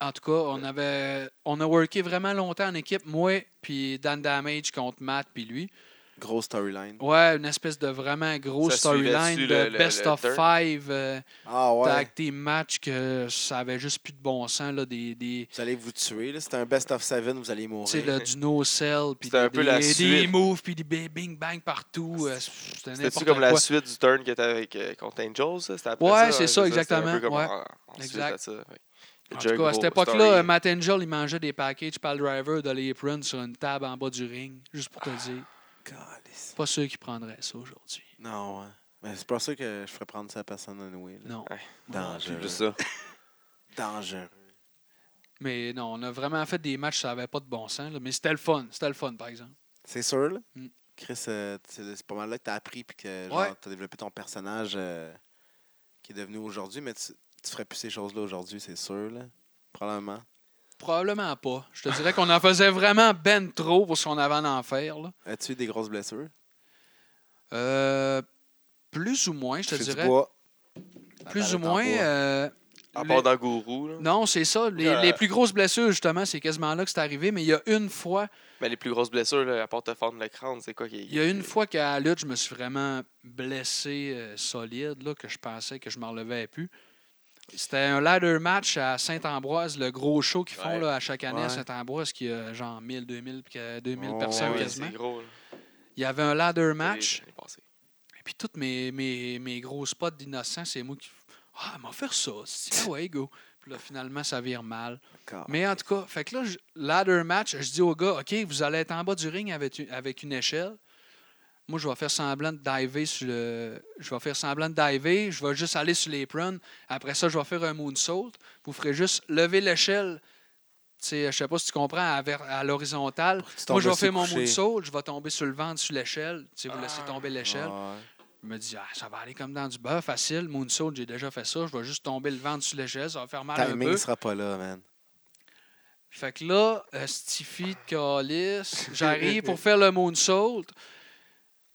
Speaker 4: En tout cas, on avait on a worké vraiment longtemps en équipe, moi, puis Dan Damage contre Matt, puis lui.
Speaker 2: gros storyline.
Speaker 4: Ouais, une espèce de vraiment grosse
Speaker 3: Ça suivait-tu
Speaker 4: storyline de
Speaker 3: le- le-
Speaker 4: best
Speaker 3: le
Speaker 4: of
Speaker 3: turn?
Speaker 4: five. euh,
Speaker 2: Ah ouais.
Speaker 4: tag team match que ça avait juste plus de bon sens. Là, des, des,
Speaker 2: Vous allez vous tuer là, c'est un best of seven, vous allez
Speaker 4: tu sais,
Speaker 2: mourir.
Speaker 4: là, du no-sell, puis
Speaker 3: C'était
Speaker 4: des,
Speaker 3: un peu la
Speaker 4: des- des
Speaker 3: suite.
Speaker 4: moves, puis des bi- bing-bang partout. euh, C'était n'importe
Speaker 3: C'était-tu comme la
Speaker 4: quoi.
Speaker 3: suite du turn que t'avais avec euh, contre Angels? ça? C'était après
Speaker 4: Ouais,
Speaker 3: hein,
Speaker 4: c'est ça,
Speaker 3: c'était un
Speaker 4: exactement,
Speaker 3: peu comme
Speaker 4: ouais.
Speaker 3: en- ensuite
Speaker 4: Exact.
Speaker 3: de ça, fait que
Speaker 4: En
Speaker 3: Jerk
Speaker 4: tout cas, à cette
Speaker 3: Bull
Speaker 4: époque-là,
Speaker 3: story.
Speaker 4: euh, Matt Angel, il mangeait des packages par driver de l'apron sur une table en bas du ring, juste pour te
Speaker 3: Ah.
Speaker 4: dire.
Speaker 2: Calisse.
Speaker 4: Pas sûr qu'il prendrait ça aujourd'hui.
Speaker 2: Non, ouais. Mais c'est pas sûr que je ferais prendre ça à personne anyway. là.
Speaker 4: Non.
Speaker 3: Ouais.
Speaker 2: Dangereux.
Speaker 3: Juste ça.
Speaker 2: Dangereux.
Speaker 4: Mais non, on a vraiment fait des matchs, ça n'avait pas de bon sens. là, mais c'était le fun. C'était le fun, par exemple.
Speaker 2: C'est sûr, là?
Speaker 4: Mm.
Speaker 2: OK. Chris, euh, tu sais, c'est pas mal là que t'as appris puis que
Speaker 4: Ouais.
Speaker 2: tu as développé ton personnage euh, qui est devenu aujourd'hui, mais tu, tu ferais plus ces choses-là aujourd'hui, c'est sûr, là. Probablement.
Speaker 4: Probablement pas. Je te dirais qu'on en faisait vraiment ben trop pour ce qu'on avait à en faire. là.
Speaker 2: As-tu eu des grosses blessures?
Speaker 4: Euh, plus ou moins, je te
Speaker 2: Fais du
Speaker 4: dirais.
Speaker 2: bois.
Speaker 4: Plus
Speaker 2: La
Speaker 4: ou
Speaker 2: palette en
Speaker 4: moins.
Speaker 2: bois.
Speaker 4: euh,
Speaker 3: À
Speaker 4: les-
Speaker 3: part dans Gourou, là.
Speaker 4: Non, c'est ça. Les,
Speaker 3: Euh.
Speaker 4: les plus grosses blessures, justement, c'est quasiment là que c'est arrivé. Mais il y a une fois,
Speaker 3: Mais les plus grosses blessures, là, à part te fendre le crâne, c'est quoi qui
Speaker 4: il y a une fois qu'à la lutte, je me suis vraiment blessé euh, solide, là, que je pensais que je m'en relevais plus. C'était un ladder match à Saint-Ambroise, le gros show qu'ils font
Speaker 3: Ouais.
Speaker 4: là, à chaque année à
Speaker 2: Ouais.
Speaker 4: Saint-Ambroise, qui a genre 1000, 2000, puis que 2000
Speaker 2: Oh,
Speaker 3: Ah
Speaker 4: euh, personnes
Speaker 3: oui,
Speaker 4: quasiment.
Speaker 3: c'est gros. là.
Speaker 4: Il y avait un ladder match.
Speaker 3: L'année passée.
Speaker 4: Et puis, tous mes, mes, mes gros spots d'innocent, c'est moi qui. Ah, m'a faire ça. c'est- Ah ouais, go. Puis là, finalement, ça vire mal.
Speaker 2: Encore.
Speaker 4: Mais en tout cas, fait que là, je- ladder match, je dis au gars, OK, vous allez être en bas du ring avec une, avec une échelle. Moi, je vais faire semblant de diver sur le. Je vais faire semblant de diver. Je vais juste aller sur les prunes. Après ça, je vais faire un moonsault. Vous ferez juste lever l'échelle. Tu sais, je sais pas si tu comprends, à, vers- à l'horizontale.
Speaker 2: Pour que tu
Speaker 4: Moi,
Speaker 2: tombes
Speaker 4: je vais
Speaker 2: assez
Speaker 4: faire mon
Speaker 2: couché.
Speaker 4: moonsault. Je vais tomber sur le ventre, sur l'échelle. Tu sais, vous laissez
Speaker 3: Ah.
Speaker 4: tomber l'échelle.
Speaker 2: Ouais.
Speaker 4: Je me dis, ah, ça va aller comme dans du beurre, facile. Moonsault, j'ai déjà fait ça. Je vais juste tomber le ventre sur l'échelle, ça va faire mal un
Speaker 2: Timing
Speaker 4: peu.
Speaker 2: sera pas là, man.
Speaker 4: Fait que là, euh, Stiffy de Calice, j'arrive pour faire le moonsault.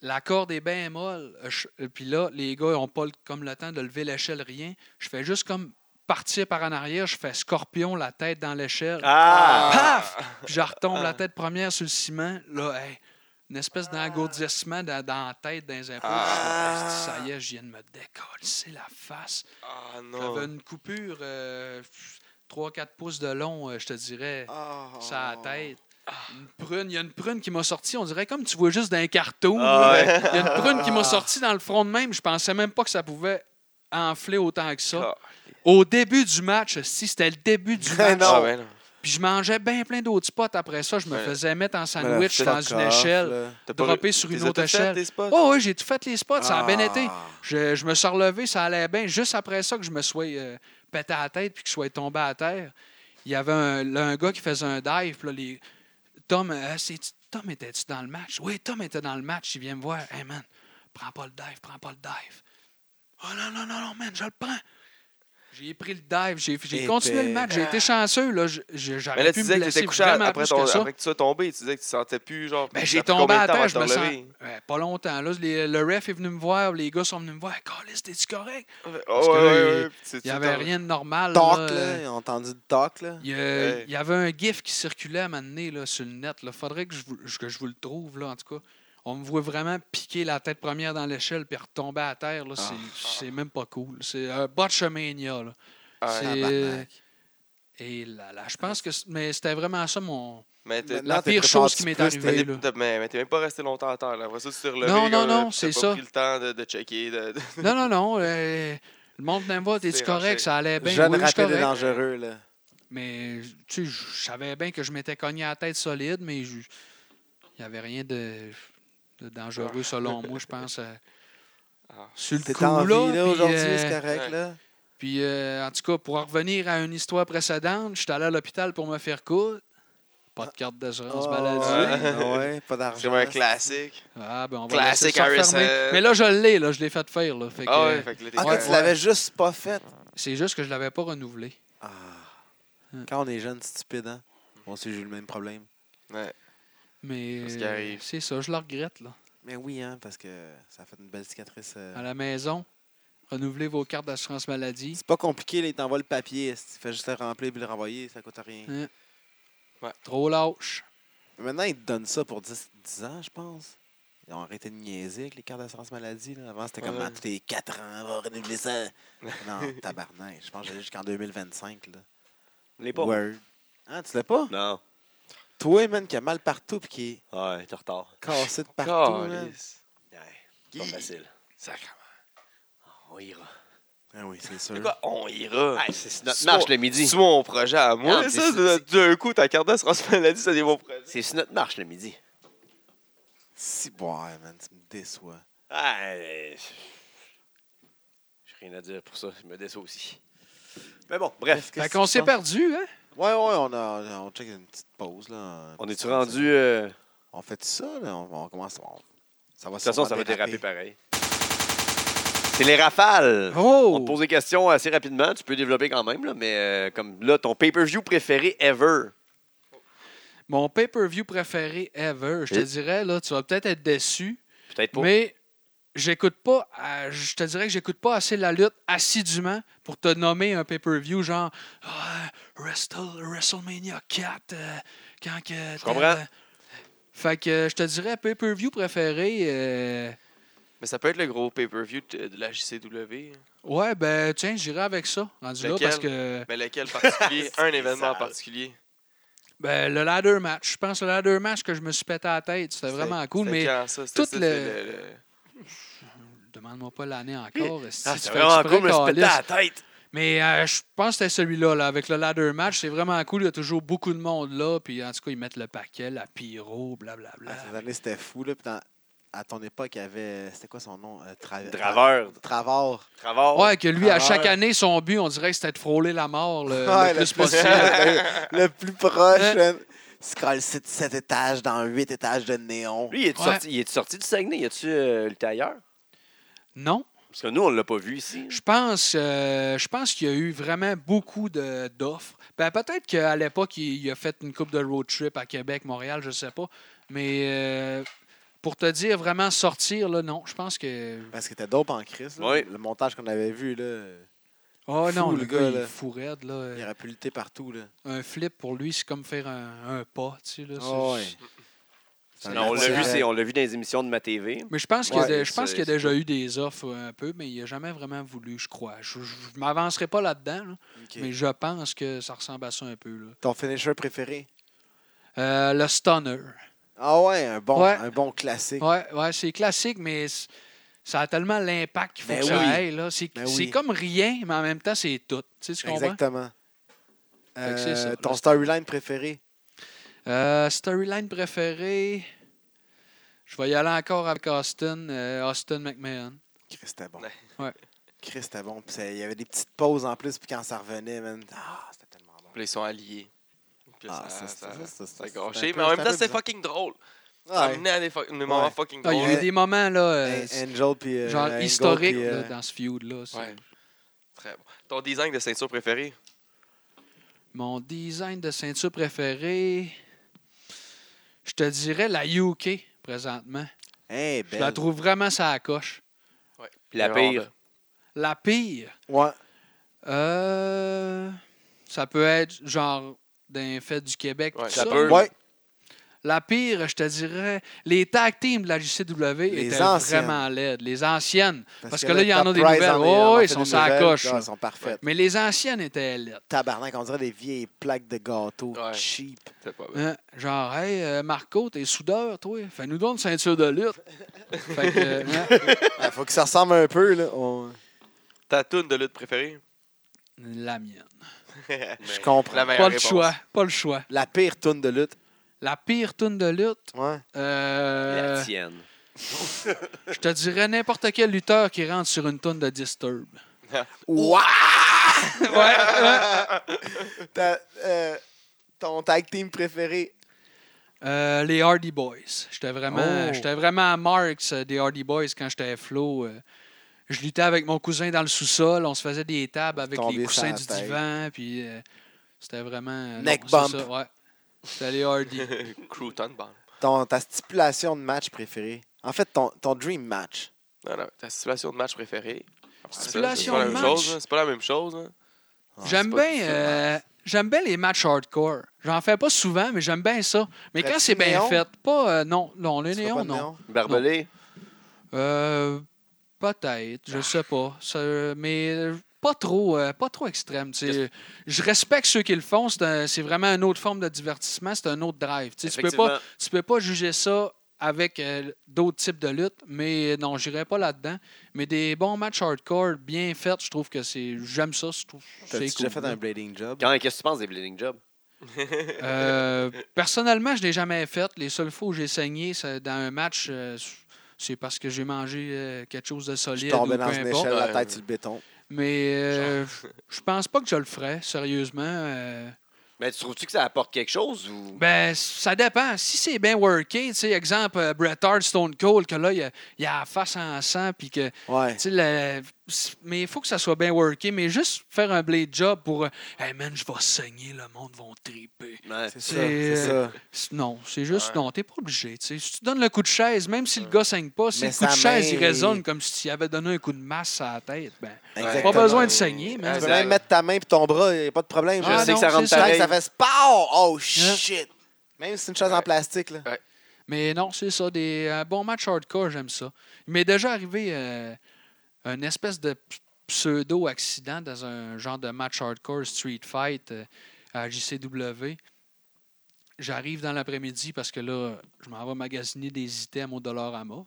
Speaker 4: La corde est bien molle. Euh, je- euh, Puis là, les gars n'ont pas le- comme le temps de lever l'échelle, rien. Je fais juste comme partir par en arrière. Je fais scorpion, la tête dans l'échelle.
Speaker 1: Ah!
Speaker 4: Paf! Puis je retombe la tête première sur le ciment. Là, hey, une espèce d'engourdissement dans, dans la tête, dans les épaules.
Speaker 3: Ah.
Speaker 4: Je me dis, Ça y est, je viens de me décoller. C'est la face.
Speaker 3: Ah
Speaker 4: J'avais
Speaker 3: non.
Speaker 4: une coupure euh, 3-4 pouces de long, euh, je te dirais,
Speaker 2: Ah.
Speaker 4: ça
Speaker 2: Oh.
Speaker 4: la tête. Une prune, il y a une prune qui m'a sorti, on dirait comme tu vois juste d'un carton.
Speaker 1: Ah ouais.
Speaker 4: Il y a une prune qui m'a sorti dans le front de même, je pensais même pas que ça pouvait enfler autant que ça.
Speaker 3: Ah,
Speaker 4: Au début du match, si c'était le début du match,
Speaker 3: ah ben non.
Speaker 4: puis je mangeais bien plein d'autres spots après ça. Je me
Speaker 3: Ouais.
Speaker 4: faisais mettre en
Speaker 2: Mais
Speaker 4: sandwich
Speaker 2: fuck
Speaker 4: dans une
Speaker 2: off,
Speaker 4: échelle.
Speaker 2: là.
Speaker 3: T'as
Speaker 4: Dropper sur une
Speaker 3: T'es
Speaker 4: autre
Speaker 3: auto-fait,
Speaker 4: échelle.
Speaker 3: tes spots?
Speaker 4: Oh oui, j'ai tout fait les spots, ça a bien
Speaker 2: Ah.
Speaker 4: été. Je, je me suis relevé, ça allait bien. Juste après ça que je me sois euh, pété à la tête puis que je sois tombé à terre, il y avait un, là, un gars qui faisait un dive. Puis là, les... Tom, euh, c'est- Tom était-tu dans le match? Oui, Tom était dans le match. Il vient me voir. Hey man, prends pas le dive, prends pas le dive. Oh non, non, non, non, man, je le prends. J'ai pris le dive, j'ai j'ai
Speaker 2: Épais.
Speaker 4: continué le match, j'ai été chanceux. là, je- je-
Speaker 3: Eh ben, ah. Mais
Speaker 4: J'aurais
Speaker 3: là, tu
Speaker 4: pu me
Speaker 3: disais que
Speaker 4: blesser
Speaker 3: t'étais couché
Speaker 4: vraiment
Speaker 3: après,
Speaker 4: plus
Speaker 3: ton,
Speaker 4: que ça.
Speaker 3: après que tu sois tombé. Tu disais que tu sentais plus, genre.
Speaker 4: Ben,
Speaker 3: ça
Speaker 4: j'ai
Speaker 3: fait
Speaker 4: tombé
Speaker 3: combien
Speaker 4: à
Speaker 3: de temps
Speaker 4: terre,
Speaker 3: avant
Speaker 4: je
Speaker 3: de
Speaker 4: me
Speaker 3: te
Speaker 4: sens.
Speaker 3: relever?
Speaker 4: Ouais, pas longtemps. Là, les- le ref est venu me voir, les gars sont venus me voir. Carlis, t'es-tu correct?
Speaker 3: Oh,
Speaker 4: que
Speaker 3: ouais,
Speaker 4: là,
Speaker 3: ouais,
Speaker 4: il-
Speaker 3: ouais, puis tu-
Speaker 4: Il n'y
Speaker 3: tu
Speaker 4: avait
Speaker 3: t'en-
Speaker 4: rien de normal.
Speaker 2: Talk,
Speaker 4: là.
Speaker 2: là. Ils ont entendu du talk, là.
Speaker 4: Euh, Il y, a-
Speaker 3: Hey.
Speaker 4: il y avait un gif qui circulait à un moment donné là, sur le net. Il faudrait que je, vous, que je vous le trouve, là, en tout cas. On me voit vraiment piquer la tête première dans l'échelle puis retomber à terre. là. C'est
Speaker 2: Ah.
Speaker 4: c'est même pas cool. C'est un botchamania. Là.
Speaker 3: Ah,
Speaker 4: C'est-
Speaker 2: Tabarnak.
Speaker 4: Et là, là, je pense que... c- Mais c'était vraiment ça, mon...
Speaker 3: Mais t'es-
Speaker 2: Maintenant,
Speaker 4: la
Speaker 2: t'es
Speaker 4: pire chose qui
Speaker 2: préparé-tu
Speaker 4: m'est
Speaker 2: plus, t'es-
Speaker 3: mais
Speaker 4: arrivée.
Speaker 3: t'es-
Speaker 4: là.
Speaker 3: t'as- mais- mais t'es même pas resté longtemps à terre. Là. Après ça, tu t'es relevé.
Speaker 4: Non,
Speaker 3: là,
Speaker 4: non, non,
Speaker 3: puis
Speaker 4: c'est
Speaker 3: t'as
Speaker 4: ça.
Speaker 3: pas pris le temps de, de checker. de- de-
Speaker 4: Non, non, non. euh, le monde venait me voir, t'es-tu
Speaker 3: C'est
Speaker 4: correct?
Speaker 3: raché.
Speaker 4: Ça allait bien.
Speaker 2: Jeune
Speaker 4: Oui, je
Speaker 2: rapide
Speaker 4: suis
Speaker 2: et
Speaker 4: correct.
Speaker 2: dangereux, là.
Speaker 4: Mais tu sais, je savais bien que je m'étais cogné à la tête solide, mais je- il n'y avait rien de, de dangereux selon moi, je pense. euh,
Speaker 3: Ah.
Speaker 4: Sur le
Speaker 2: T'es
Speaker 4: coup,
Speaker 2: en
Speaker 4: là,
Speaker 2: vie,
Speaker 4: puis,
Speaker 2: là, aujourd'hui,
Speaker 4: euh,
Speaker 2: c'est
Speaker 3: ouais.
Speaker 2: correct, là.
Speaker 4: puis, euh, en tout cas, pour en revenir à une histoire précédente, je suis allé à l'hôpital pour me faire coudre. Pas de carte d'assurance
Speaker 2: Oh,
Speaker 4: maladie.
Speaker 2: ouais, ouais, pas d'argent.
Speaker 3: C'est comme un classique.
Speaker 4: Ah, ben, on va
Speaker 3: Classic
Speaker 4: laisser ça
Speaker 3: Harrison.
Speaker 4: refermer. Mais là, je l'ai, là, je l'ai fait faire. là. Fait que,
Speaker 3: Ah
Speaker 4: euh,
Speaker 3: ouais, fait que là, t'es
Speaker 2: Ah, quand
Speaker 4: Ouais,
Speaker 2: tu
Speaker 3: correct.
Speaker 4: ouais.
Speaker 2: l'avais juste pas fait.
Speaker 4: C'est juste que je ne l'avais pas renouvelé.
Speaker 2: Ah. Quand on est jeune, stupide, hein? Moi aussi, j'ai eu le même problème.
Speaker 3: Ouais.
Speaker 4: Mais
Speaker 3: C'est ce qui
Speaker 4: euh,
Speaker 3: arrive.
Speaker 4: c'est ça, je le regrette. Là.
Speaker 2: Mais oui, hein, parce que ça fait une belle cicatrice. euh.
Speaker 4: À la maison, renouvelez vos cartes d'assurance maladie.
Speaker 2: C'est pas compliqué, là, il t'envoie le papier. Tu fais juste le remplir puis le renvoyer, ça coûte rien.
Speaker 4: Trop lâche.
Speaker 2: Mais Maintenant, ils te donnent ça pour 10, 10 ans, je pense. Ils ont arrêté de niaiser avec les cartes d'assurance maladie. Là. Avant, c'était comme
Speaker 3: Ouais.
Speaker 2: à tous les 4 ans, on va renouveler ça. non, tabarnak. Je pense que j'allais jusqu'en 2025. Là.
Speaker 1: Je l'ai pas.
Speaker 2: Word. Ah, tu l'as pas?
Speaker 1: Non.
Speaker 2: Toi, man, qui a mal partout puis qui est
Speaker 1: Ouais, t'es en retard.
Speaker 2: cassé de partout. man.
Speaker 3: Calisse.
Speaker 1: Pas
Speaker 3: Hi.
Speaker 1: facile.
Speaker 3: Sacrément.
Speaker 1: On ira.
Speaker 2: Ah oui, c'est
Speaker 3: C'est
Speaker 1: Eh
Speaker 2: sûr.
Speaker 1: ben.
Speaker 3: quoi? On ira.
Speaker 1: Hey, c'est notre marche le midi.
Speaker 3: C'est mon projet à
Speaker 1: Ah,
Speaker 3: moi.
Speaker 1: mais c'est-
Speaker 3: ça,
Speaker 1: c'est-
Speaker 3: d'un coup, ta carte d'assurance maladie, ça devient mon projet.
Speaker 1: C'est sur notre marche le midi.
Speaker 2: Si, boire, man, tu me déçois.
Speaker 1: Hey, J'ai rien à dire pour ça. Je me déçois aussi. Mais bon, bref.
Speaker 4: Fait qu'on s'est perdu, hein?
Speaker 2: Ouais, ouais, on, a, on check une petite pause. là.
Speaker 1: On est-tu rendu. euh,
Speaker 2: On fait ça, là? On, on commence. On, Ça
Speaker 1: De
Speaker 2: va
Speaker 1: toute façon, ça va déraper pareil. C'est les rafales. On te
Speaker 4: Oh!
Speaker 1: pose des questions assez rapidement. Tu peux développer quand même, là, mais euh, comme là, ton pay-per-view préféré ever.
Speaker 4: Mon pay-per-view préféré ever, je te
Speaker 1: Et-
Speaker 4: dirais, là, tu vas peut-être être déçu,
Speaker 1: Peut-être pas.
Speaker 4: mais j'écoute pas, euh, je te dirais que j'écoute pas assez la lutte assidûment pour te nommer un pay-per-view genre Ah, Wrestle- WrestleMania 4, euh, quand que. Je
Speaker 1: comprends.
Speaker 4: Fait que euh, je te dirais pay-per-view préféré. euh,
Speaker 3: Mais ça peut être le gros pay-per-view de de la JCW.
Speaker 4: Ouais, ben tiens, j'irai avec ça, rendu là,
Speaker 3: Lequel?
Speaker 4: parce que
Speaker 3: Mais lequel particulier Un événement en
Speaker 2: sale.
Speaker 3: particulier.
Speaker 4: ben, le ladder match, je pense le ladder match que je me suis pété à la tête, c'était vraiment cool,
Speaker 3: C'était
Speaker 4: mais
Speaker 3: quand, ça? C'était
Speaker 4: tout
Speaker 3: ça,
Speaker 4: le-
Speaker 3: c'est le- le-
Speaker 4: demande-moi pas l'année encore. esti,
Speaker 1: Ah,
Speaker 4: tu
Speaker 1: c'est
Speaker 4: fais
Speaker 1: vraiment
Speaker 4: exprès,
Speaker 1: cool, mais c'est
Speaker 4: câlisse.
Speaker 1: pété à la tête.
Speaker 4: Mais euh, je pense que c'était celui-là, là, avec le ladder match. C'est vraiment cool. Il y a toujours beaucoup de monde là. Puis en tout cas, ils mettent le paquet, la pyro, blablabla.
Speaker 2: Cette année, c'était fou. Là, puis dans- à ton époque, il y avait. C'était quoi son nom Euh, Tra-
Speaker 1: Draveur.
Speaker 2: Travard.
Speaker 1: Travers.
Speaker 4: ouais, que lui, à
Speaker 2: Ah
Speaker 4: chaque
Speaker 2: ouais.
Speaker 4: année, son but, on dirait que c'était de frôler la mort le, le
Speaker 2: Ouais,
Speaker 4: plus possible.
Speaker 2: le- le plus proche. hein. Scroll 7 étages dans 8 étages de néon.
Speaker 1: Lui, il est-tu
Speaker 4: Ouais.
Speaker 1: sorti, il est-tu sorti du Saguenay? Il est-tu euh, lutté ailleurs?
Speaker 4: non,
Speaker 1: Parce que nous, on l'a pas vu ici.
Speaker 4: je pense, euh, je pense qu'il y a eu vraiment beaucoup de- d'offres. Ben, Peut-être qu'à l'époque, il, il a fait une coupe de road trip à Québec, Montréal, je sais pas. Mais euh, pour te dire vraiment sortir, là, non, je pense que.
Speaker 2: Parce que t'es dope en crise. là.
Speaker 1: Ouais.
Speaker 2: Le montage qu'on avait vu, là,
Speaker 4: Oh
Speaker 2: Fou,
Speaker 4: non, le,
Speaker 2: le
Speaker 4: gars,
Speaker 2: gars,
Speaker 4: il est
Speaker 2: là.
Speaker 4: fou raide, là.
Speaker 2: il aurait pu lutter partout. Là.
Speaker 4: un flip pour lui, c'est comme faire un, un pas, tu sais. Là, c'est-
Speaker 2: Ah ouais.
Speaker 4: c'est-
Speaker 2: Non,
Speaker 1: Non, on l'a vu,
Speaker 2: Ouais.
Speaker 1: c'est- on l'a vu dans les émissions de ma TV.
Speaker 4: Mais je pense qu'il y a
Speaker 2: Ouais,
Speaker 4: des- je pense
Speaker 1: c'est-
Speaker 4: qu'il y a
Speaker 1: c'est
Speaker 4: déjà eu des offres euh, un peu, mais il n'a jamais vraiment voulu, je crois. Je ne m'avancerai pas là-dedans, là,
Speaker 2: Ok.
Speaker 4: mais je pense que ça ressemble à ça un peu. là.
Speaker 2: Ton finisher préféré
Speaker 4: Euh, le stunner.
Speaker 2: Ah ouais, un bon,
Speaker 4: Ouais.
Speaker 2: Un bon classique.
Speaker 4: Ouais, ouais, c'est classique, mais c- ça a tellement l'impact qu'il faut
Speaker 2: Ben
Speaker 4: que ça
Speaker 2: oui.
Speaker 4: aille. là. C'est
Speaker 2: Ben
Speaker 4: c'est
Speaker 2: oui.
Speaker 4: comme rien, mais en même temps, c'est tout. Tu sais, tu comprends?
Speaker 2: Exactement.
Speaker 4: Fait que c'est
Speaker 2: Euh,
Speaker 4: ça,
Speaker 2: ton
Speaker 4: là.
Speaker 2: storyline préféré
Speaker 4: Euh, storyline préférée, je vais y aller encore avec Austin, euh, Austin McMahon.
Speaker 2: Chris, c'était bon.
Speaker 4: Ouais.
Speaker 2: Chris, c'était bon. Puis ça- il y avait des petites pauses en plus, puis quand ça revenait, man. Ah, c'était tellement bon.
Speaker 3: Puis là, ils sont alliés. Puis là,
Speaker 2: Ah,
Speaker 3: ça,
Speaker 2: ça,
Speaker 3: ça,
Speaker 2: ça, ça,
Speaker 3: ça,
Speaker 2: ça,
Speaker 3: a
Speaker 2: ça,
Speaker 3: gâché.
Speaker 2: c'est un
Speaker 3: Mais en
Speaker 2: peu-
Speaker 3: même
Speaker 2: c'est
Speaker 3: temps,
Speaker 2: un peu
Speaker 3: c'était
Speaker 2: bizarre.
Speaker 3: fucking drôle. Ça
Speaker 2: Ouais.
Speaker 3: amenait à des, fuck- des moments
Speaker 2: Ouais.
Speaker 3: fucking
Speaker 4: Ah, il y a
Speaker 3: drôles.
Speaker 4: eu des moments là, euh,
Speaker 2: An- Angel, puis. euh,
Speaker 4: genre
Speaker 2: Angle,
Speaker 4: historiques
Speaker 2: puis,
Speaker 4: là,
Speaker 2: euh,
Speaker 4: dans ce feud là. c'est-
Speaker 3: Ouais. Très bon. Ton design de ceinture préféré?
Speaker 4: Mon design de ceinture préféré, je te dirais la UK présentement.
Speaker 2: hey, Ben.
Speaker 4: Je la
Speaker 2: belle.
Speaker 4: trouve vraiment ça à coche.
Speaker 1: Puis la
Speaker 3: Le
Speaker 1: pire.
Speaker 4: La pire,
Speaker 2: Ouais.
Speaker 4: euh, ça peut être genre d'un fait du Québec.
Speaker 3: Ouais,
Speaker 4: tout
Speaker 3: ça
Speaker 4: ça.
Speaker 3: peut.
Speaker 2: Ouais.
Speaker 4: La pire, je te dirais, les tag teams de la JCW
Speaker 2: Les
Speaker 4: étaient
Speaker 2: anciennes.
Speaker 4: vraiment laides. Les anciennes. Parce, que, là,
Speaker 2: le
Speaker 4: il y en a
Speaker 2: Top
Speaker 4: des
Speaker 2: Prize
Speaker 4: nouvelles.
Speaker 2: en est- en
Speaker 4: Oh,
Speaker 2: a
Speaker 4: oui, ils
Speaker 2: fait
Speaker 4: sont
Speaker 2: des
Speaker 4: ça à
Speaker 2: nouvelles.
Speaker 4: coche.
Speaker 2: Ah,
Speaker 4: là.
Speaker 2: Ils sont parfaits.
Speaker 4: Mais les anciennes étaient laides.
Speaker 2: Tabarnak, on dirait des vieilles plaques de gâteau
Speaker 3: Ouais.
Speaker 2: cheap.
Speaker 3: C'était pas bien.
Speaker 4: Hein, genre, hey, euh, Marco, t'es soudeur, toi. Fais-nous donc une ceinture de lutte. fait que, euh, hein,
Speaker 2: Il faut que ça ressemble un peu, là. On-
Speaker 3: Ta toune de lutte préférée?
Speaker 4: la mienne.
Speaker 2: Je comprends. La,
Speaker 3: La meilleure
Speaker 4: Pas le
Speaker 3: réponse.
Speaker 4: choix. Pas le choix.
Speaker 2: pire toune de lutte.
Speaker 4: La pire tune de lutte,
Speaker 2: Ouais.
Speaker 4: euh,
Speaker 1: La tienne.
Speaker 4: je te dirais n'importe quel lutteur qui rentre sur une tune de Disturb.
Speaker 2: Ouah!
Speaker 4: ouais, ouais.
Speaker 2: Ta- euh, ton tag team préféré?
Speaker 4: Euh, les Hardy Boys. J'étais vraiment,
Speaker 2: Oh.
Speaker 4: j'étais vraiment à Marks euh, des Hardy Boys quand j'étais à Flo. euh, je luttais avec mon cousin dans le sous-sol. On se faisait des tables avec les
Speaker 2: tombiez
Speaker 4: coussins
Speaker 2: sur la
Speaker 4: du
Speaker 2: tête.
Speaker 4: divan. Puis euh, c'était vraiment. euh,
Speaker 2: Neck
Speaker 4: c'est
Speaker 2: bump.
Speaker 4: ça, ouais. C'était les Hardy.
Speaker 3: Crouton, bon.
Speaker 2: Ton, ta stipulation de match préférée? En fait, ton, ton dream match.
Speaker 3: Non, non, ta situation de match préférée. Après ça, c'est
Speaker 4: Stipulation
Speaker 3: pas la
Speaker 4: de
Speaker 3: même
Speaker 4: match.
Speaker 3: chose, hein. C'est pas la même chose. hein.
Speaker 4: J'aime
Speaker 3: c'est pas
Speaker 4: bien,
Speaker 3: difficile.
Speaker 4: euh, j'aime bien les matchs hardcore. J'en fais pas souvent, mais j'aime bien ça. Mais quand
Speaker 2: Ferais-tu
Speaker 4: c'est bien
Speaker 2: néon?
Speaker 4: fait, pas. euh, non, non, le
Speaker 2: Tu feras
Speaker 4: néon,
Speaker 2: pas de
Speaker 4: non.
Speaker 2: néon?
Speaker 1: Barbelé.
Speaker 4: Euh, Peut-être, je sais pas. Ça- mais euh, pas trop, euh, pas trop extrême. tu sais. Je respecte ceux qui le font. C'est un- c'est vraiment une autre forme de divertissement. C'est un autre drive. tu sais. Tu peux pas,
Speaker 1: Effectivement.
Speaker 4: tu peux pas juger ça avec euh, d'autres types de luttes, mais non, j'irai pas là-dedans. Mais des bons matchs hardcore bien faits, je trouve que c'est, j'aime ça. Je trouve
Speaker 2: T'as-tu
Speaker 4: c'est
Speaker 2: déjà
Speaker 4: cool,
Speaker 2: fait
Speaker 4: là.
Speaker 2: un blading job?
Speaker 1: Quand, qu'est-ce que tu penses des Bleeding Jobs?
Speaker 4: Euh, personnellement, je ne l'ai jamais fait. Les seules fois où j'ai saigné c'est dans un match, euh, c'est parce que j'ai mangé euh, quelque chose de
Speaker 2: Je
Speaker 4: solide. ou
Speaker 2: tombais
Speaker 4: peu
Speaker 2: dans une
Speaker 4: importe. euh,
Speaker 2: échelle, la
Speaker 3: Ouais.
Speaker 2: tête sur le béton.
Speaker 4: Mais euh, je pense pas que je le ferais, sérieusement. Euh,
Speaker 1: Mais tu trouves-tu que ça apporte quelque chose ou.
Speaker 4: Ben, ça dépend. Si c'est bien worké, tu sais, exemple, euh, Bret Hart, Stone Cold, que là, il a, il a la face en sang, puis que, tu
Speaker 2: Ouais.
Speaker 4: sais, la- mais il faut que ça soit bien worké, mais juste faire un blade job pour, euh, hey man, je vais saigner, le monde va triper.
Speaker 1: Ouais.
Speaker 2: C'est ça.
Speaker 4: Ben, C'est-
Speaker 2: C'est ça.
Speaker 4: C'est- Non, c'est juste,
Speaker 3: Ouais.
Speaker 4: non, t'es pas obligé, tu sais. Si tu donnes le coup de chaise, même si le gars saigne pas, si
Speaker 2: Mais
Speaker 4: le coup de
Speaker 2: sa
Speaker 4: chaise, il
Speaker 2: main-
Speaker 4: résonne comme si tu y avais donné un coup de masse à la tête, ben,
Speaker 2: Exactement.
Speaker 4: pas besoin de saigner,
Speaker 2: Tu
Speaker 4: man.
Speaker 2: peux
Speaker 3: Exact.
Speaker 2: même mettre ta main et ton bras, il n'y a pas de problème.
Speaker 3: Je
Speaker 4: Ah,
Speaker 3: sais
Speaker 4: non,
Speaker 3: que ça rentre
Speaker 4: c'est ça.
Speaker 2: Tant que
Speaker 3: pareil.
Speaker 2: ça fait SPOW! Oh shit! Même si c'est une chaise en plastique, là.
Speaker 4: Mais non, c'est ça. Des euh, bons matchs hardcore, j'aime ça. Il m'est déjà arrivé euh, une espèce de p- pseudo-accident dans un genre de match hardcore street fight euh, à JCW. J'arrive dans l'après-midi parce que là, je m'en vais magasiner des items au Dollarama.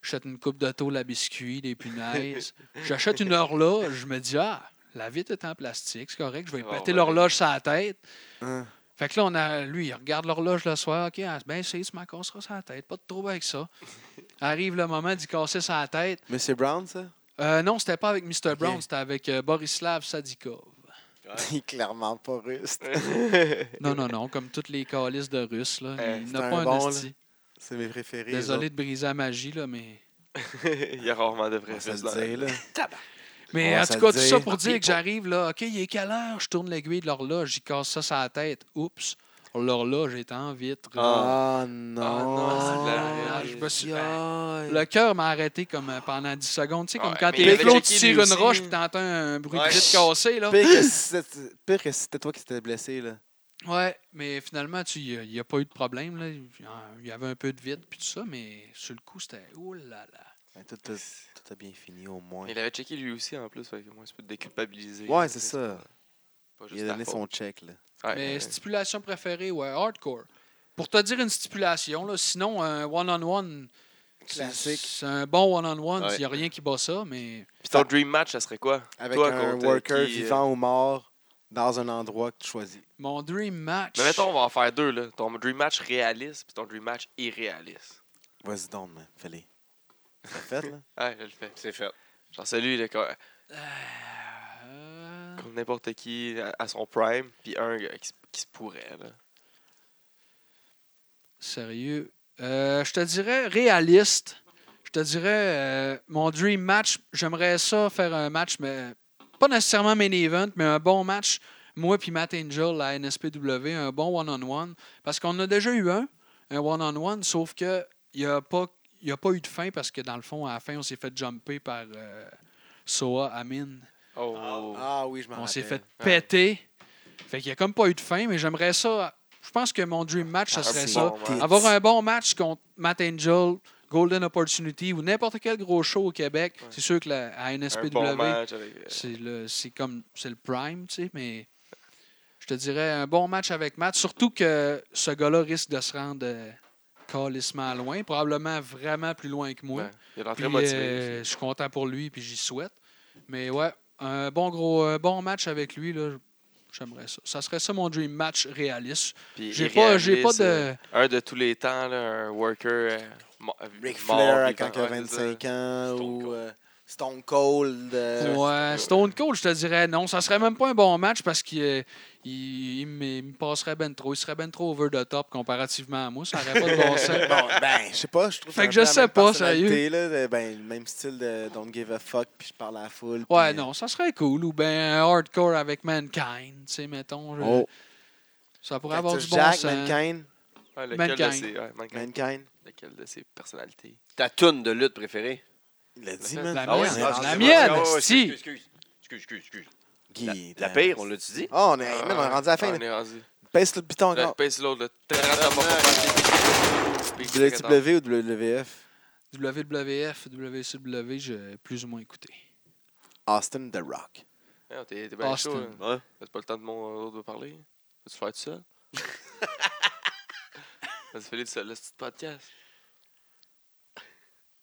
Speaker 4: J'achète une coupe de tôle à biscuits, des punaises. J'achète une horloge. Je me dis, ah, la vitre est en plastique, c'est correct. Je vais
Speaker 3: Oh,
Speaker 4: péter
Speaker 3: ouais.
Speaker 4: l'horloge sur la tête.
Speaker 2: Hein.
Speaker 4: Fait que là, on a, lui, il regarde l'horloge le soir. OK, ah, ben, c'est, tu m'en casseras sur la tête. Pas de trouble avec ça. Arrive le moment d'y casser sur la tête.
Speaker 2: Monsieur Brown, ça?
Speaker 4: Euh, non, c'était pas avec Mr. Brown, c'était avec euh, Borislav Sadikov.
Speaker 2: Il est clairement pas russe.
Speaker 4: Non, non, non, comme toutes les calices de Russes, là.
Speaker 3: Euh,
Speaker 4: il
Speaker 2: c'est
Speaker 4: n'a
Speaker 2: un
Speaker 4: pas un
Speaker 2: bon,
Speaker 4: esti.
Speaker 2: C'est mes préférés.
Speaker 4: Désolé de briser la magie, là, mais.
Speaker 3: Il y a rarement de vrais
Speaker 2: Ça
Speaker 3: Russes dans
Speaker 2: le dit, là.
Speaker 4: Mais
Speaker 2: Ouais,
Speaker 4: en
Speaker 2: ça
Speaker 4: tout cas,
Speaker 2: le
Speaker 4: tout
Speaker 2: dit.
Speaker 4: ça pour dire que j'arrive là, OK, il est quelle heure? Je tourne l'aiguille de l'horloge, j'y casse ça sur la tête. Oups, l'horloge est en vitre.
Speaker 3: Ah.
Speaker 2: Oh
Speaker 3: non, c'est de la
Speaker 2: non!
Speaker 3: merde.
Speaker 4: Ah, je me suis- Ah,
Speaker 2: Aïe.
Speaker 4: Le cœur m'a arrêté comme euh, pendant 10 secondes. Tu sais, comme
Speaker 3: Ouais,
Speaker 4: quand
Speaker 3: mais il
Speaker 4: t'es
Speaker 3: avait
Speaker 4: clos, tu
Speaker 3: checké lui
Speaker 4: tires une
Speaker 3: aussi.
Speaker 4: roche et t'entends un bruit
Speaker 1: Ouais.
Speaker 4: de vite cassé. Là.
Speaker 2: Pire que si c'était- Pire que si c'était toi qui t'étais blessé, là.
Speaker 4: Ouais, mais finalement, tu, il n'y a, pas eu de problème. Là. Il y avait un peu de vide puis tout ça, mais sur le coup, c'était oh là là.
Speaker 2: Ben, Tout a tout a bien fini, au moins.
Speaker 3: Il avait checké lui aussi en plus, fait que moi, tu peux te déculpabiliser.
Speaker 2: Ouais, c'est ça.
Speaker 3: Pas juste
Speaker 2: Il a
Speaker 3: ta
Speaker 2: donné
Speaker 3: faute.
Speaker 2: son check, là.
Speaker 3: Ouais,
Speaker 4: mais
Speaker 3: ouais.
Speaker 4: stipulation préférée, ouais, hardcore. Pour te dire une stipulation, là, sinon, un one-on-one, c'est-
Speaker 2: Classique.
Speaker 4: c'est un bon one-on-one. Il
Speaker 1: Ouais.
Speaker 4: n'y a rien qui bat ça, mais
Speaker 3: Puis ton dream match, ça serait quoi
Speaker 2: Avec
Speaker 3: Toi,
Speaker 2: un
Speaker 3: contre, euh,
Speaker 2: worker
Speaker 3: qui, euh,
Speaker 2: vivant ou mort dans un endroit que tu choisis.
Speaker 4: mon dream match.
Speaker 3: Mais mettons, on va en faire deux, là. Ton dream match réaliste, puis ton dream match irréaliste.
Speaker 2: Vas-y donc, man. Fais-les. C'est fait, là.
Speaker 3: Ouais, je le fais.
Speaker 1: C'est fait.
Speaker 3: Genre celui, là, qu'on-
Speaker 4: Euh,
Speaker 3: contre n'importe qui à- à son prime, puis un euh, qui, se- qui se pourrait, là.
Speaker 4: Sérieux. Euh, je te dirais réaliste. Je te dirais euh, mon dream match. J'aimerais ça faire un match, mais pas nécessairement main event, mais un bon match. Moi puis Matt Angel à NSPW, un bon one-on-one. Parce qu'on a déjà eu un, un one-on-one, sauf que il n'y a, pas- il y a pas eu de fin parce que dans le fond, à la fin, on s'est fait jumper par euh, Soa Amin.
Speaker 3: Oh.
Speaker 2: Ah oui, je m'en
Speaker 4: On s'est fait
Speaker 2: rappelle.
Speaker 4: péter. Fait qu'il n'y a comme pas eu de fin, mais j'aimerais ça. Je pense que mon dream match, ça
Speaker 3: Ah,
Speaker 4: serait
Speaker 2: c'est
Speaker 4: ça.
Speaker 2: bon,
Speaker 3: Pete.
Speaker 2: man.
Speaker 4: Avoir un bon match contre Matt Angel, Golden Opportunity ou n'importe quel gros show au Québec,
Speaker 3: Ouais.
Speaker 4: c'est sûr que la, à
Speaker 3: Un
Speaker 4: NSPW,
Speaker 3: bon match avec... euh,
Speaker 4: c'est le c'est comme c'est le prime, tu sais, mais je te dirais un bon match avec Matt, surtout que ce gars-là risque de se rendre euh, calissement loin, probablement vraiment plus loin que moi.
Speaker 3: ouais. Il a l'air
Speaker 4: Puis,
Speaker 3: très motivé.
Speaker 4: euh,
Speaker 3: aussi.
Speaker 4: je suis content pour lui puis j'y souhaite. Mais ouais, un bon gros un bon match avec lui là, j'aimerais ça. Ça serait ça mon dream match réaliste.
Speaker 3: Puis
Speaker 4: J'ai pas j'ai pas
Speaker 3: irréaliste, euh,
Speaker 4: de
Speaker 3: un de tous les temps, là, un worker. euh, mo- euh,
Speaker 2: Ric
Speaker 3: mort
Speaker 2: Flair à
Speaker 3: vivant.
Speaker 2: quand il a
Speaker 3: Ouais, c'est ça.
Speaker 2: 25 ans
Speaker 3: Stone
Speaker 2: ou euh, Stone
Speaker 3: Cold.
Speaker 2: Cold. euh,
Speaker 4: Ouais, Stone Cold, je te dirais non. Ça serait même pas un bon match parce qu'il euh, il, il me il me passerait ben trop. Il serait ben trop over the top comparativement à moi. Ça n'aurait pas de bon sens.
Speaker 2: Bon, ben, je sais pas, je trouve
Speaker 4: Fait
Speaker 2: c'est
Speaker 4: que
Speaker 2: un
Speaker 4: je
Speaker 2: peu la
Speaker 4: sais
Speaker 2: même
Speaker 4: pas,
Speaker 2: personnalité, Là, de- ben, le même style de Don't Give a Fuck, puis je parle à la foule.
Speaker 4: Ouais,
Speaker 2: puis-
Speaker 4: non, ça serait cool. Ou ben un hardcore avec Mankind, tu sais, mettons. je-
Speaker 2: Oh,
Speaker 4: Ça pourrait avoir du
Speaker 2: Cactus
Speaker 4: bon
Speaker 2: Jack,
Speaker 4: sens.
Speaker 2: Mankind,
Speaker 3: Ouais, lequel, de
Speaker 4: Mankind.
Speaker 3: ses, ouais, Mankind.
Speaker 2: Mankind.
Speaker 3: Lequel de ses personnalités
Speaker 1: Ta toune de lutte préférée?
Speaker 2: Il l'a dit,
Speaker 3: La
Speaker 2: man.
Speaker 4: mienne.
Speaker 2: On est
Speaker 4: La
Speaker 2: rendu là.
Speaker 4: mienne.
Speaker 1: Ah ouais, ouais,
Speaker 4: si.
Speaker 1: Excuse, excuse, excuse, excuse. La,
Speaker 2: Guy,
Speaker 1: la pire, on l'a-tu dit?
Speaker 2: Ah, on est hey, man, on est rendu à la fin.
Speaker 3: On
Speaker 2: là.
Speaker 3: est rendu.
Speaker 2: Pèse le piton
Speaker 3: Le
Speaker 2: encore.
Speaker 3: pince l'autre, le terrain pas
Speaker 2: WWE ou WWF?
Speaker 4: WWF, WCW, j'ai plus ou moins écouté.
Speaker 2: Austin The Rock.
Speaker 3: Eh, T'es t'es
Speaker 1: Ah,
Speaker 3: bien
Speaker 4: Austin.
Speaker 3: chaud. là.
Speaker 1: Ouais.
Speaker 3: T'as pas le temps de mon euh, l'autre de parler. Vas-tu faire tout seul? Vas-y, fais-le tout seul, le petit podcast.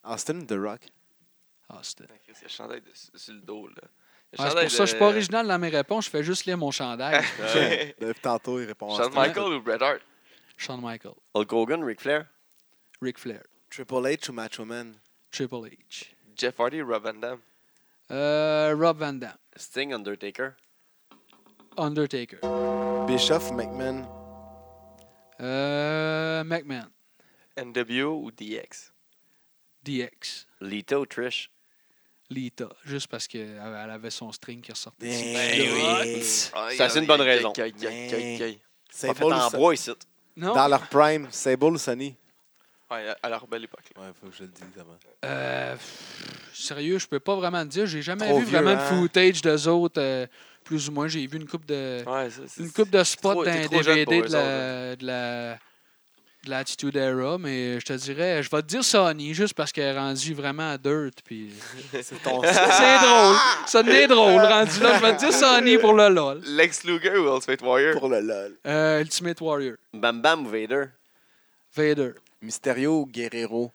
Speaker 2: Austin The Rock.
Speaker 4: Austin.
Speaker 3: Ah, Chris, Il y a le chandail de- sur sur le dos, là. Il y a
Speaker 4: Ouais,
Speaker 3: le
Speaker 4: Ah, c'est pour
Speaker 3: chandail
Speaker 4: ça que je suis
Speaker 3: de-
Speaker 4: pas original dans mes réponses. Je fais juste lire mon chandail.
Speaker 2: Ouais. Depuis tantôt, il répond
Speaker 3: Shawn
Speaker 2: Austin.
Speaker 3: Michael ou Bret Hart?
Speaker 4: Shawn Michael,
Speaker 1: Hulk Hogan, Ric Flair?
Speaker 4: Ric Flair,
Speaker 2: Triple H ou Macho Man?
Speaker 4: Triple H,
Speaker 3: Jeff Hardy ou Rob Van Damme?
Speaker 4: euh, Rob Van Dam.
Speaker 1: Sting, Undertaker?
Speaker 4: Undertaker.
Speaker 2: Bischoff, McMahon,
Speaker 4: Euh, McMahon.
Speaker 3: NWO ou DX?
Speaker 4: DX.
Speaker 1: Lito, Trish.
Speaker 4: Lita. Juste parce qu'elle avait son string qui ressortait.
Speaker 2: Ben
Speaker 4: What?
Speaker 2: oui.
Speaker 1: Ça, c'est une bonne raison.
Speaker 3: Aïe, aïe, aïe, aïe, aïe.
Speaker 1: Pas
Speaker 2: Sable
Speaker 1: fait en
Speaker 2: Son-
Speaker 1: bois ici.
Speaker 4: Non.
Speaker 2: Dans leur prime, Sable ou Sonny?
Speaker 3: Ouais, à leur belle époque. là.
Speaker 2: Ouais, faut que je le dise avant.
Speaker 4: Euh, pff, sérieux, je peux pas vraiment te dire. J'ai jamais
Speaker 2: Trop
Speaker 4: vu
Speaker 2: vieux,
Speaker 4: vraiment
Speaker 2: hein?
Speaker 4: de footage d'eux autres. euh, plus ou moins, j'ai vu une coupe de
Speaker 3: Ouais, ça, Ah, c'est-
Speaker 4: une coupe de spots
Speaker 3: trop-
Speaker 4: dans
Speaker 3: t'es
Speaker 4: les
Speaker 3: trop jeune
Speaker 4: DVD
Speaker 3: pour
Speaker 4: de
Speaker 3: eux
Speaker 4: la, de la de l'Attitude Era, mais je te dirais, je vais te dire Sony juste parce qu'elle est rendue vraiment à dirt. Puis...
Speaker 2: C'est ton
Speaker 4: C'est drôle. Ça devenait drôle rendu là. Je vais te dire Sony pour le LOL.
Speaker 3: Lex Luger ou Ultimate Warrior?
Speaker 2: pour le LOL.
Speaker 4: Euh, Ultimate Warrior.
Speaker 1: Bam Bam ou Vader.
Speaker 4: Vader.
Speaker 2: Mysterio ou Guerrero?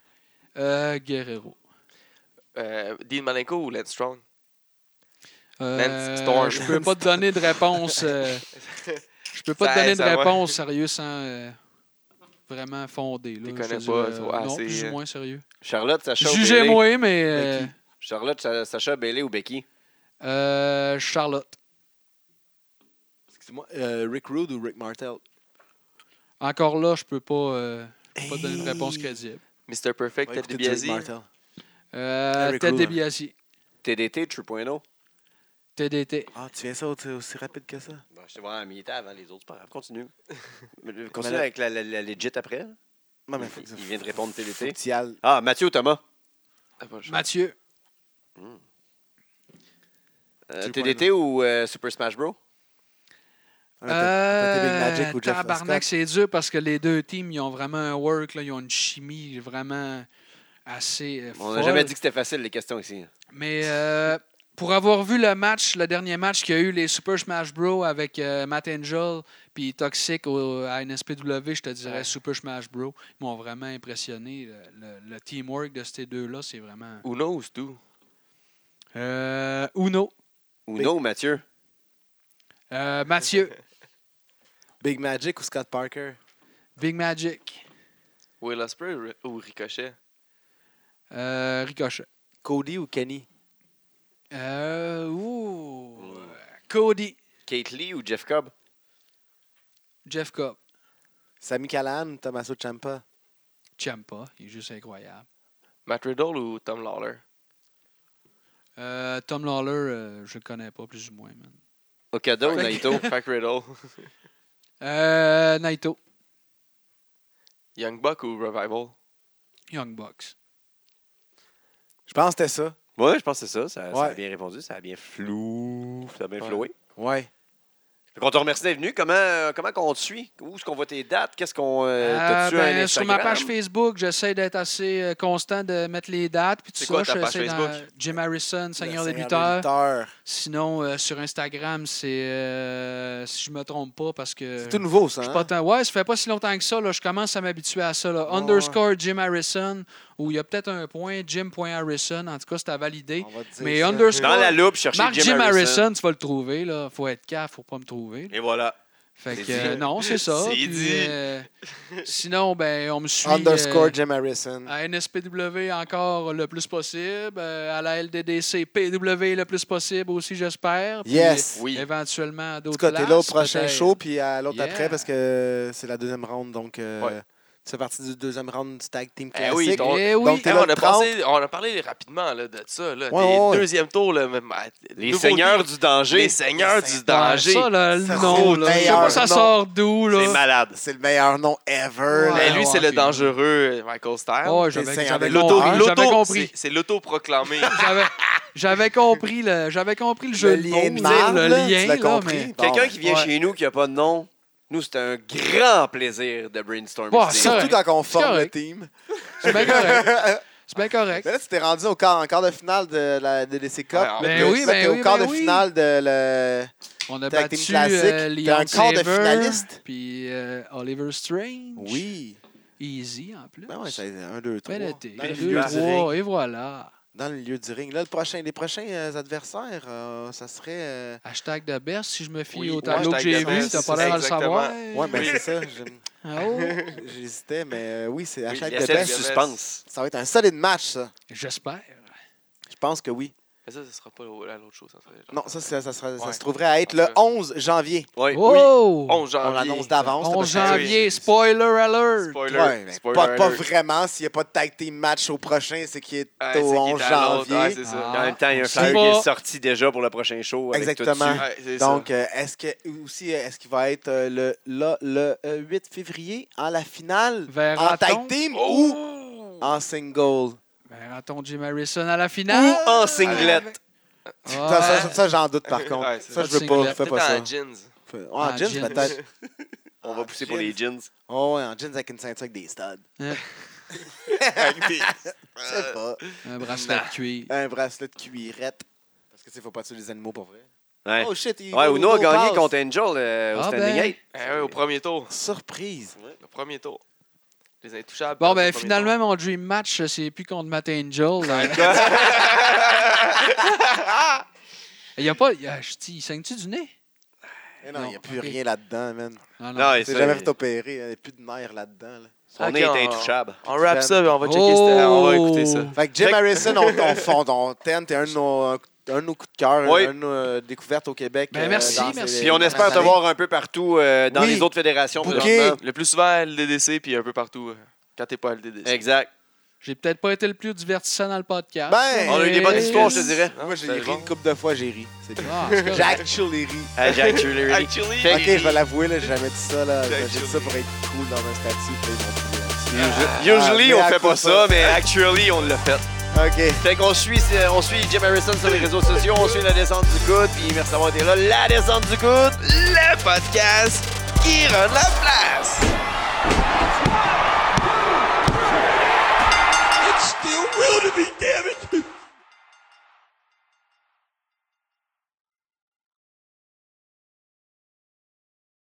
Speaker 4: Euh, Guerrero.
Speaker 3: Euh, Dean Malenko ou Lance Strong?
Speaker 4: Euh,
Speaker 3: Lance Storm.
Speaker 4: Je peux pas te donner de réponse. euh, je peux pas
Speaker 3: Ça
Speaker 4: te donner
Speaker 3: aide,
Speaker 4: de
Speaker 3: ça, ouais.
Speaker 4: réponse sérieuse sans euh, vraiment fondée. Là,
Speaker 3: T'y
Speaker 4: Je
Speaker 3: connais
Speaker 4: te
Speaker 3: pas,
Speaker 4: dirais,
Speaker 3: toi,
Speaker 4: Non,
Speaker 3: assez,
Speaker 4: plus
Speaker 3: euh,
Speaker 4: ou moins sérieux.
Speaker 1: Charlotte, Sacha ou Bailey.
Speaker 4: Jugez-moi, mais euh,
Speaker 2: Becky.
Speaker 1: Charlotte, Sa- Sacha, Bailey ou Becky.
Speaker 4: euh, Charlotte.
Speaker 2: Excuse-moi, euh, Rick Rude ou Rick Martel?
Speaker 4: Encore là, je peux pas, euh, je peux pas te donner une
Speaker 2: Hey.
Speaker 4: réponse crédible.
Speaker 3: Mr. Perfect,
Speaker 2: Ouais,
Speaker 3: Ted
Speaker 2: écoutez,
Speaker 3: DiBiase?
Speaker 2: Rick Martel.
Speaker 4: Euh,
Speaker 2: Eric
Speaker 4: Ted
Speaker 2: Rude, hein.
Speaker 4: DiBiase.
Speaker 1: TDT, 3.0.
Speaker 4: TDT.
Speaker 2: Ah, tu viens ça aussi, aussi rapide que ça?
Speaker 1: Bon, Ben, je te vois à mi-temps avant les autres. c'est pas grave. Continue. Mais, euh,
Speaker 2: Mais
Speaker 1: Continue
Speaker 2: là-
Speaker 1: avec la, la- la legit après. là.
Speaker 2: Non, mais
Speaker 1: Il, il vient de répondre TDT.
Speaker 2: Tu y ailles.
Speaker 1: Ah, Mathieu Thomas.
Speaker 3: Ah, pas le choix.
Speaker 4: Mathieu.
Speaker 1: Euh,
Speaker 2: 3.0.
Speaker 1: TDT ou euh, Super Smash Bros?
Speaker 2: Ah, t'as- t'as Big Magic
Speaker 4: Euh,
Speaker 2: ou Jeff
Speaker 4: tabarnak,
Speaker 2: Scott?
Speaker 4: c'est dur parce que les deux teams, ils ont vraiment un work, là, ils ont une chimie vraiment assez euh,
Speaker 1: On
Speaker 4: folle.
Speaker 1: n'a jamais dit que c'était facile, les questions ici.
Speaker 4: Mais euh, pour avoir vu le match, le dernier match qu'il y a eu, les Super Smash Bros. avec euh, Matt Angel puis Toxic au- à NSPW, je te dirais
Speaker 3: Ouais.
Speaker 4: Super Smash Bros. Ils m'ont vraiment impressionné. Le, le- le teamwork de ces deux-là, c'est vraiment.
Speaker 3: Uno ou Stu?
Speaker 4: Euh, Uno,
Speaker 1: Ou
Speaker 2: Big-
Speaker 1: non, Mathieu?
Speaker 4: euh, Mathieu,
Speaker 2: Big Magic ou Scott Parker?
Speaker 4: Big Magic,
Speaker 3: Will Ospreay ou Ri- ou Ricochet?
Speaker 4: euh, Ricochet,
Speaker 2: Cody ou Kenny?
Speaker 4: Euh, ouh, Cody,
Speaker 1: Kate Lee ou Jeff Cobb?
Speaker 4: Jeff Cobb,
Speaker 2: Sami Callan ou Tommaso Ciampa?
Speaker 4: Ciampa, il est juste incroyable.
Speaker 3: Matt Riddle ou Tom Lawler?
Speaker 4: Euh, Tom Lawler, euh, je le connais pas plus ou moins. man.
Speaker 1: Okada ou
Speaker 3: Fait que-
Speaker 1: Naito?
Speaker 3: Fait que Riddle.
Speaker 4: Euh, Naito,
Speaker 3: Young Buck ou Revival?
Speaker 4: Young Bucks.
Speaker 2: Je pense que c'était ça.
Speaker 1: Ouais, je pense que c'est ça. Ça, ça a
Speaker 2: Ouais.
Speaker 1: bien répondu. Ça a bien flou. Ça a bien
Speaker 3: Ouais.
Speaker 1: floué.
Speaker 2: Ouais.
Speaker 1: Fait qu'on te remercie d'être venu. Comment, euh, comment qu'on te suit? Où est-ce qu'on voit tes dates? Qu'est-ce qu'on. euh,
Speaker 4: Euh,
Speaker 1: T'as-tu
Speaker 4: ben,
Speaker 1: un Instagram?
Speaker 4: sur ma page Facebook, j'essaie d'être assez euh, constant de mettre les dates. Puis tout
Speaker 3: C'est
Speaker 4: ça,
Speaker 3: quoi ta page
Speaker 4: j'essaie dans-
Speaker 3: Facebook?
Speaker 4: Jim Harrison, Seigneur
Speaker 2: Le
Speaker 4: des lutteurs.
Speaker 2: lutteurs.
Speaker 4: Sinon, euh, sur Instagram, c'est. euh, si je me trompe pas, parce que.
Speaker 2: C'est tout nouveau, ça.
Speaker 4: Euh, Je suis
Speaker 2: hein?
Speaker 4: pas tant- Ouais, ça fait pas si longtemps que ça. là, je commence à m'habituer à ça. là.
Speaker 2: Ouais,
Speaker 4: Underscore Jim Harrison, ou il y a peut-être un point, Jim.Harrison. En tout cas, c'est à valider.
Speaker 2: On va te dire
Speaker 4: Mais
Speaker 2: ça.
Speaker 4: underscore.
Speaker 1: Dans la loupe, chercher
Speaker 4: Marc
Speaker 1: Jim,
Speaker 4: Jim
Speaker 1: Harrison.
Speaker 4: Harrison, tu vas le trouver. Là. Faut être caf, faut pas me trouver.
Speaker 1: Et voilà.
Speaker 4: Fait
Speaker 1: C'est
Speaker 4: que euh,
Speaker 1: dit.
Speaker 4: non, c'est ça.
Speaker 3: C'est
Speaker 4: Puis,
Speaker 3: dit.
Speaker 4: euh, sinon, ben, on me suit
Speaker 2: Underscore
Speaker 4: euh,
Speaker 2: Jim Harrison.
Speaker 4: à NSPW encore le plus possible, euh, à la LDDC PW le plus possible aussi, j'espère. Puis,
Speaker 2: Yes.
Speaker 3: Oui.
Speaker 4: Éventuellement
Speaker 2: En
Speaker 4: à
Speaker 2: tout
Speaker 4: d'autres
Speaker 2: cas, t'es là au
Speaker 4: places,
Speaker 2: prochain
Speaker 4: peut-être.
Speaker 2: show, puis à l'autre
Speaker 4: Yeah.
Speaker 2: après, parce que c'est la deuxième round. Donc, euh,
Speaker 3: Ouais.
Speaker 2: tu fais partie du deuxième round du tag team
Speaker 3: Eh
Speaker 2: classique.
Speaker 3: oui, donc-
Speaker 4: Eh oui.
Speaker 2: donc, t'es
Speaker 3: Hey,
Speaker 2: là
Speaker 3: on,
Speaker 2: le
Speaker 3: a
Speaker 2: 30.
Speaker 3: pensé- on a parlé rapidement là, de ça.
Speaker 2: Ouais,
Speaker 3: Là, des
Speaker 2: ouais, ouais.
Speaker 3: deuxième tour. Là, même, ah,
Speaker 1: Les
Speaker 3: nouveau
Speaker 1: seigneurs
Speaker 3: tour.
Speaker 1: du danger.
Speaker 3: Les seigneurs
Speaker 2: Les
Speaker 3: du
Speaker 4: Ouais,
Speaker 3: danger.
Speaker 4: ça, là, le
Speaker 2: Ça,
Speaker 4: nom,
Speaker 2: c'est
Speaker 4: là, je sais
Speaker 2: meilleur
Speaker 4: pas ça
Speaker 2: nom.
Speaker 4: sort d'où. là.
Speaker 1: C'est malade.
Speaker 2: C'est le meilleur nom ever.
Speaker 4: Ouais.
Speaker 3: Mais
Speaker 2: là.
Speaker 3: lui, c'est le
Speaker 4: ok.
Speaker 3: dangereux euh, Michael Styles.
Speaker 4: Ouais,
Speaker 2: Les
Speaker 4: j'avais
Speaker 2: Seigneurs
Speaker 4: j'avais
Speaker 2: de
Speaker 4: compris,
Speaker 3: l'auto,
Speaker 2: l'Auto- hein?
Speaker 4: j'avais
Speaker 3: l'auto-
Speaker 4: compris.
Speaker 3: c'est- C'est l'auto-proclamé.
Speaker 4: J'avais- J'avais compris le, j'avais compris le
Speaker 2: Le
Speaker 4: jeu de
Speaker 2: lien
Speaker 4: mots,
Speaker 2: de
Speaker 4: là,
Speaker 2: marde,
Speaker 4: le
Speaker 2: là,
Speaker 4: lien,
Speaker 2: tu l'as
Speaker 4: là,
Speaker 2: compris.
Speaker 4: mais-
Speaker 2: Bon,
Speaker 1: Quelqu'un
Speaker 2: ouais.
Speaker 1: qui vient
Speaker 4: Ouais.
Speaker 1: chez nous qui n'a pas de nom, nous, c'était un grand plaisir de brainstormer.
Speaker 4: Ouais,
Speaker 1: ces
Speaker 4: ça,
Speaker 1: idées.
Speaker 2: Surtout quand on
Speaker 4: C'est
Speaker 2: forme le
Speaker 4: correct.
Speaker 2: team.
Speaker 4: C'est bien correct. C'est bien correct.
Speaker 2: Mais là, tu t'es rendu au quart, en quart de finale de la DDC Cup.
Speaker 3: Ouais,
Speaker 2: mais
Speaker 3: en
Speaker 4: plus.
Speaker 2: t'es-
Speaker 4: Ben oui,
Speaker 2: là, t'es
Speaker 4: ben
Speaker 2: au
Speaker 4: oui,
Speaker 2: quart
Speaker 4: ben
Speaker 2: de
Speaker 4: oui.
Speaker 2: finale de le
Speaker 4: On a
Speaker 2: Tag
Speaker 4: battu
Speaker 2: Team Classique,
Speaker 4: euh,
Speaker 2: puis
Speaker 4: Leon
Speaker 2: un quart de
Speaker 4: Saber,
Speaker 2: finaliste.
Speaker 4: Puis euh, Oliver Strange.
Speaker 2: Oui.
Speaker 4: Easy en plus.
Speaker 2: Ben ouais, ça a été un, deux, trois.
Speaker 4: Bel été.
Speaker 2: Dans le
Speaker 4: Ben Deux,
Speaker 2: milieu du ring.
Speaker 4: trois, et voilà.
Speaker 2: Dans le milieu du ring. Là, le prochain, les prochains euh, adversaires, euh, ça serait. euh,
Speaker 4: Hashtag de Best, si je me fie
Speaker 3: Oui,
Speaker 4: au tableau
Speaker 2: hashtag
Speaker 4: que j'ai
Speaker 2: de
Speaker 4: vu,
Speaker 2: Best,
Speaker 4: t'as
Speaker 2: c'est
Speaker 4: pas l'air de le
Speaker 3: exactement.
Speaker 4: savoir.
Speaker 2: Ouais, ben
Speaker 3: Oui.
Speaker 2: c'est ça. j'aime-
Speaker 4: Ah, oh.
Speaker 2: J'hésitais, mais euh, oui, c'est
Speaker 1: Oui,
Speaker 2: hashtag
Speaker 1: laissez
Speaker 2: de
Speaker 1: le
Speaker 2: best.
Speaker 3: best.
Speaker 1: suspense.
Speaker 2: Ça va être un solide match, ça.
Speaker 4: J'espère.
Speaker 2: Je pense que oui.
Speaker 3: Mais ça, ce sera pas la- l'autre chose. ça serait genre-
Speaker 2: Non, ça, ça, ça, sera- ça
Speaker 3: Ouais.
Speaker 2: se trouverait à être le
Speaker 3: Parce que-
Speaker 2: 11 janvier.
Speaker 3: Ouais, oui.
Speaker 4: Oh!
Speaker 3: 11
Speaker 2: On
Speaker 3: janvier.
Speaker 2: l'annonce d'avance.
Speaker 4: 11
Speaker 2: c'est pas-
Speaker 4: janvier, spoiler alert!
Speaker 3: Spoiler.
Speaker 2: Ouais, mais
Speaker 3: spoiler
Speaker 2: pas, pas
Speaker 3: alert.
Speaker 2: vraiment. S'il n'y a pas de tag team match au prochain, c'est qu'il est
Speaker 3: Ouais, c'est
Speaker 2: au
Speaker 3: qu'il est
Speaker 2: 11
Speaker 3: à l'autre. Ouais,
Speaker 2: janvier.
Speaker 3: Ah, c'est ça.
Speaker 1: En même temps, il y a un
Speaker 4: on
Speaker 1: flyer
Speaker 4: sait
Speaker 1: qui
Speaker 4: pas.
Speaker 1: est sorti déjà pour le prochain show. avec tout
Speaker 2: Exactement.
Speaker 1: dessus.
Speaker 3: Ouais, c'est ça.
Speaker 2: Donc, euh, est-ce que aussi, euh, est-ce qu'il va être euh, le, là, le euh, 8 février en la finale en
Speaker 4: Verra-t-on
Speaker 2: tag team ou
Speaker 3: Oh!
Speaker 2: en single?
Speaker 4: Verra-t-on Jim Harrison à la finale?
Speaker 1: Ou en singlet.
Speaker 4: Ouais.
Speaker 2: Ça, ça, ça, j'en doute par contre.
Speaker 3: Ouais, c'est
Speaker 2: ça,
Speaker 4: ça.
Speaker 2: je veux pas. Fais
Speaker 3: Peut-être
Speaker 2: pas ça.
Speaker 3: en jeans.
Speaker 2: Fais- ouais, en
Speaker 4: En
Speaker 2: jeans,
Speaker 4: jeans.
Speaker 2: peut-être.
Speaker 1: On va
Speaker 2: En
Speaker 1: pousser pour
Speaker 2: jeans.
Speaker 1: les jeans.
Speaker 2: Oh, ouais, en jeans avec une ceinture avec des studs.
Speaker 3: Avec des-
Speaker 2: Je sais pas.
Speaker 4: Un bracelet
Speaker 3: Non.
Speaker 4: de cuir.
Speaker 2: Un bracelet de cuirette. Parce que, tu sais, faut pas tuer les animaux pour vrai.
Speaker 1: Ouais.
Speaker 2: Oh shit. il-
Speaker 1: Ouais,
Speaker 2: Uno
Speaker 1: Uno a gagné
Speaker 2: passe.
Speaker 1: contre Angel euh, au
Speaker 4: Ah
Speaker 1: Standing
Speaker 4: ben.
Speaker 1: 8.
Speaker 3: Eh ouais, au premier tour.
Speaker 2: Surprise.
Speaker 3: Le premier tour. Les intouchables.
Speaker 4: Bon,
Speaker 3: au
Speaker 4: ben
Speaker 3: premier
Speaker 4: finalement, mon dream match, euh, c'est plus contre Matt Angel. euh.
Speaker 3: tour. Quoi?
Speaker 4: Il y a pas. il y a- je dis, il saigne-tu du nez? Ah,
Speaker 2: Eh non, il
Speaker 4: Non,
Speaker 2: n'y a plus
Speaker 4: ok.
Speaker 2: rien là-dedans, man.
Speaker 1: Non, et
Speaker 2: C'est
Speaker 1: ça,
Speaker 2: jamais
Speaker 1: il-
Speaker 2: fait opérer. Il n'y a plus de nerfs là-dedans. là.
Speaker 1: Son
Speaker 3: Ok,
Speaker 1: nez est
Speaker 3: on-
Speaker 1: intouchable.
Speaker 3: on wrap ça, puis on va checker.
Speaker 4: Oh!
Speaker 3: c'était- On va écouter ça.
Speaker 2: Fait que Jim
Speaker 3: Fait que-
Speaker 2: Harrison, on, on fond, on t'aime. T'es un de nos, un de nos coups de cœur,
Speaker 1: Oui.
Speaker 2: un de nos euh, découvertes au Québec.
Speaker 4: Ben, merci, merci.
Speaker 1: Puis on
Speaker 2: dans
Speaker 1: espère
Speaker 2: ces
Speaker 1: te
Speaker 2: années.
Speaker 1: voir un peu partout euh, dans
Speaker 2: Oui.
Speaker 1: les autres fédérations.
Speaker 2: Booker.
Speaker 1: présentement.
Speaker 3: Le plus souvent à LDDC, puis un peu partout euh, quand t'es pas à LDDC.
Speaker 1: Exact.
Speaker 4: J'ai peut-être pas été le plus divertissant dans le podcast.
Speaker 2: Ben,
Speaker 1: On a eu des bonnes
Speaker 4: mais-
Speaker 1: histoires, je te dirais.
Speaker 3: Non,
Speaker 2: Moi, j'ai
Speaker 3: c'est
Speaker 2: ri
Speaker 3: bon.
Speaker 2: une couple de fois, j'ai ri. C'est bien.
Speaker 4: Ah, c'est correct.
Speaker 2: J'ai actually ri.
Speaker 1: Ah, Jack Tuileries.
Speaker 3: Actually,
Speaker 2: Ok, je vais l'avouer, là, j'ai jamais dit ça. là. J'ai dit
Speaker 3: Actually.
Speaker 2: ça pour être cool dans un statut. puis ils m'ont
Speaker 1: Usu-
Speaker 2: Ah,
Speaker 1: Usually,
Speaker 2: mais
Speaker 1: on
Speaker 2: à
Speaker 1: fait
Speaker 2: coup
Speaker 1: pas
Speaker 2: sûr.
Speaker 1: ça, mais actually, on l'a fait.
Speaker 2: pris. Ok.
Speaker 1: Fait qu'on suit, c'est- on suit Jim Harrison sur les réseaux sociaux, on suit la descente du coude, puis merci d'avoir été là. La descente du coude!
Speaker 3: le podcast qui rend la place.
Speaker 5: It's still wilderness, damn it!